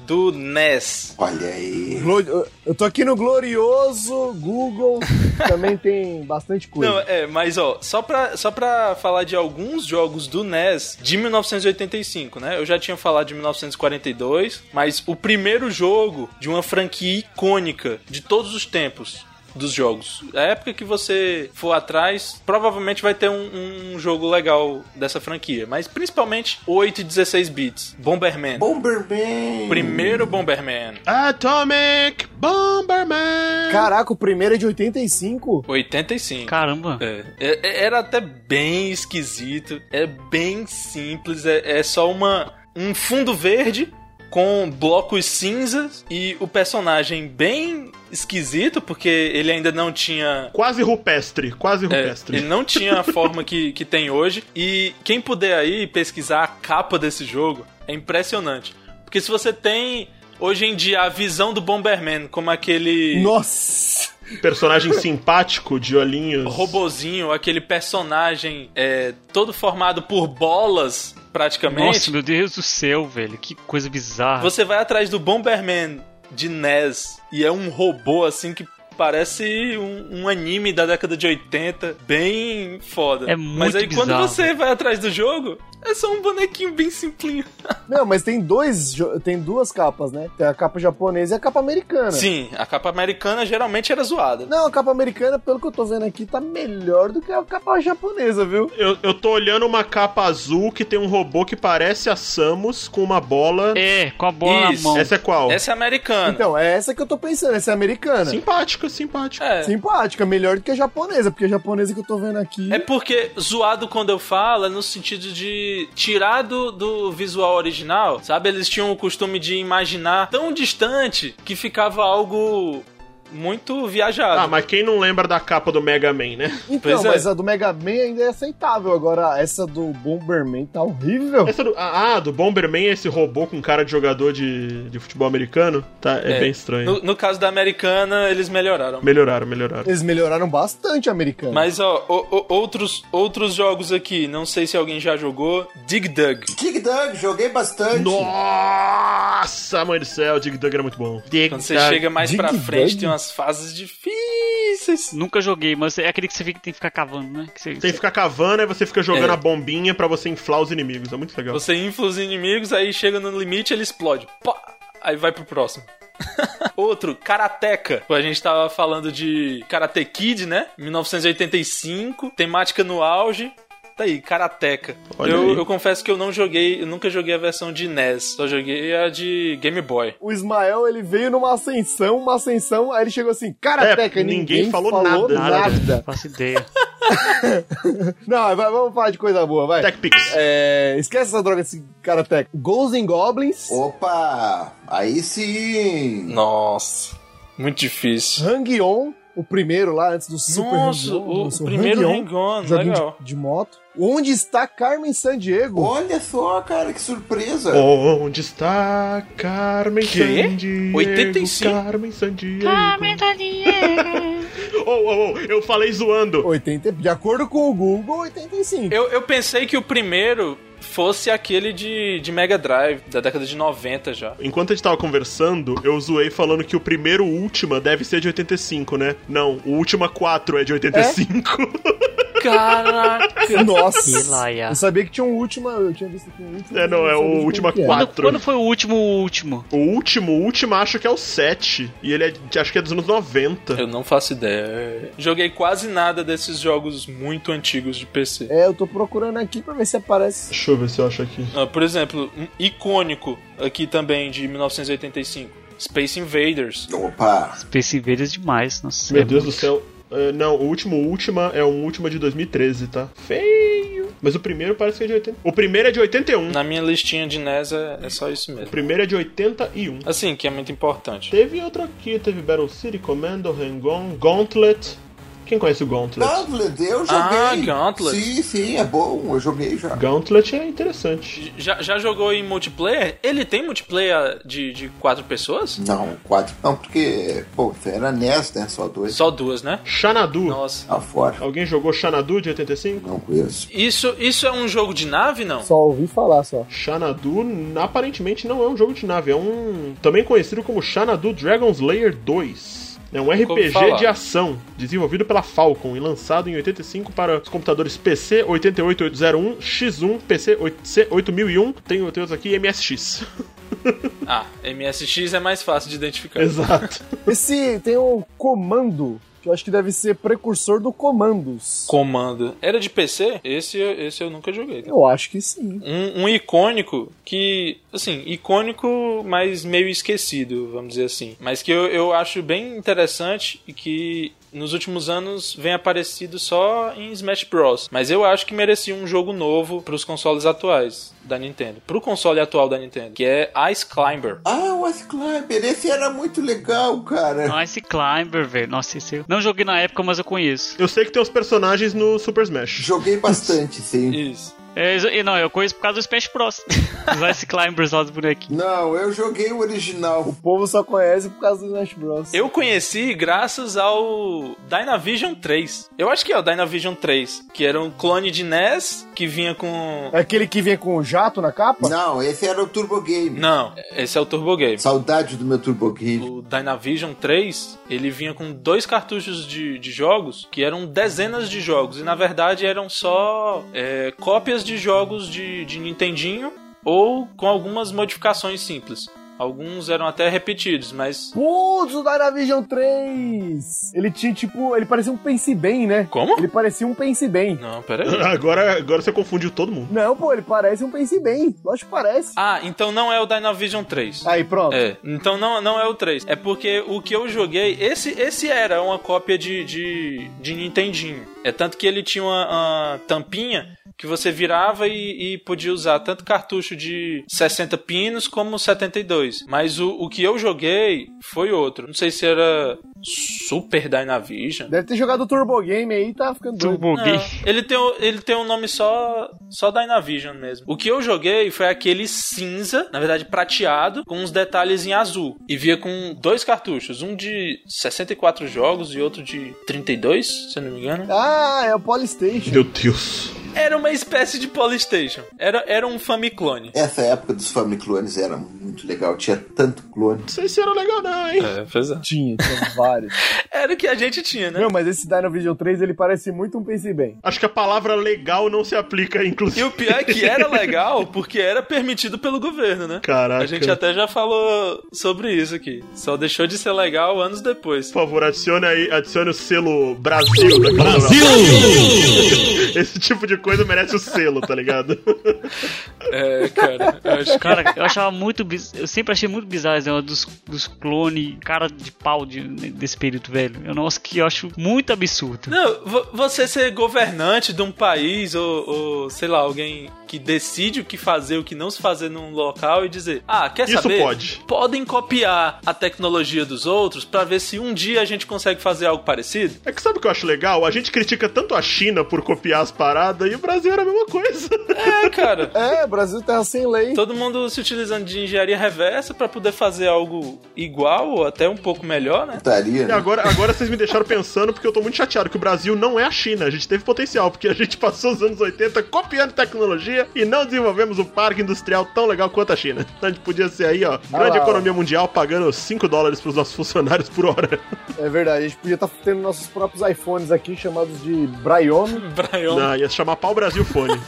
Speaker 3: do NES.
Speaker 2: Olha aí.
Speaker 4: Glo- Eu tô aqui no glorioso Google. Também tem bastante coisa.
Speaker 3: Não, é, mas ó, só pra, só pra falar de alguns jogos do NES de 1985, né? Eu já tinha falado de 1942, mas o primeiro jogo de uma franquia icônica de todos os tempos dos jogos. A época que você for atrás, provavelmente vai ter um, um jogo legal dessa franquia, mas principalmente 8 e 16 bits. Bomberman.
Speaker 2: Bomberman.
Speaker 3: Primeiro Bomberman.
Speaker 1: Atomic Bomberman!
Speaker 4: Caraca, o primeiro é de 85?
Speaker 3: 85.
Speaker 5: Caramba.
Speaker 3: É, é- era até bem esquisito, é bem simples, é, é só uma um fundo verde com blocos cinzas e o personagem bem esquisito, porque ele ainda não tinha.
Speaker 1: Quase rupestre, quase
Speaker 3: é,
Speaker 1: rupestre.
Speaker 3: ele não tinha a forma que, que tem hoje. E quem puder aí pesquisar a capa desse jogo é impressionante. Porque se você tem hoje em dia a visão do Bomberman como aquele.
Speaker 4: Nossa!
Speaker 1: Personagem simpático de olhinhos.
Speaker 3: robozinho, aquele personagem é, todo formado por bolas,
Speaker 5: Nossa,
Speaker 3: praticamente.
Speaker 5: meu Deus do céu, velho. Que coisa bizarra.
Speaker 3: Você vai atrás do Bomberman de NES e é um robô assim que parece um, um anime da década de 80, bem foda.
Speaker 5: É
Speaker 3: Mas
Speaker 5: muito
Speaker 3: aí quando
Speaker 5: bizarro.
Speaker 3: você vai atrás do jogo, é só um bonequinho bem simplinho.
Speaker 4: Não, mas tem dois, jo- tem duas capas, né? Tem a capa japonesa e a capa americana.
Speaker 3: Sim, a capa americana geralmente era zoada.
Speaker 4: Não, a capa americana, pelo que eu tô vendo aqui, tá melhor do que a capa japonesa, viu?
Speaker 1: Eu, eu tô olhando uma capa azul que tem um robô que parece a Samus com uma bola.
Speaker 5: É, com a bola
Speaker 3: Isso.
Speaker 5: na mão.
Speaker 1: Essa é qual?
Speaker 3: Essa é americana.
Speaker 4: Então, é essa que eu tô pensando, essa é americana.
Speaker 1: Simpática, simpática.
Speaker 3: é.
Speaker 4: Simpática, melhor do que a japonesa, porque a japonesa que eu tô vendo aqui.
Speaker 3: É porque zoado quando eu falo é no sentido de tirar do, do visual original, sabe? Eles tinham o costume de imaginar tão distante que ficava algo muito viajado.
Speaker 1: Ah, mas quem não lembra da capa do Mega Man, né?
Speaker 4: então,
Speaker 3: pois é.
Speaker 4: mas a do Mega Man ainda é aceitável. Agora, essa do Bomberman tá horrível.
Speaker 1: Essa do, ah, ah, do Bomberman, esse robô com cara de jogador de, de futebol americano? Tá, é,
Speaker 3: É.
Speaker 1: bem estranho.
Speaker 3: No, no caso da americana, eles melhoraram.
Speaker 1: Melhoraram, melhoraram.
Speaker 4: Eles melhoraram bastante a americana.
Speaker 3: Mas, ó, o- o- outros, outros jogos aqui, não sei se alguém já jogou, Dig Dug.
Speaker 2: Dig Dug, joguei bastante.
Speaker 1: Nossa, mãe do céu, Dig Dug era muito bom. Dig
Speaker 3: Quando você
Speaker 1: Dug.
Speaker 3: chega mais
Speaker 4: Dig
Speaker 3: pra
Speaker 4: Dug?
Speaker 3: frente, tem umas fases difíceis.
Speaker 5: Nunca joguei, mas é aquele que você fica- tem que ficar cavando, né? Que você-
Speaker 1: Tem que ficar cavando, aí você fica jogando
Speaker 3: É.
Speaker 1: a bombinha pra você inflar os inimigos. É muito legal.
Speaker 3: Você infla os inimigos, aí chega no limite, ele explode. Pá! Aí vai pro próximo. Outro, Karateka. A gente tava falando de Karate Kid, né? 1985, temática no auge. Tá aí, Karateka.
Speaker 1: Olha
Speaker 3: eu,
Speaker 1: aí.
Speaker 3: eu confesso que eu não joguei, eu nunca joguei a versão de NES, só joguei a de Game Boy.
Speaker 4: O Ismael, ele veio numa ascensão, uma ascensão, aí ele chegou assim, Karateka,
Speaker 1: É,
Speaker 4: e
Speaker 1: ninguém
Speaker 4: ninguém,
Speaker 1: falou
Speaker 4: falou,
Speaker 1: nada.
Speaker 4: nada.
Speaker 5: Nada, velho, não faço ideia.
Speaker 4: Não, vai- vamos falar de coisa boa, vai.
Speaker 1: Tech Pix.
Speaker 4: É, esquece essa droga desse Karateka. Ghosts and Goblins,
Speaker 2: Oh. Opa, aí sim.
Speaker 3: Nossa, muito difícil.
Speaker 4: Hang-On, o primeiro lá, antes do Super né?
Speaker 3: Nossa,
Speaker 4: Hang-On.
Speaker 3: o,
Speaker 4: Nossa,
Speaker 3: o primeiro
Speaker 4: Hang-On,
Speaker 3: Ringon,
Speaker 4: joguinho
Speaker 3: legal.
Speaker 4: De, um de moto. Onde está Carmen Sandiego?
Speaker 2: Olha só, cara, que surpresa.
Speaker 1: Onde está Carmen
Speaker 3: Quê?
Speaker 1: Sandiego?
Speaker 3: 85?
Speaker 1: Carmen Sandiego. <laughs>
Speaker 7: Carmen Sandiego.
Speaker 1: oh, oh, eu falei zoando.
Speaker 4: 80, de acordo com o Google, 85.
Speaker 3: Eu, eu pensei que o primeiro fosse aquele de, de Mega Drive, da década de 90 já.
Speaker 1: Enquanto a gente tava conversando, eu zoei falando que o primeiro Última deve ser de 85, né? Não, o Última 4 é de 85.
Speaker 3: É? Caraca!
Speaker 5: Que
Speaker 4: <laughs> Nossa!
Speaker 5: laia.
Speaker 4: Eu sabia que tinha um último, eu tinha visto que um último.
Speaker 1: É, não, é
Speaker 4: eu sabia
Speaker 1: o
Speaker 4: de
Speaker 1: Última
Speaker 4: quem que é.
Speaker 1: <laughs> Quatro.
Speaker 5: Quando, quando foi o último, o último?
Speaker 1: <laughs> O último, o último acho que é o 7. E ele é, de- acho que é dos anos 90.
Speaker 3: Eu não faço ideia. Joguei quase nada desses jogos muito antigos de PC.
Speaker 4: É, eu tô procurando aqui pra ver se aparece.
Speaker 1: Deixa eu ver se eu acho aqui.
Speaker 3: Ah, por exemplo, um icônico aqui também de 1985. Space Invaders.
Speaker 2: Opa!
Speaker 5: Perseveras demais, nossa.
Speaker 1: Meu
Speaker 5: é
Speaker 1: Deus do
Speaker 5: muito-
Speaker 1: céu. É, não, o último Última é um Última de 2013, tá? Feio. Mas o primeiro parece que é de 80. O primeiro é de 81.
Speaker 3: Na minha listinha de NES é, é só isso
Speaker 1: O
Speaker 3: mesmo.
Speaker 1: primeiro é de 81.
Speaker 3: Assim, que é muito importante.
Speaker 1: Teve outro aqui, teve Battle City, Commando, Hang-On, Gauntlet. Quem conhece o Gauntlet?
Speaker 2: Gauntlet, eu
Speaker 3: Ah,
Speaker 2: joguei.
Speaker 3: Gauntlet.
Speaker 2: Sim, sim, é bom, eu joguei já.
Speaker 1: Gauntlet é interessante.
Speaker 3: Já, já jogou em multiplayer? Ele tem multiplayer de, de quatro pessoas?
Speaker 2: Não, quatro. Não, porque, pô, era NES, né? Só dois.
Speaker 3: Só duas, né?
Speaker 1: Xanadu.
Speaker 3: Nossa.
Speaker 2: Lá fora.
Speaker 1: Alguém jogou Xanadu de 85?
Speaker 2: Não conheço.
Speaker 3: Isso, isso é um jogo de nave, não?
Speaker 4: Só ouvi falar só.
Speaker 1: Xanadu aparentemente não é um jogo de nave, é um. também conhecido como Xanadu Dragon Slayer 2. É um
Speaker 3: falar.
Speaker 1: RPG de ação, desenvolvido pela Falcon e lançado em 85 para os computadores PC 88801, X1, PC 8001, tem outros aqui, MSX.
Speaker 3: Ah, MSX é mais fácil de identificar.
Speaker 1: <laughs> Exato.
Speaker 4: Esse tem o Comando, que eu acho que deve ser precursor do Comandos.
Speaker 3: Comando. Era de PC? Esse, esse eu nunca joguei.
Speaker 4: Eu acho que sim.
Speaker 3: Um, um icônico que, assim, icônico, mas meio esquecido, vamos dizer assim. Mas que eu, eu acho bem interessante e que nos últimos anos vem aparecido só em Smash Bros. Mas eu acho que merecia um jogo novo pros consoles atuais da Nintendo. Pro console atual da Nintendo, que é Ice Climber.
Speaker 2: Ah, o Ice Climber, esse era muito legal, cara.
Speaker 5: Ice Climber, velho. Nossa, esse eu... Não joguei na época, mas eu conheço.
Speaker 1: Eu sei que tem os personagens no Super Smash.
Speaker 2: Joguei
Speaker 3: <laughs>
Speaker 2: bastante, sim.
Speaker 3: Isso.
Speaker 5: É, isso- e não, eu conheço por causa do Smash Bros. <laughs> Os Ice Climbers lá dos bonequinhos.
Speaker 2: Não, eu joguei o original.
Speaker 4: O povo só conhece por causa do Smash Bros.
Speaker 3: Eu conheci graças ao Dynavision 3. Eu acho que é o Dynavision 3, que era um clone de NES que vinha com.
Speaker 4: É aquele que vem com o jato na capa?
Speaker 2: Não, esse era o Turbo Game.
Speaker 3: Não, esse é o Turbo Game.
Speaker 2: Saudade do meu Turbo Game.
Speaker 3: O Dynavision 3, ele vinha com dois cartuchos de, de jogos, que eram dezenas de jogos, e na verdade eram só é, cópias de jogos de, de Nintendinho, ou com algumas modificações simples. Alguns eram até repetidos, mas...
Speaker 4: Putz, o Dynavision 3! Ele tinha tipo. Ele parecia um Pense Bem, né?
Speaker 3: Como?
Speaker 4: Ele parecia um Pense Bem.
Speaker 3: Não, peraí.
Speaker 1: Agora, agora você confundiu todo mundo.
Speaker 4: Não, pô, ele parece um Pense Bem. Lógico que parece.
Speaker 3: Ah, então não é o Dynavision 3.
Speaker 4: Aí, pronto.
Speaker 3: É, então não, não é o 3. É porque o que eu joguei, esse, esse era uma cópia de, de, de Nintendinho. É tanto que ele tinha uma, uma tampinha que você virava e, e podia usar tanto cartucho de 60 pinos como 72. Mas o, o que eu joguei foi outro. Não sei se era Super Dynavision.
Speaker 4: Deve ter jogado o Turbo Game aí, tá ficando doido.
Speaker 5: Turbo
Speaker 3: Não,
Speaker 5: Game.
Speaker 3: É, ele tem o- ele tem um nome só só Dynavision mesmo. O que eu joguei foi aquele cinza, na verdade prateado, com uns detalhes em azul. E via com dois cartuchos, um de 64 jogos e outro de 32, se eu não me engano.
Speaker 4: Ah, é o Polystation.
Speaker 1: Meu Deus.
Speaker 3: Era uma espécie de Polystation. Era, era um Famiclone.
Speaker 2: Essa época dos Famiclones era muito legal. Tinha tanto clone.
Speaker 1: Não sei se era legal, não, hein?
Speaker 3: É, pois é.
Speaker 4: Tinha, tinha vários.
Speaker 3: Era o que a gente tinha, né?
Speaker 4: Não, mas esse Dynavision 3, ele parece muito um Pense Bem.
Speaker 1: Acho que a palavra legal não se aplica, inclusive.
Speaker 3: E o pior é que era legal porque era permitido pelo governo, né?
Speaker 1: Caraca.
Speaker 3: A gente até já falou sobre isso aqui. Só deixou de ser legal anos depois.
Speaker 1: Por favor, adicione aí, adicione o selo Brasil. Brasil! <laughs> Esse tipo de coisa merece o selo, tá ligado?
Speaker 3: É, cara. Eu acho que
Speaker 5: Cara, eu achava muito biz... Eu sempre achei muito bizarro esse negócio dos, dos clones, cara de pau de- desse período, velho. Eu, nossa, que eu acho
Speaker 3: <laughs>
Speaker 5: muito absurdo.
Speaker 3: Não, vo- você ser governante de um país ou, ou, sei lá, alguém que decide o que fazer, o que não se fazer num local e dizer, ah, quer
Speaker 1: Isso
Speaker 3: saber?
Speaker 1: pode.
Speaker 3: Podem copiar a tecnologia dos outros pra ver se um dia a gente consegue fazer algo parecido.
Speaker 1: É que sabe o que eu acho legal? A gente critica tanto a China por copiar as paradas e o Brasil era a mesma coisa. <laughs>
Speaker 3: É, cara. <laughs>
Speaker 4: É, o Brasil terra sem lei.
Speaker 3: Todo mundo se utilizando de engenharia reversa pra poder fazer algo igual ou até um pouco melhor, né?
Speaker 2: Putaria,
Speaker 1: E
Speaker 2: né?
Speaker 1: agora, agora vocês me deixaram pensando porque eu tô muito chateado que o Brasil não é a China. A gente teve potencial, porque a gente passou os anos 80 copiando tecnologia e não desenvolvemos um parque industrial tão legal quanto a China. Então a gente podia ser aí, ó, grande
Speaker 4: lá, ó.
Speaker 1: economia mundial pagando 5 dólares pros nossos funcionários por hora.
Speaker 4: É verdade, a gente podia estar tendo nossos próprios iPhones aqui, chamados de Braiome.
Speaker 3: Brian,
Speaker 1: Não, ia se chamar Pau Brasil Fone.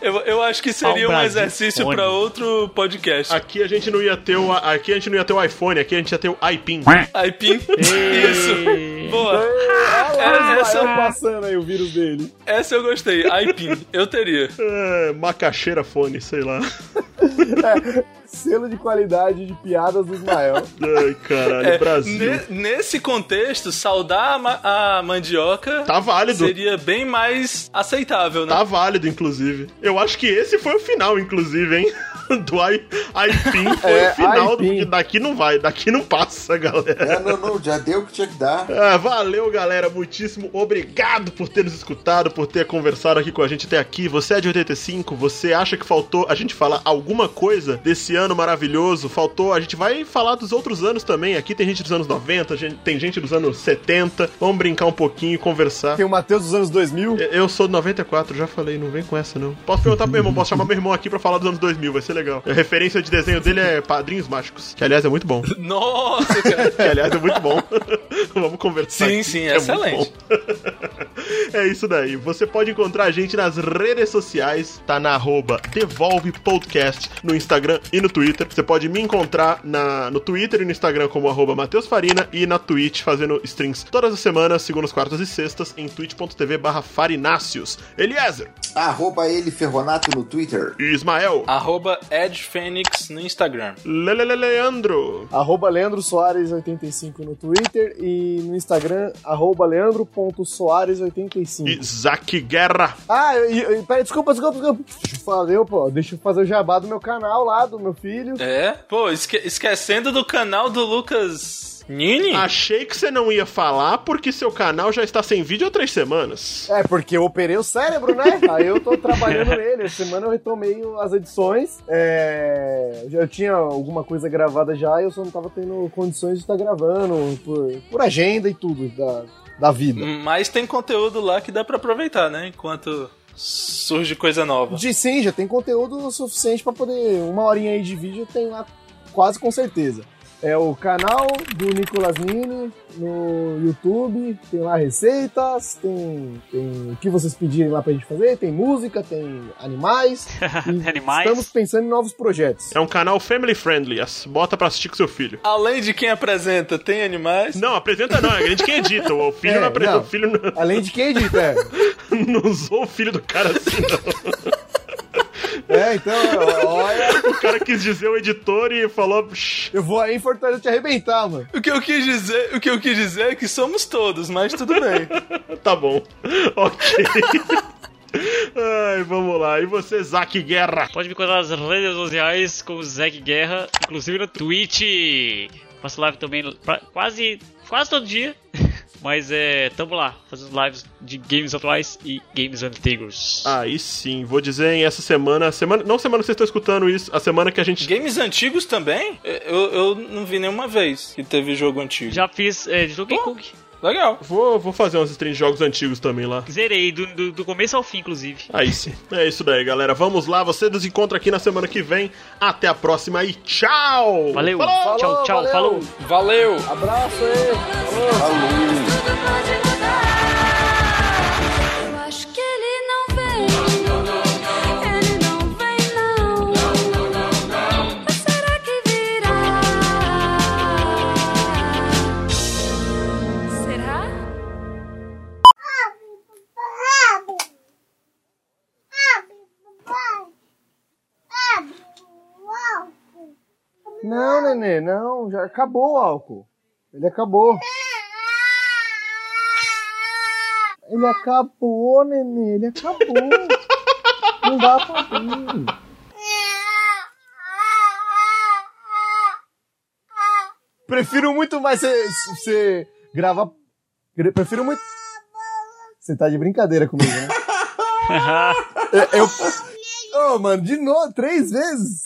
Speaker 3: eu, eu acho que seria um
Speaker 5: Brasil,
Speaker 3: exercício
Speaker 5: olha.
Speaker 3: pra outro podcast.
Speaker 1: Aqui a gente não ia ter o aqui a gente não ia ter o iPhone, aqui a gente ia ter o iPin.
Speaker 3: Aipim. <laughs> Isso. Boa.
Speaker 4: Olha
Speaker 3: É,
Speaker 4: Ah, lá,
Speaker 3: essa-
Speaker 4: essa... passando aí o vírus dele.
Speaker 3: Essa eu gostei. Aipim. Eu teria.
Speaker 1: É, macaxeira fone, sei lá.
Speaker 4: Selo de qualidade de piadas do Ismael.
Speaker 1: Ai, caralho,
Speaker 3: É,
Speaker 1: Brasil.
Speaker 3: ne- nesse contexto, saudar a, ma- a mandioca
Speaker 1: Tá válido.
Speaker 3: seria bem mais aceitável, né?
Speaker 1: Tá válido, inclusive. Eu acho que esse foi o final, inclusive, hein? <laughs> Do I- Aipim foi
Speaker 4: É,
Speaker 1: o final,
Speaker 4: Aipim.
Speaker 1: porque daqui não vai, daqui não passa, galera.
Speaker 2: É, não, não, já deu o que tinha que dar.
Speaker 1: Ah, valeu, galera. Muitíssimo obrigado por ter nos escutado, por ter conversado aqui com a gente até aqui. Você é de 85, você acha que faltou a gente falar alguma coisa desse ano maravilhoso? Faltou, a gente vai falar dos outros anos também. Aqui tem gente dos anos 90, gente- tem gente dos anos 70. Vamos brincar um pouquinho e conversar.
Speaker 4: Tem o Matheus dos anos 2000.
Speaker 1: Eu- Eu sou de 94, já falei, não vem com essa não. Posso perguntar pro meu irmão, posso chamar meu irmão aqui pra falar dos anos 2000, vai ser legal. A referência de desenho dele é Padrinhos Mágicos, que aliás é muito bom.
Speaker 3: Nossa, cara. <laughs>
Speaker 1: Que aliás é muito bom. <laughs> Vamos conversar.
Speaker 3: Sim,
Speaker 1: aqui,
Speaker 3: sim,
Speaker 1: que é muito
Speaker 3: excelente.
Speaker 1: bom. <laughs> é isso daí. Você pode encontrar a gente nas redes sociais, tá na arroba Devolve Podcast no Instagram e no Twitter. Você pode me encontrar na, no Twitter e no Instagram como arroba Matheus Farina e na Twitch fazendo strings todas as semanas, segundas, quartas e sextas, em twitch.tv barra Farináceos. Eliezer
Speaker 2: Arroba ele Ferronato no Twitter.
Speaker 1: e Ismael.
Speaker 3: Arroba Ed Fênix no Instagram.
Speaker 1: Lelele Leandro.
Speaker 4: Arroba Leandro Soares85 no Twitter e no Instagram, arroba leandro.soares85.
Speaker 1: Isaac Guerra.
Speaker 4: Ah, e, e, peraí, desculpa, desculpa, desculpa. Valeu, pô. Deixa eu fazer o jabá do meu canal lá, do meu filho.
Speaker 3: É? Pô, esque- esquecendo do canal do Lucas <laughs> Nini?
Speaker 1: Achei que você não ia falar porque seu canal já está sem vídeo há três semanas.
Speaker 4: É, porque eu operei o cérebro, né? Aí eu tô trabalhando nele. Essa semana eu retomei o- as edições. É, eu tinha alguma coisa gravada já e eu só não tava tendo condições de estar gravando por, por agenda e tudo da, da vida.
Speaker 3: Mas tem conteúdo lá que dá pra aproveitar, né? Enquanto surge coisa nova.
Speaker 4: De sim, já tem conteúdo suficiente pra poder. Uma horinha aí de vídeo tem lá quase com certeza. É o canal do Nicolas Nini no YouTube, tem lá receitas, tem, tem o que vocês pedirem lá pra gente fazer, tem música, tem animais. e
Speaker 5: Animais.
Speaker 4: Uhum. Estamos pensando em novos projetos.
Speaker 1: É um canal family friendly. as- Bota pra assistir com seu filho.
Speaker 3: Além de quem apresenta, tem animais?
Speaker 1: Não, apresenta não, é a gente que edita. O filho
Speaker 4: <laughs> É,
Speaker 1: não apresenta.
Speaker 4: não.
Speaker 1: O filho não, <laughs>
Speaker 4: Além de quem edita, é.
Speaker 1: não usou o filho do cara assim, não.
Speaker 4: É, então, olha,
Speaker 1: O cara quis dizer o editor e falou. "Shh,
Speaker 4: eu vou aí em Fortaleza te arrebentar, mano.
Speaker 3: O que eu quis dizer, o que eu quis dizer é que somos todos, mas
Speaker 1: <laughs>
Speaker 3: tudo bem.
Speaker 1: Tá bom. Ok. <laughs> Ai, vamos lá. E você, Zac Guerra?
Speaker 5: Pode me encontrar nas redes sociais com o Zac Guerra, inclusive na Twitch. Faço live também pra- quase, quase todo dia. <laughs> Mas é, tamo lá, fazendo lives de games atuais e games antigos.
Speaker 1: Aí sim, vou dizer em essa semana, semana. Não semana que vocês estão escutando isso, a semana que a gente.
Speaker 3: Games antigos também? Eu, eu não vi nenhuma vez que teve jogo antigo.
Speaker 5: Já fiz é, de Donkey Kong.
Speaker 3: Legal.
Speaker 1: Vou, vou fazer umas streams de jogos antigos também lá.
Speaker 5: Zerei, do, do, do começo ao fim, inclusive.
Speaker 1: Aí sim. É isso daí, galera. Vamos lá. Você nos encontra aqui na semana que vem. Até a próxima e tchau!
Speaker 5: Valeu,
Speaker 4: Falou,
Speaker 5: tchau, tchau,
Speaker 4: valeu.
Speaker 5: falou.
Speaker 3: Valeu.
Speaker 4: Abraço aí.
Speaker 2: Falou!
Speaker 7: Tudo pode mudar. Eu acho que ele não vem. Ele não vem, não. Mas será que virá? Será?
Speaker 4: Não, nenê, não, já acabou o álcool. Ele acabou. Ele acabou, nenê, ele acabou. <laughs> Não dá pra abrir. Prefiro muito mais você gravar. pre- Prefiro muito. Você tá de brincadeira comigo, né? É, eu, Ô, mano, de novo, três vezes?